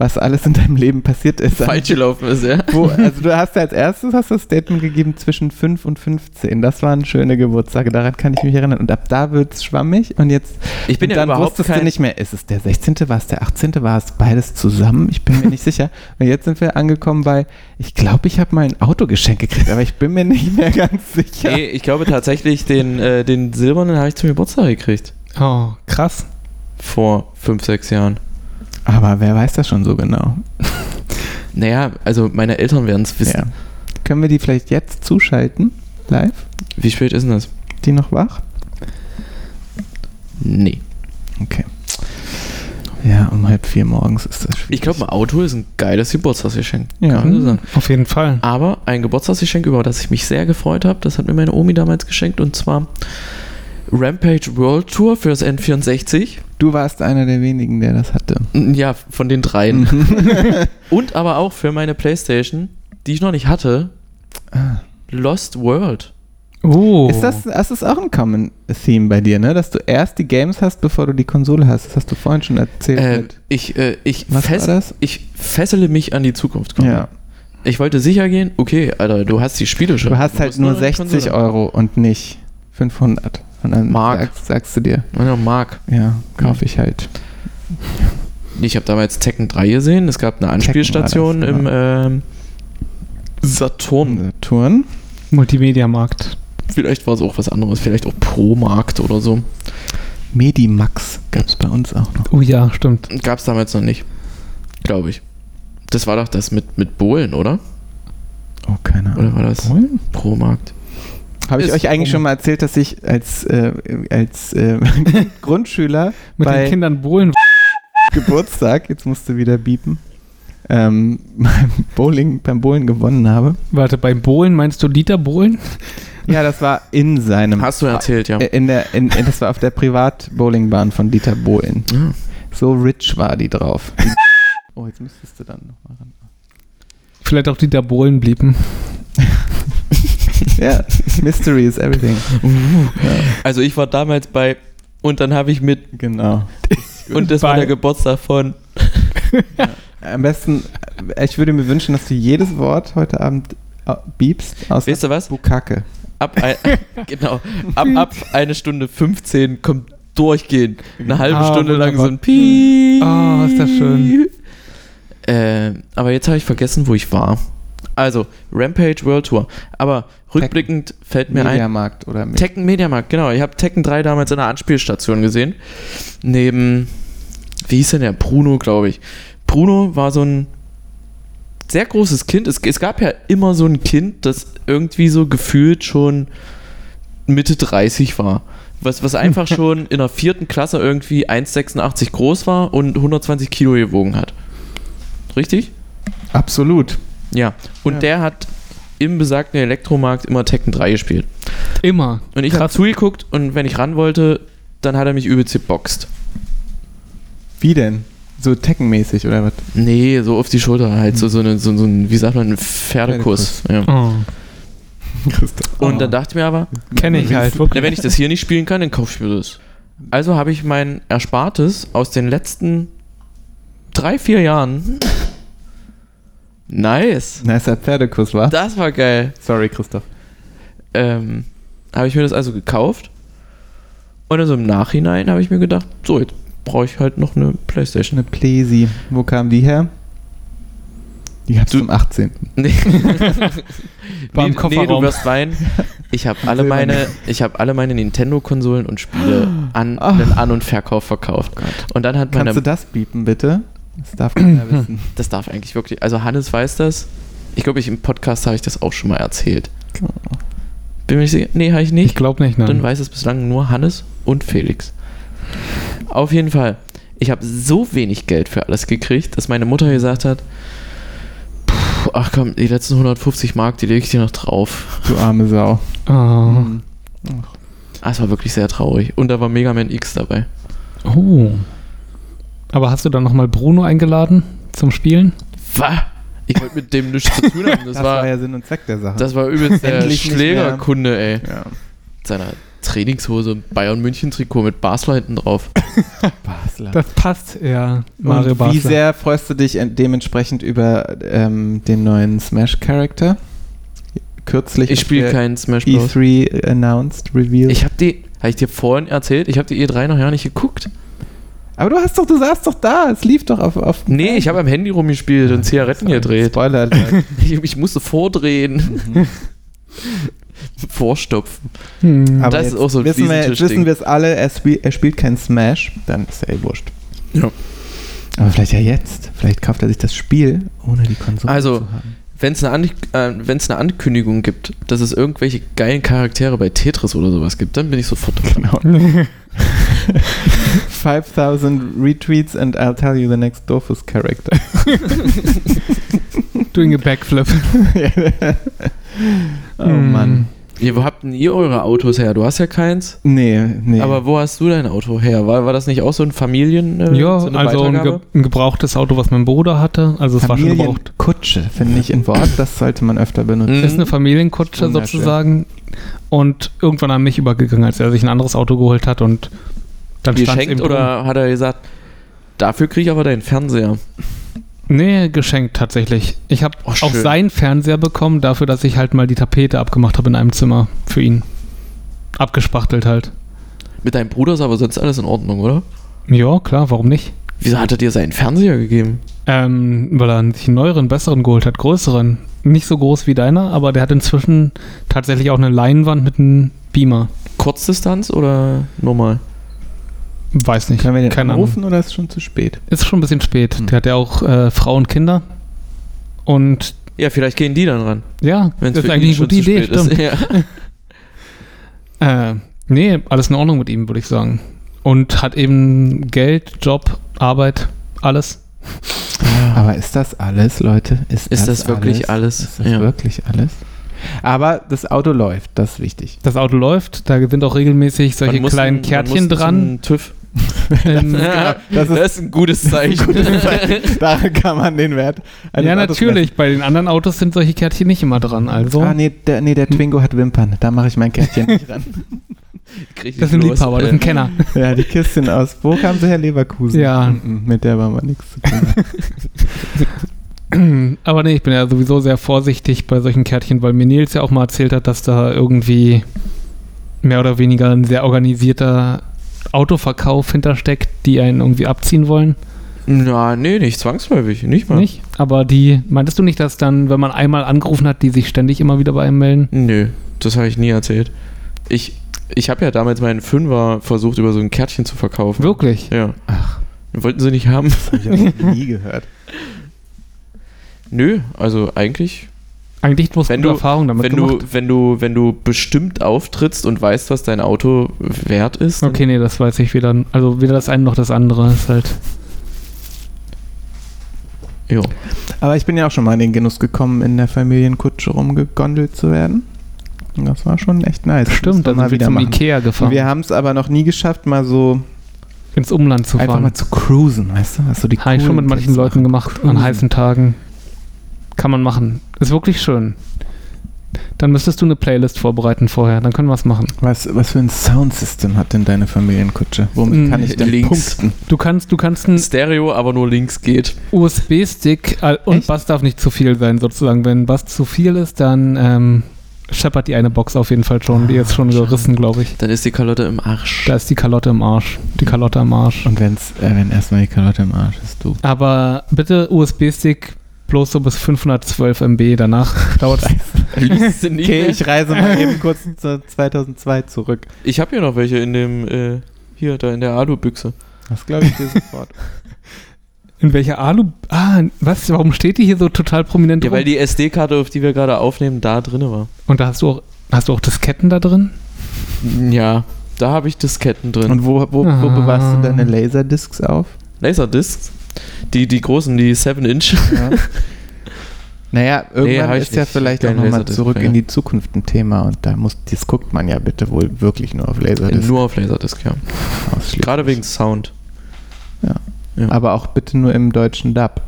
Speaker 1: was alles in deinem Leben passiert ist.
Speaker 3: falsch gelaufen ist, ja.
Speaker 1: Wo, also du hast ja als erstes hast das Statement gegeben zwischen 5 und 15. Das waren schöne Geburtstage, daran kann ich mich erinnern. Und ab da wird's schwammig und jetzt
Speaker 3: Ich bin
Speaker 1: und
Speaker 3: ja
Speaker 1: dann
Speaker 3: überhaupt
Speaker 1: wusstest
Speaker 3: kein-
Speaker 1: du nicht mehr, ist es der 16., war es der 18., war es beides zusammen? Ich bin mir nicht sicher. Und jetzt sind wir angekommen bei, ich glaube, ich habe mal ein Autogeschenk gekriegt, aber ich bin mir nicht mehr ganz sicher.
Speaker 3: Nee, ich glaube tatsächlich, den, äh, den silbernen habe ich zum Geburtstag gekriegt.
Speaker 2: Oh, krass.
Speaker 3: Vor fünf, sechs Jahren.
Speaker 1: Aber wer weiß das schon so genau?
Speaker 3: Naja, also meine Eltern werden es wissen.
Speaker 1: Ja. Können wir die vielleicht jetzt zuschalten, live?
Speaker 3: Wie spät ist denn das?
Speaker 1: Die noch wach?
Speaker 3: Nee.
Speaker 1: Okay. Ja, um halb vier morgens ist das schwierig.
Speaker 3: Ich glaube, ein Auto ist ein geiles Geburtstagsgeschenk.
Speaker 1: Ja.
Speaker 3: Kann man so sagen.
Speaker 2: Hm, Auf jeden Fall.
Speaker 3: Aber ein Geburtstagsgeschenk, über das ich mich sehr gefreut habe, das hat mir meine Omi damals geschenkt und zwar Rampage World Tour fürs N64.
Speaker 1: Du warst einer der wenigen, der das hatte.
Speaker 3: Ja, von den dreien.
Speaker 1: Mhm.
Speaker 3: [LAUGHS] und aber auch für meine Playstation, die ich noch nicht hatte,
Speaker 1: Ah.
Speaker 3: Lost World.
Speaker 2: Oh.
Speaker 1: Ist das, das ist auch ein Common Theme bei dir, ne? Dass du erst die Games hast, bevor du die Konsole hast. Das hast du vorhin schon erzählt.
Speaker 3: Äh,
Speaker 1: mit-
Speaker 3: ich, äh, ich,
Speaker 1: was war
Speaker 3: fess,
Speaker 1: das?
Speaker 3: ich fessele mich an die Zukunft. Conny.
Speaker 1: Ja.
Speaker 3: Ich wollte sicher gehen, okay, Alter, du hast die Spiele schon.
Speaker 1: Du hast halt
Speaker 3: musst
Speaker 1: nur
Speaker 3: noch eine
Speaker 1: 60
Speaker 3: Konsole.
Speaker 1: Euro und nicht 500. Und dann
Speaker 3: Mark.
Speaker 1: Sagst, sagst du dir,
Speaker 3: Ja, Mark.
Speaker 1: ja, kaufe ich halt.
Speaker 3: Ich habe damals Tekken 3 gesehen. Es gab eine
Speaker 1: war
Speaker 3: Anspielstation
Speaker 1: das,
Speaker 3: im ähm, Saturn.
Speaker 1: Turn.
Speaker 2: Multimedia-Markt.
Speaker 3: Vielleicht war es auch was anderes. Vielleicht auch Pro-Markt oder so.
Speaker 1: Medimax gab es bei uns auch noch.
Speaker 2: Oh ja, stimmt.
Speaker 3: Gab es damals noch nicht. Glaube ich. Das war doch das mit, mit Bohlen, oder?
Speaker 1: Oh, keine Ahnung.
Speaker 3: Oder war das
Speaker 1: Polen?
Speaker 3: Pro-Markt?
Speaker 1: Habe ich
Speaker 3: Ist
Speaker 1: euch eigentlich
Speaker 2: um-
Speaker 1: schon mal erzählt, dass ich als, äh, als [LAUGHS] äh, Grundschüler
Speaker 2: Mit den
Speaker 1: bei
Speaker 2: Kindern Bohlen.
Speaker 1: [LAUGHS] Geburtstag, jetzt musst du wieder biepen, ähm, beim Bowling, beim Bowling gewonnen habe.
Speaker 2: Warte, bei Bohlen meinst du Dieter Bohlen?
Speaker 1: Ja, das war in seinem.
Speaker 3: Hast du erzählt, ja.
Speaker 1: Äh, In der, in, in, das war auf der Privat-Bowlingbahn von Dieter Bohlen.
Speaker 3: Ja.
Speaker 1: So rich war die
Speaker 3: [LAUGHS]
Speaker 1: drauf. Oh, jetzt müsstest du dann nochmal ran.
Speaker 2: Vielleicht auch Dieter Bohlen blieben.
Speaker 1: Ja, Mystery is everything.
Speaker 3: Also ich war damals bei und dann habe ich mit
Speaker 1: Genau.
Speaker 3: und das war
Speaker 2: Bei-
Speaker 3: der Geburtstag von
Speaker 1: Am besten, äh, ich würde mir wünschen, dass du jedes Wort heute Abend äh, biebst aus
Speaker 3: Weißt du was?
Speaker 1: Bukake.
Speaker 3: Ab, ein, [LAUGHS] genau, ab, ab eine Stunde 15 kommt durchgehend. Eine halbe
Speaker 2: Ah,
Speaker 3: Stunde lang so
Speaker 2: wunderbar.
Speaker 3: ein Piep.
Speaker 2: Ah, ist das schön.
Speaker 3: Äh, aber jetzt habe ich vergessen, wo ich war. Also, Rampage World Tour. Aber rückblickend fällt mir ein.
Speaker 1: Mediamarkt oder Med-
Speaker 3: Tekken Mediamarkt, genau. Ich habe Tekken 3 damals in einer Anspielstation gesehen. Neben, wie hieß denn der? Bruno, glaube ich. Bruno war so ein sehr großes Kind. Es, es gab ja immer so ein Kind, das irgendwie so gefühlt schon Mitte 30 war. Was, was einfach schon in der vierten Klasse irgendwie 1,86 groß war und 120 Kilo gewogen hat. Richtig?
Speaker 1: Absolut.
Speaker 3: Ja. Und
Speaker 1: Ja.
Speaker 3: der hat im besagten Elektromarkt immer Tekken 3 gespielt.
Speaker 2: Immer.
Speaker 3: Und ich habe zugeguckt und wenn ich ran wollte, dann hat er mich übelst geboxt.
Speaker 1: Wie denn? So Tekken-mäßig oder was?
Speaker 3: Nee, so auf die Schulter halt, so, so, eine, so, so ein, wie sagt man, ein Pferdekuss. Ja.
Speaker 2: Oh.
Speaker 3: Und dann dachte ich mir aber,
Speaker 2: Kenne ich halt. [LAUGHS]
Speaker 3: na, wenn ich das hier nicht spielen kann, dann kauf ich mir das. Also habe ich mein Erspartes aus den letzten drei, vier Jahren. [CLEARS THROAT] Nice.
Speaker 1: Nicer Pferdekuss, war?
Speaker 3: Das war geil.
Speaker 1: Sorry, Christoph.
Speaker 3: ähm, habe ich mir das also gekauft. Und also im Nachhinein habe ich mir gedacht, so, jetzt brauche ich halt noch eine Playstation.
Speaker 1: Eine Plesi. Wo kam die her? Die gab's
Speaker 3: Du-
Speaker 1: zum 18.
Speaker 3: Nee.
Speaker 2: War im
Speaker 3: nee, nee, du
Speaker 2: Kofferraum.
Speaker 3: wirst weinen.
Speaker 2: [LAUGHS]
Speaker 3: Ich habe alle
Speaker 1: Silberne.
Speaker 3: meine, ich habe alle meine Nintendo-Konsolen
Speaker 2: [GASPS]
Speaker 3: und Spiele an
Speaker 2: Oh.
Speaker 1: Ah.
Speaker 3: einen An- und Verkauf verkauft. Und dann hat
Speaker 1: Kannst du
Speaker 3: meine,
Speaker 1: das biepen, bitte? Das darf keiner wissen.
Speaker 3: das darf eigentlich wirklich, also Hannes weiß das. Ich glaube, ich im Podcast habe ich das auch schon mal erzählt. Bin mir nicht sicher. Nee, habe ich nicht.
Speaker 2: Genau. Ich glaube nicht,
Speaker 3: Dann
Speaker 2: nein.
Speaker 3: weiß es bislang nur Hannes und Felix. Auf jeden Fall, ich habe so wenig Geld für alles gekriegt, dass meine Mutter gesagt hat, "Puh, ach komm, die letzten 150 Mark, die lege ich dir noch drauf.
Speaker 1: Du arme Sau. Hm.
Speaker 2: Oh.
Speaker 3: Ah, es war wirklich sehr traurig. Und da war Mega Man X dabei.
Speaker 2: oh. Aber hast du dann nochmal Bruno eingeladen zum Spielen?
Speaker 3: Was? Ich wollte mit dem nichts zu tun haben. [LAUGHS] Das,
Speaker 1: Das,
Speaker 3: war,
Speaker 1: war, ja Sinn und Zweck der Sache.
Speaker 3: das war übelst der
Speaker 1: Endlich nicht mehr.
Speaker 3: Schlägerkunde, ey.
Speaker 1: ja.
Speaker 3: Mit seiner Trainingshose, Bayern München Trikot mit Basler hinten drauf.
Speaker 1: Basler.
Speaker 2: Das passt, ja. Mario
Speaker 1: Und wie
Speaker 2: Basler.
Speaker 1: sehr freust du dich en- dementsprechend über ähm, den neuen Smash-Charakter? Kürzlich
Speaker 3: Ich spiele
Speaker 1: auf der
Speaker 3: keinen Smash Bros.
Speaker 1: E3 announced, revealed.
Speaker 3: Ich habe die, habe ich dir vorhin erzählt, ich habe die E3 noch gar nicht geguckt.
Speaker 1: Aber du hast doch, du saßt doch da, es lief doch auf. auf
Speaker 3: Nee, ich habe am Handy rumgespielt und Zigaretten gedreht.
Speaker 1: Spoiler. Alert.
Speaker 3: [LAUGHS] Ich, ich musste vordrehen, [LAUGHS] vorstopfen.
Speaker 2: Hm.
Speaker 1: Aber
Speaker 3: Das
Speaker 1: jetzt
Speaker 3: ist auch so ein
Speaker 1: wissen wir, jetzt
Speaker 3: Fliesentischding.
Speaker 1: wissen wir es alle, er, spiel, er spielt kein Smash, dann ist er eh wurscht.
Speaker 3: Ja.
Speaker 1: Aber vielleicht ja jetzt. Vielleicht kauft er sich das Spiel ohne die Konsole
Speaker 3: Also,
Speaker 1: zu haben.
Speaker 3: Wenn es eine, An äh, wenn's eine Ankündigung gibt, dass es irgendwelche geilen Charaktere bei Tetris oder sowas gibt, dann bin ich sofort dran. [LAUGHS]
Speaker 1: Genau. 5000 Retweets and I'll tell you the next Dofus character.
Speaker 2: [LAUGHS]
Speaker 1: [LAUGHS]
Speaker 2: Doing a backflip. Hm.
Speaker 1: oh
Speaker 3: Hm.
Speaker 1: Mann.
Speaker 3: Ja, wo habt denn ihr eure Autos her? Du hast ja keins.
Speaker 1: Nee, nee.
Speaker 3: Aber wo hast du dein Auto her? War, war das nicht auch so ein Familien? äh,
Speaker 2: Ja,
Speaker 3: so eine
Speaker 2: also ein, ge
Speaker 3: Weitergabe?
Speaker 2: ein gebrauchtes Auto, was mein Bruder hatte. Also es war schon gebraucht.
Speaker 1: Familienkutsche finde ich ein Wort, das sollte man öfter benutzen.
Speaker 3: Mhm.
Speaker 2: Ist eine Familienkutsche
Speaker 1: Wunderschön.
Speaker 2: sozusagen. Und irgendwann an mich übergegangen, als er sich ein anderes Auto geholt hat und dann stand's
Speaker 3: geschenkt
Speaker 2: eben
Speaker 3: oder hat er gesagt, dafür kriege ich aber deinen Fernseher?
Speaker 2: drin. Nee, geschenkt tatsächlich. Ich habe
Speaker 3: Oh,
Speaker 2: auch
Speaker 3: schön.
Speaker 2: seinen Fernseher bekommen, dafür, dass ich halt mal die Tapete abgemacht habe in einem Zimmer für ihn. Abgespachtelt halt.
Speaker 3: Mit deinem Bruder ist aber sonst alles in Ordnung, oder?
Speaker 2: Ja, klar, warum nicht?
Speaker 3: Wieso hat er dir seinen Fernseher gegeben?
Speaker 2: Ähm, weil er sich einen neueren, besseren geholt hat, größeren. Nicht so groß wie deiner, aber der hat inzwischen tatsächlich auch eine Leinwand mit einem Beamer.
Speaker 3: Kurzdistanz oder normal?
Speaker 2: Weiß
Speaker 3: Hm.
Speaker 2: nicht.
Speaker 1: Können wir den
Speaker 2: Keine Ahnung.
Speaker 1: anrufen oder ist es schon zu spät?
Speaker 2: Ist schon ein bisschen spät.
Speaker 1: Hm.
Speaker 2: Der hat ja auch äh, Frau und Kinder. Und
Speaker 3: Ja, vielleicht gehen die dann ran.
Speaker 2: ja,
Speaker 3: wenn's
Speaker 2: das ist
Speaker 3: für ihn
Speaker 2: eigentlich eine
Speaker 3: schon
Speaker 2: gute
Speaker 3: zu
Speaker 2: Idee,
Speaker 3: spät ist.
Speaker 2: stimmt.
Speaker 3: [LAUGHS] Ja.
Speaker 2: Äh, nee, alles in Ordnung mit ihm, würde ich sagen. Und hat eben Geld, Job, Arbeit, alles.
Speaker 1: Aber ist das alles, Leute? Ist,
Speaker 3: Ist das wirklich alles?
Speaker 1: Ist das
Speaker 3: Ja.
Speaker 1: wirklich alles? Aber das Auto läuft, das ist wichtig.
Speaker 2: Das Auto läuft, da sind auch regelmäßig solche
Speaker 3: Man muss
Speaker 2: kleinen
Speaker 3: ein- man
Speaker 2: Kärtchen
Speaker 3: muss
Speaker 2: dran. [LAUGHS]
Speaker 3: zum TÜV. [LAUGHS]
Speaker 2: Ähm,
Speaker 1: Das ist-
Speaker 3: ein gutes
Speaker 1: [LAUGHS]
Speaker 3: Zeichen. [LAUGHS]
Speaker 1: Daran kann man den Wert. eines
Speaker 2: ja,
Speaker 1: Autos
Speaker 2: natürlich. Bei den anderen Autos sind solche Kärtchen nicht immer dran. Also,
Speaker 1: messen. Ah, nee, der, nee, der Twingo hat Wimpern. Da mache ich mein Kärtchen
Speaker 2: [LAUGHS]
Speaker 1: nicht ran.
Speaker 3: Krieg
Speaker 2: das
Speaker 3: ich
Speaker 2: sind
Speaker 3: los. äh.
Speaker 2: Liebhaber, das sind Kenner. [CLEARS THROAT]
Speaker 1: Ja, die Kistin aus. Wo kam sie her? Leverkusen.
Speaker 2: Ja.
Speaker 1: Mhm, Mit der war mal nichts zu tun.
Speaker 2: Aber nee, ich bin ja sowieso sehr vorsichtig bei solchen Kärtchen, weil mir Nils ja auch mal erzählt hat, dass da irgendwie mehr oder weniger ein sehr organisierter Autoverkauf hintersteckt, die einen irgendwie abziehen wollen.
Speaker 3: Na, nee, nicht zwangsläufig. Nicht mal.
Speaker 2: Nicht? Aber die, meintest du nicht, dass dann, wenn man einmal angerufen hat, die sich ständig immer wieder bei einem melden?
Speaker 3: Nö, das habe ich nie erzählt. Ich, ich habe ja damals meinen Fünfer versucht, über so ein Kärtchen zu verkaufen.
Speaker 2: Wirklich?
Speaker 3: Ja. Ach. Wollten sie nicht haben? [LAUGHS]
Speaker 1: Das habe ich auch nie gehört.
Speaker 3: Nö, also eigentlich.
Speaker 2: Eigentlich bloß
Speaker 3: Wenn
Speaker 2: gute
Speaker 3: du-
Speaker 2: Erfahrung damit
Speaker 3: Wenn
Speaker 2: gemacht.
Speaker 3: du, wenn, du, wenn du bestimmt auftrittst und weißt, was dein Auto wert ist, dann-
Speaker 2: okay, nee, das weiß ich weder. Also weder das eine noch das andere. Ist halt.
Speaker 3: Jo.
Speaker 1: Aber ich bin ja auch schon mal in den Genuss gekommen, in der Familienkutsche rumgegondelt zu werden. Und Das war schon echt nice.
Speaker 2: Stimmt,
Speaker 1: Müssen
Speaker 2: dann
Speaker 1: wir
Speaker 2: sind wir zum Ikea
Speaker 1: Und
Speaker 2: gefahren.
Speaker 1: Wir haben es aber noch nie geschafft, mal so
Speaker 2: ins Umland zu
Speaker 1: einfach
Speaker 2: fahren.
Speaker 1: mal zu cruisen, weißt du? Also die
Speaker 2: Habe ich schon
Speaker 1: coolen
Speaker 2: mit manchen
Speaker 1: Kids
Speaker 2: Leuten
Speaker 1: machen.
Speaker 2: gemacht,
Speaker 1: Cruisen.
Speaker 2: an heißen Tagen. Kann man machen. Ist wirklich schön. Dann müsstest du eine Playlist vorbereiten vorher, dann können wir es machen.
Speaker 1: Was, was für ein Soundsystem hat denn deine Familienkutsche? Womit
Speaker 2: Mm,
Speaker 1: kann ich denn
Speaker 3: links.
Speaker 1: punkten?
Speaker 2: Du kannst, du kannst einen
Speaker 3: Stereo, aber nur links geht.
Speaker 2: USB-Stick äh, und
Speaker 1: Echt?
Speaker 2: Bass darf nicht zu viel sein, sozusagen. Wenn Bass zu viel ist, dann ähm, scheppert die eine Box auf jeden Fall schon. Die ist schon gerissen, glaube ich.
Speaker 3: Dann ist die Kalotte im Ah, Arsch.
Speaker 2: Da ist die Kalotte im Arsch. Die Kalotte im Arsch.
Speaker 1: Und wenn's, äh, wenn erstmal die Karotte im Arsch ist, du.
Speaker 2: Aber bitte USB-Stick bloß so bis 512 MB. Danach
Speaker 3: [LAUGHS]
Speaker 2: dauert
Speaker 3: Liest sie nie
Speaker 1: Okay,
Speaker 3: mehr.
Speaker 1: ich reise mal eben kurz zu 2002 zurück.
Speaker 3: Ich habe hier noch welche in dem, äh, hier, da in der Alu-Büchse.
Speaker 1: Das glaube ich dir sofort.
Speaker 2: In welcher Alu... Ah, was? Warum steht die hier so total prominent
Speaker 3: Ja,
Speaker 2: rum?
Speaker 3: weil die SD-Karte, auf die wir gerade aufnehmen, da drin war.
Speaker 2: Und da hast du auch, hast du auch Disketten da drin?
Speaker 3: Ja, da habe ich Disketten drin.
Speaker 1: Und wo, wo, wo
Speaker 2: Ah.
Speaker 1: bewahrst du deine Laserdiscs auf?
Speaker 3: Laserdiscs? Die, die großen, die 7-Inch.
Speaker 1: Ja. Naja,
Speaker 3: Nee,
Speaker 1: irgendwann
Speaker 3: hab ich
Speaker 1: ist ja
Speaker 3: nicht.
Speaker 1: vielleicht auch
Speaker 3: Keine
Speaker 1: nochmal
Speaker 3: Laserdisc,
Speaker 1: zurück
Speaker 3: ja.
Speaker 1: in die Zukunft ein Thema und da muss, das guckt man ja bitte wohl wirklich nur auf Laserdisc
Speaker 3: [LAUGHS] Nur auf Laserdisc, ja.
Speaker 1: ausschließlich.
Speaker 3: Gerade wegen Sound.
Speaker 1: Aber auch bitte nur im deutschen Dub.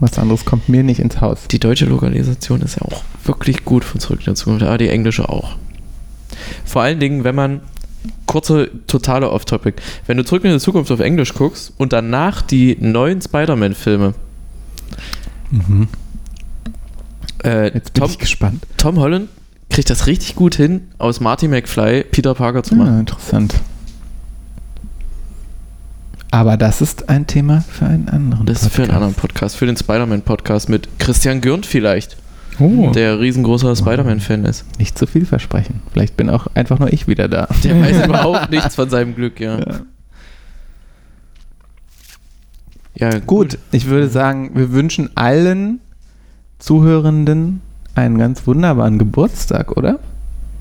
Speaker 1: Was anderes kommt mir nicht ins Haus.
Speaker 3: Die deutsche Lokalisation ist ja auch wirklich gut von Zurück in der Zukunft, aber die englische auch. Vor allen Dingen, wenn man kurze, totale Off-Topic. Wenn du zurück in die Zukunft auf Englisch guckst und danach die neuen Spider-Man-Filme,
Speaker 1: Mhm.
Speaker 3: äh,
Speaker 1: Jetzt bin
Speaker 3: Tom,
Speaker 1: ich gespannt.
Speaker 3: Tom Holland kriegt das richtig gut hin, aus Marty McFly Peter Parker zu machen.
Speaker 1: Ah, interessant. Aber das ist ein Thema für einen anderen
Speaker 3: Das ist für einen anderen Podcast, für den Spider-Man-Podcast mit Christian Gürnt vielleicht,
Speaker 2: Oh.
Speaker 3: der riesengroßer Spider-Man-Fan ist.
Speaker 1: Nicht zu viel versprechen. Vielleicht bin auch einfach nur ich wieder da. [LAUGHS]
Speaker 3: Der weiß überhaupt nichts von seinem Glück, ja.
Speaker 1: Ja.
Speaker 3: Ja,
Speaker 1: Gut, ich würde sagen, wir wünschen allen Zuhörenden einen ganz wunderbaren Geburtstag, oder?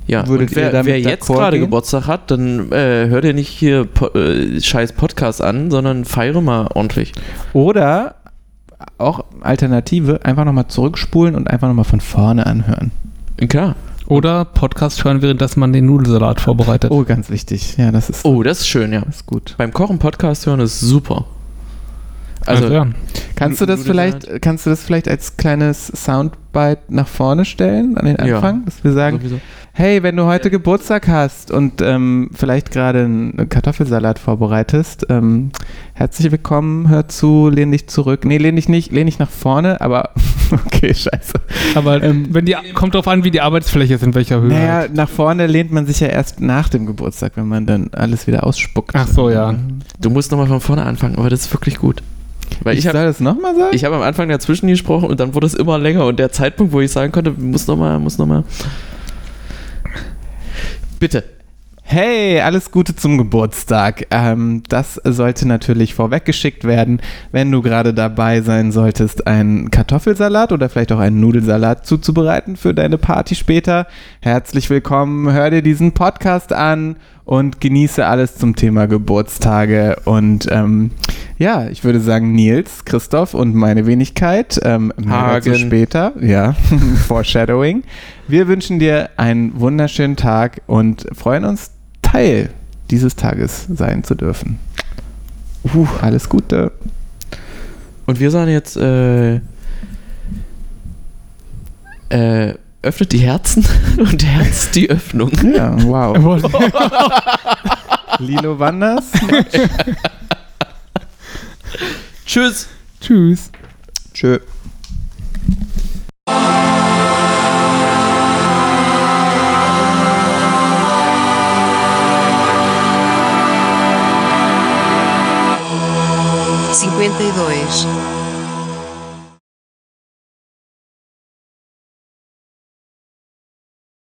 Speaker 3: Ja,
Speaker 1: Würdet
Speaker 3: und wer,
Speaker 1: ihr damit
Speaker 3: wer jetzt
Speaker 1: d'accord
Speaker 3: gerade
Speaker 1: gehen?
Speaker 3: Geburtstag hat, dann äh, hört ihr nicht hier po äh, scheiß Podcast an, sondern feiere mal ordentlich.
Speaker 1: Oder auch Alternative, einfach nochmal zurückspulen und einfach nochmal von vorne anhören.
Speaker 3: Klar.
Speaker 2: Oder Podcast hören, während dass man den Nudelsalat vorbereitet.
Speaker 1: Oh, ganz wichtig. Ja, das ist,
Speaker 3: Oh, das ist schön, ja.
Speaker 1: das ist gut.
Speaker 3: Beim Kochen Podcast hören ist super. Also,
Speaker 2: ja.
Speaker 1: Kannst du das
Speaker 3: Nudeln
Speaker 1: vielleicht, kannst du das vielleicht als kleines Soundbite nach vorne stellen an den
Speaker 3: Ja.
Speaker 1: Anfang, dass wir sagen,
Speaker 3: sowieso.
Speaker 1: hey, wenn du heute Geburtstag hast und ähm, vielleicht gerade einen Kartoffelsalat vorbereitest, ähm, herzlich willkommen, hör zu, lehn dich zurück. Nee, lehn dich nicht, lehn dich nach vorne, aber [LAUGHS] okay, scheiße.
Speaker 2: Aber wenn die, kommt drauf an, wie die Arbeitsfläche ist, in welcher Höhe. halt.
Speaker 1: Naja, nach vorne lehnt man sich ja erst nach dem Geburtstag, wenn man dann alles wieder ausspuckt.
Speaker 2: Ach
Speaker 1: [LAUGHS]
Speaker 2: so, ja.
Speaker 3: du musst nochmal von vorne anfangen, aber das ist wirklich gut. Weil
Speaker 1: Ich,
Speaker 3: ich,
Speaker 1: soll
Speaker 3: habe
Speaker 1: das nochmal sagen?
Speaker 3: ich hab am Anfang dazwischen gesprochen und dann wurde es immer länger und der Zeitpunkt, wo ich sagen konnte, muss nochmal, muss nochmal. Bitte.
Speaker 1: Hey, alles Gute zum Geburtstag. Ähm, das sollte natürlich vorweggeschickt werden, wenn du gerade dabei sein solltest, einen Kartoffelsalat oder vielleicht auch einen Nudelsalat zuzubereiten für deine Party später. Herzlich willkommen, hör dir diesen Podcast an und genieße alles zum Thema Geburtstage. Und ähm, ja, ich würde sagen, Nils, Christoph und meine Wenigkeit, ähm, mehr dazu
Speaker 3: Hagen.
Speaker 1: später, ja, [LAUGHS] Foreshadowing. Wir wünschen dir einen wunderschönen Tag und freuen uns, Teil dieses Tages sein zu dürfen. Uh, alles Gute.
Speaker 3: Und wir sagen jetzt, äh, äh, öffnet die Herzen [LAUGHS] und herzt die Öffnung.
Speaker 1: [LAUGHS] Ja,
Speaker 2: [LAUGHS]
Speaker 1: wow.
Speaker 2: Wollte-
Speaker 1: Lilo Wanders.
Speaker 3: Tschüss.
Speaker 2: Tschüss.
Speaker 1: Tschö.
Speaker 4: cinquenta e dois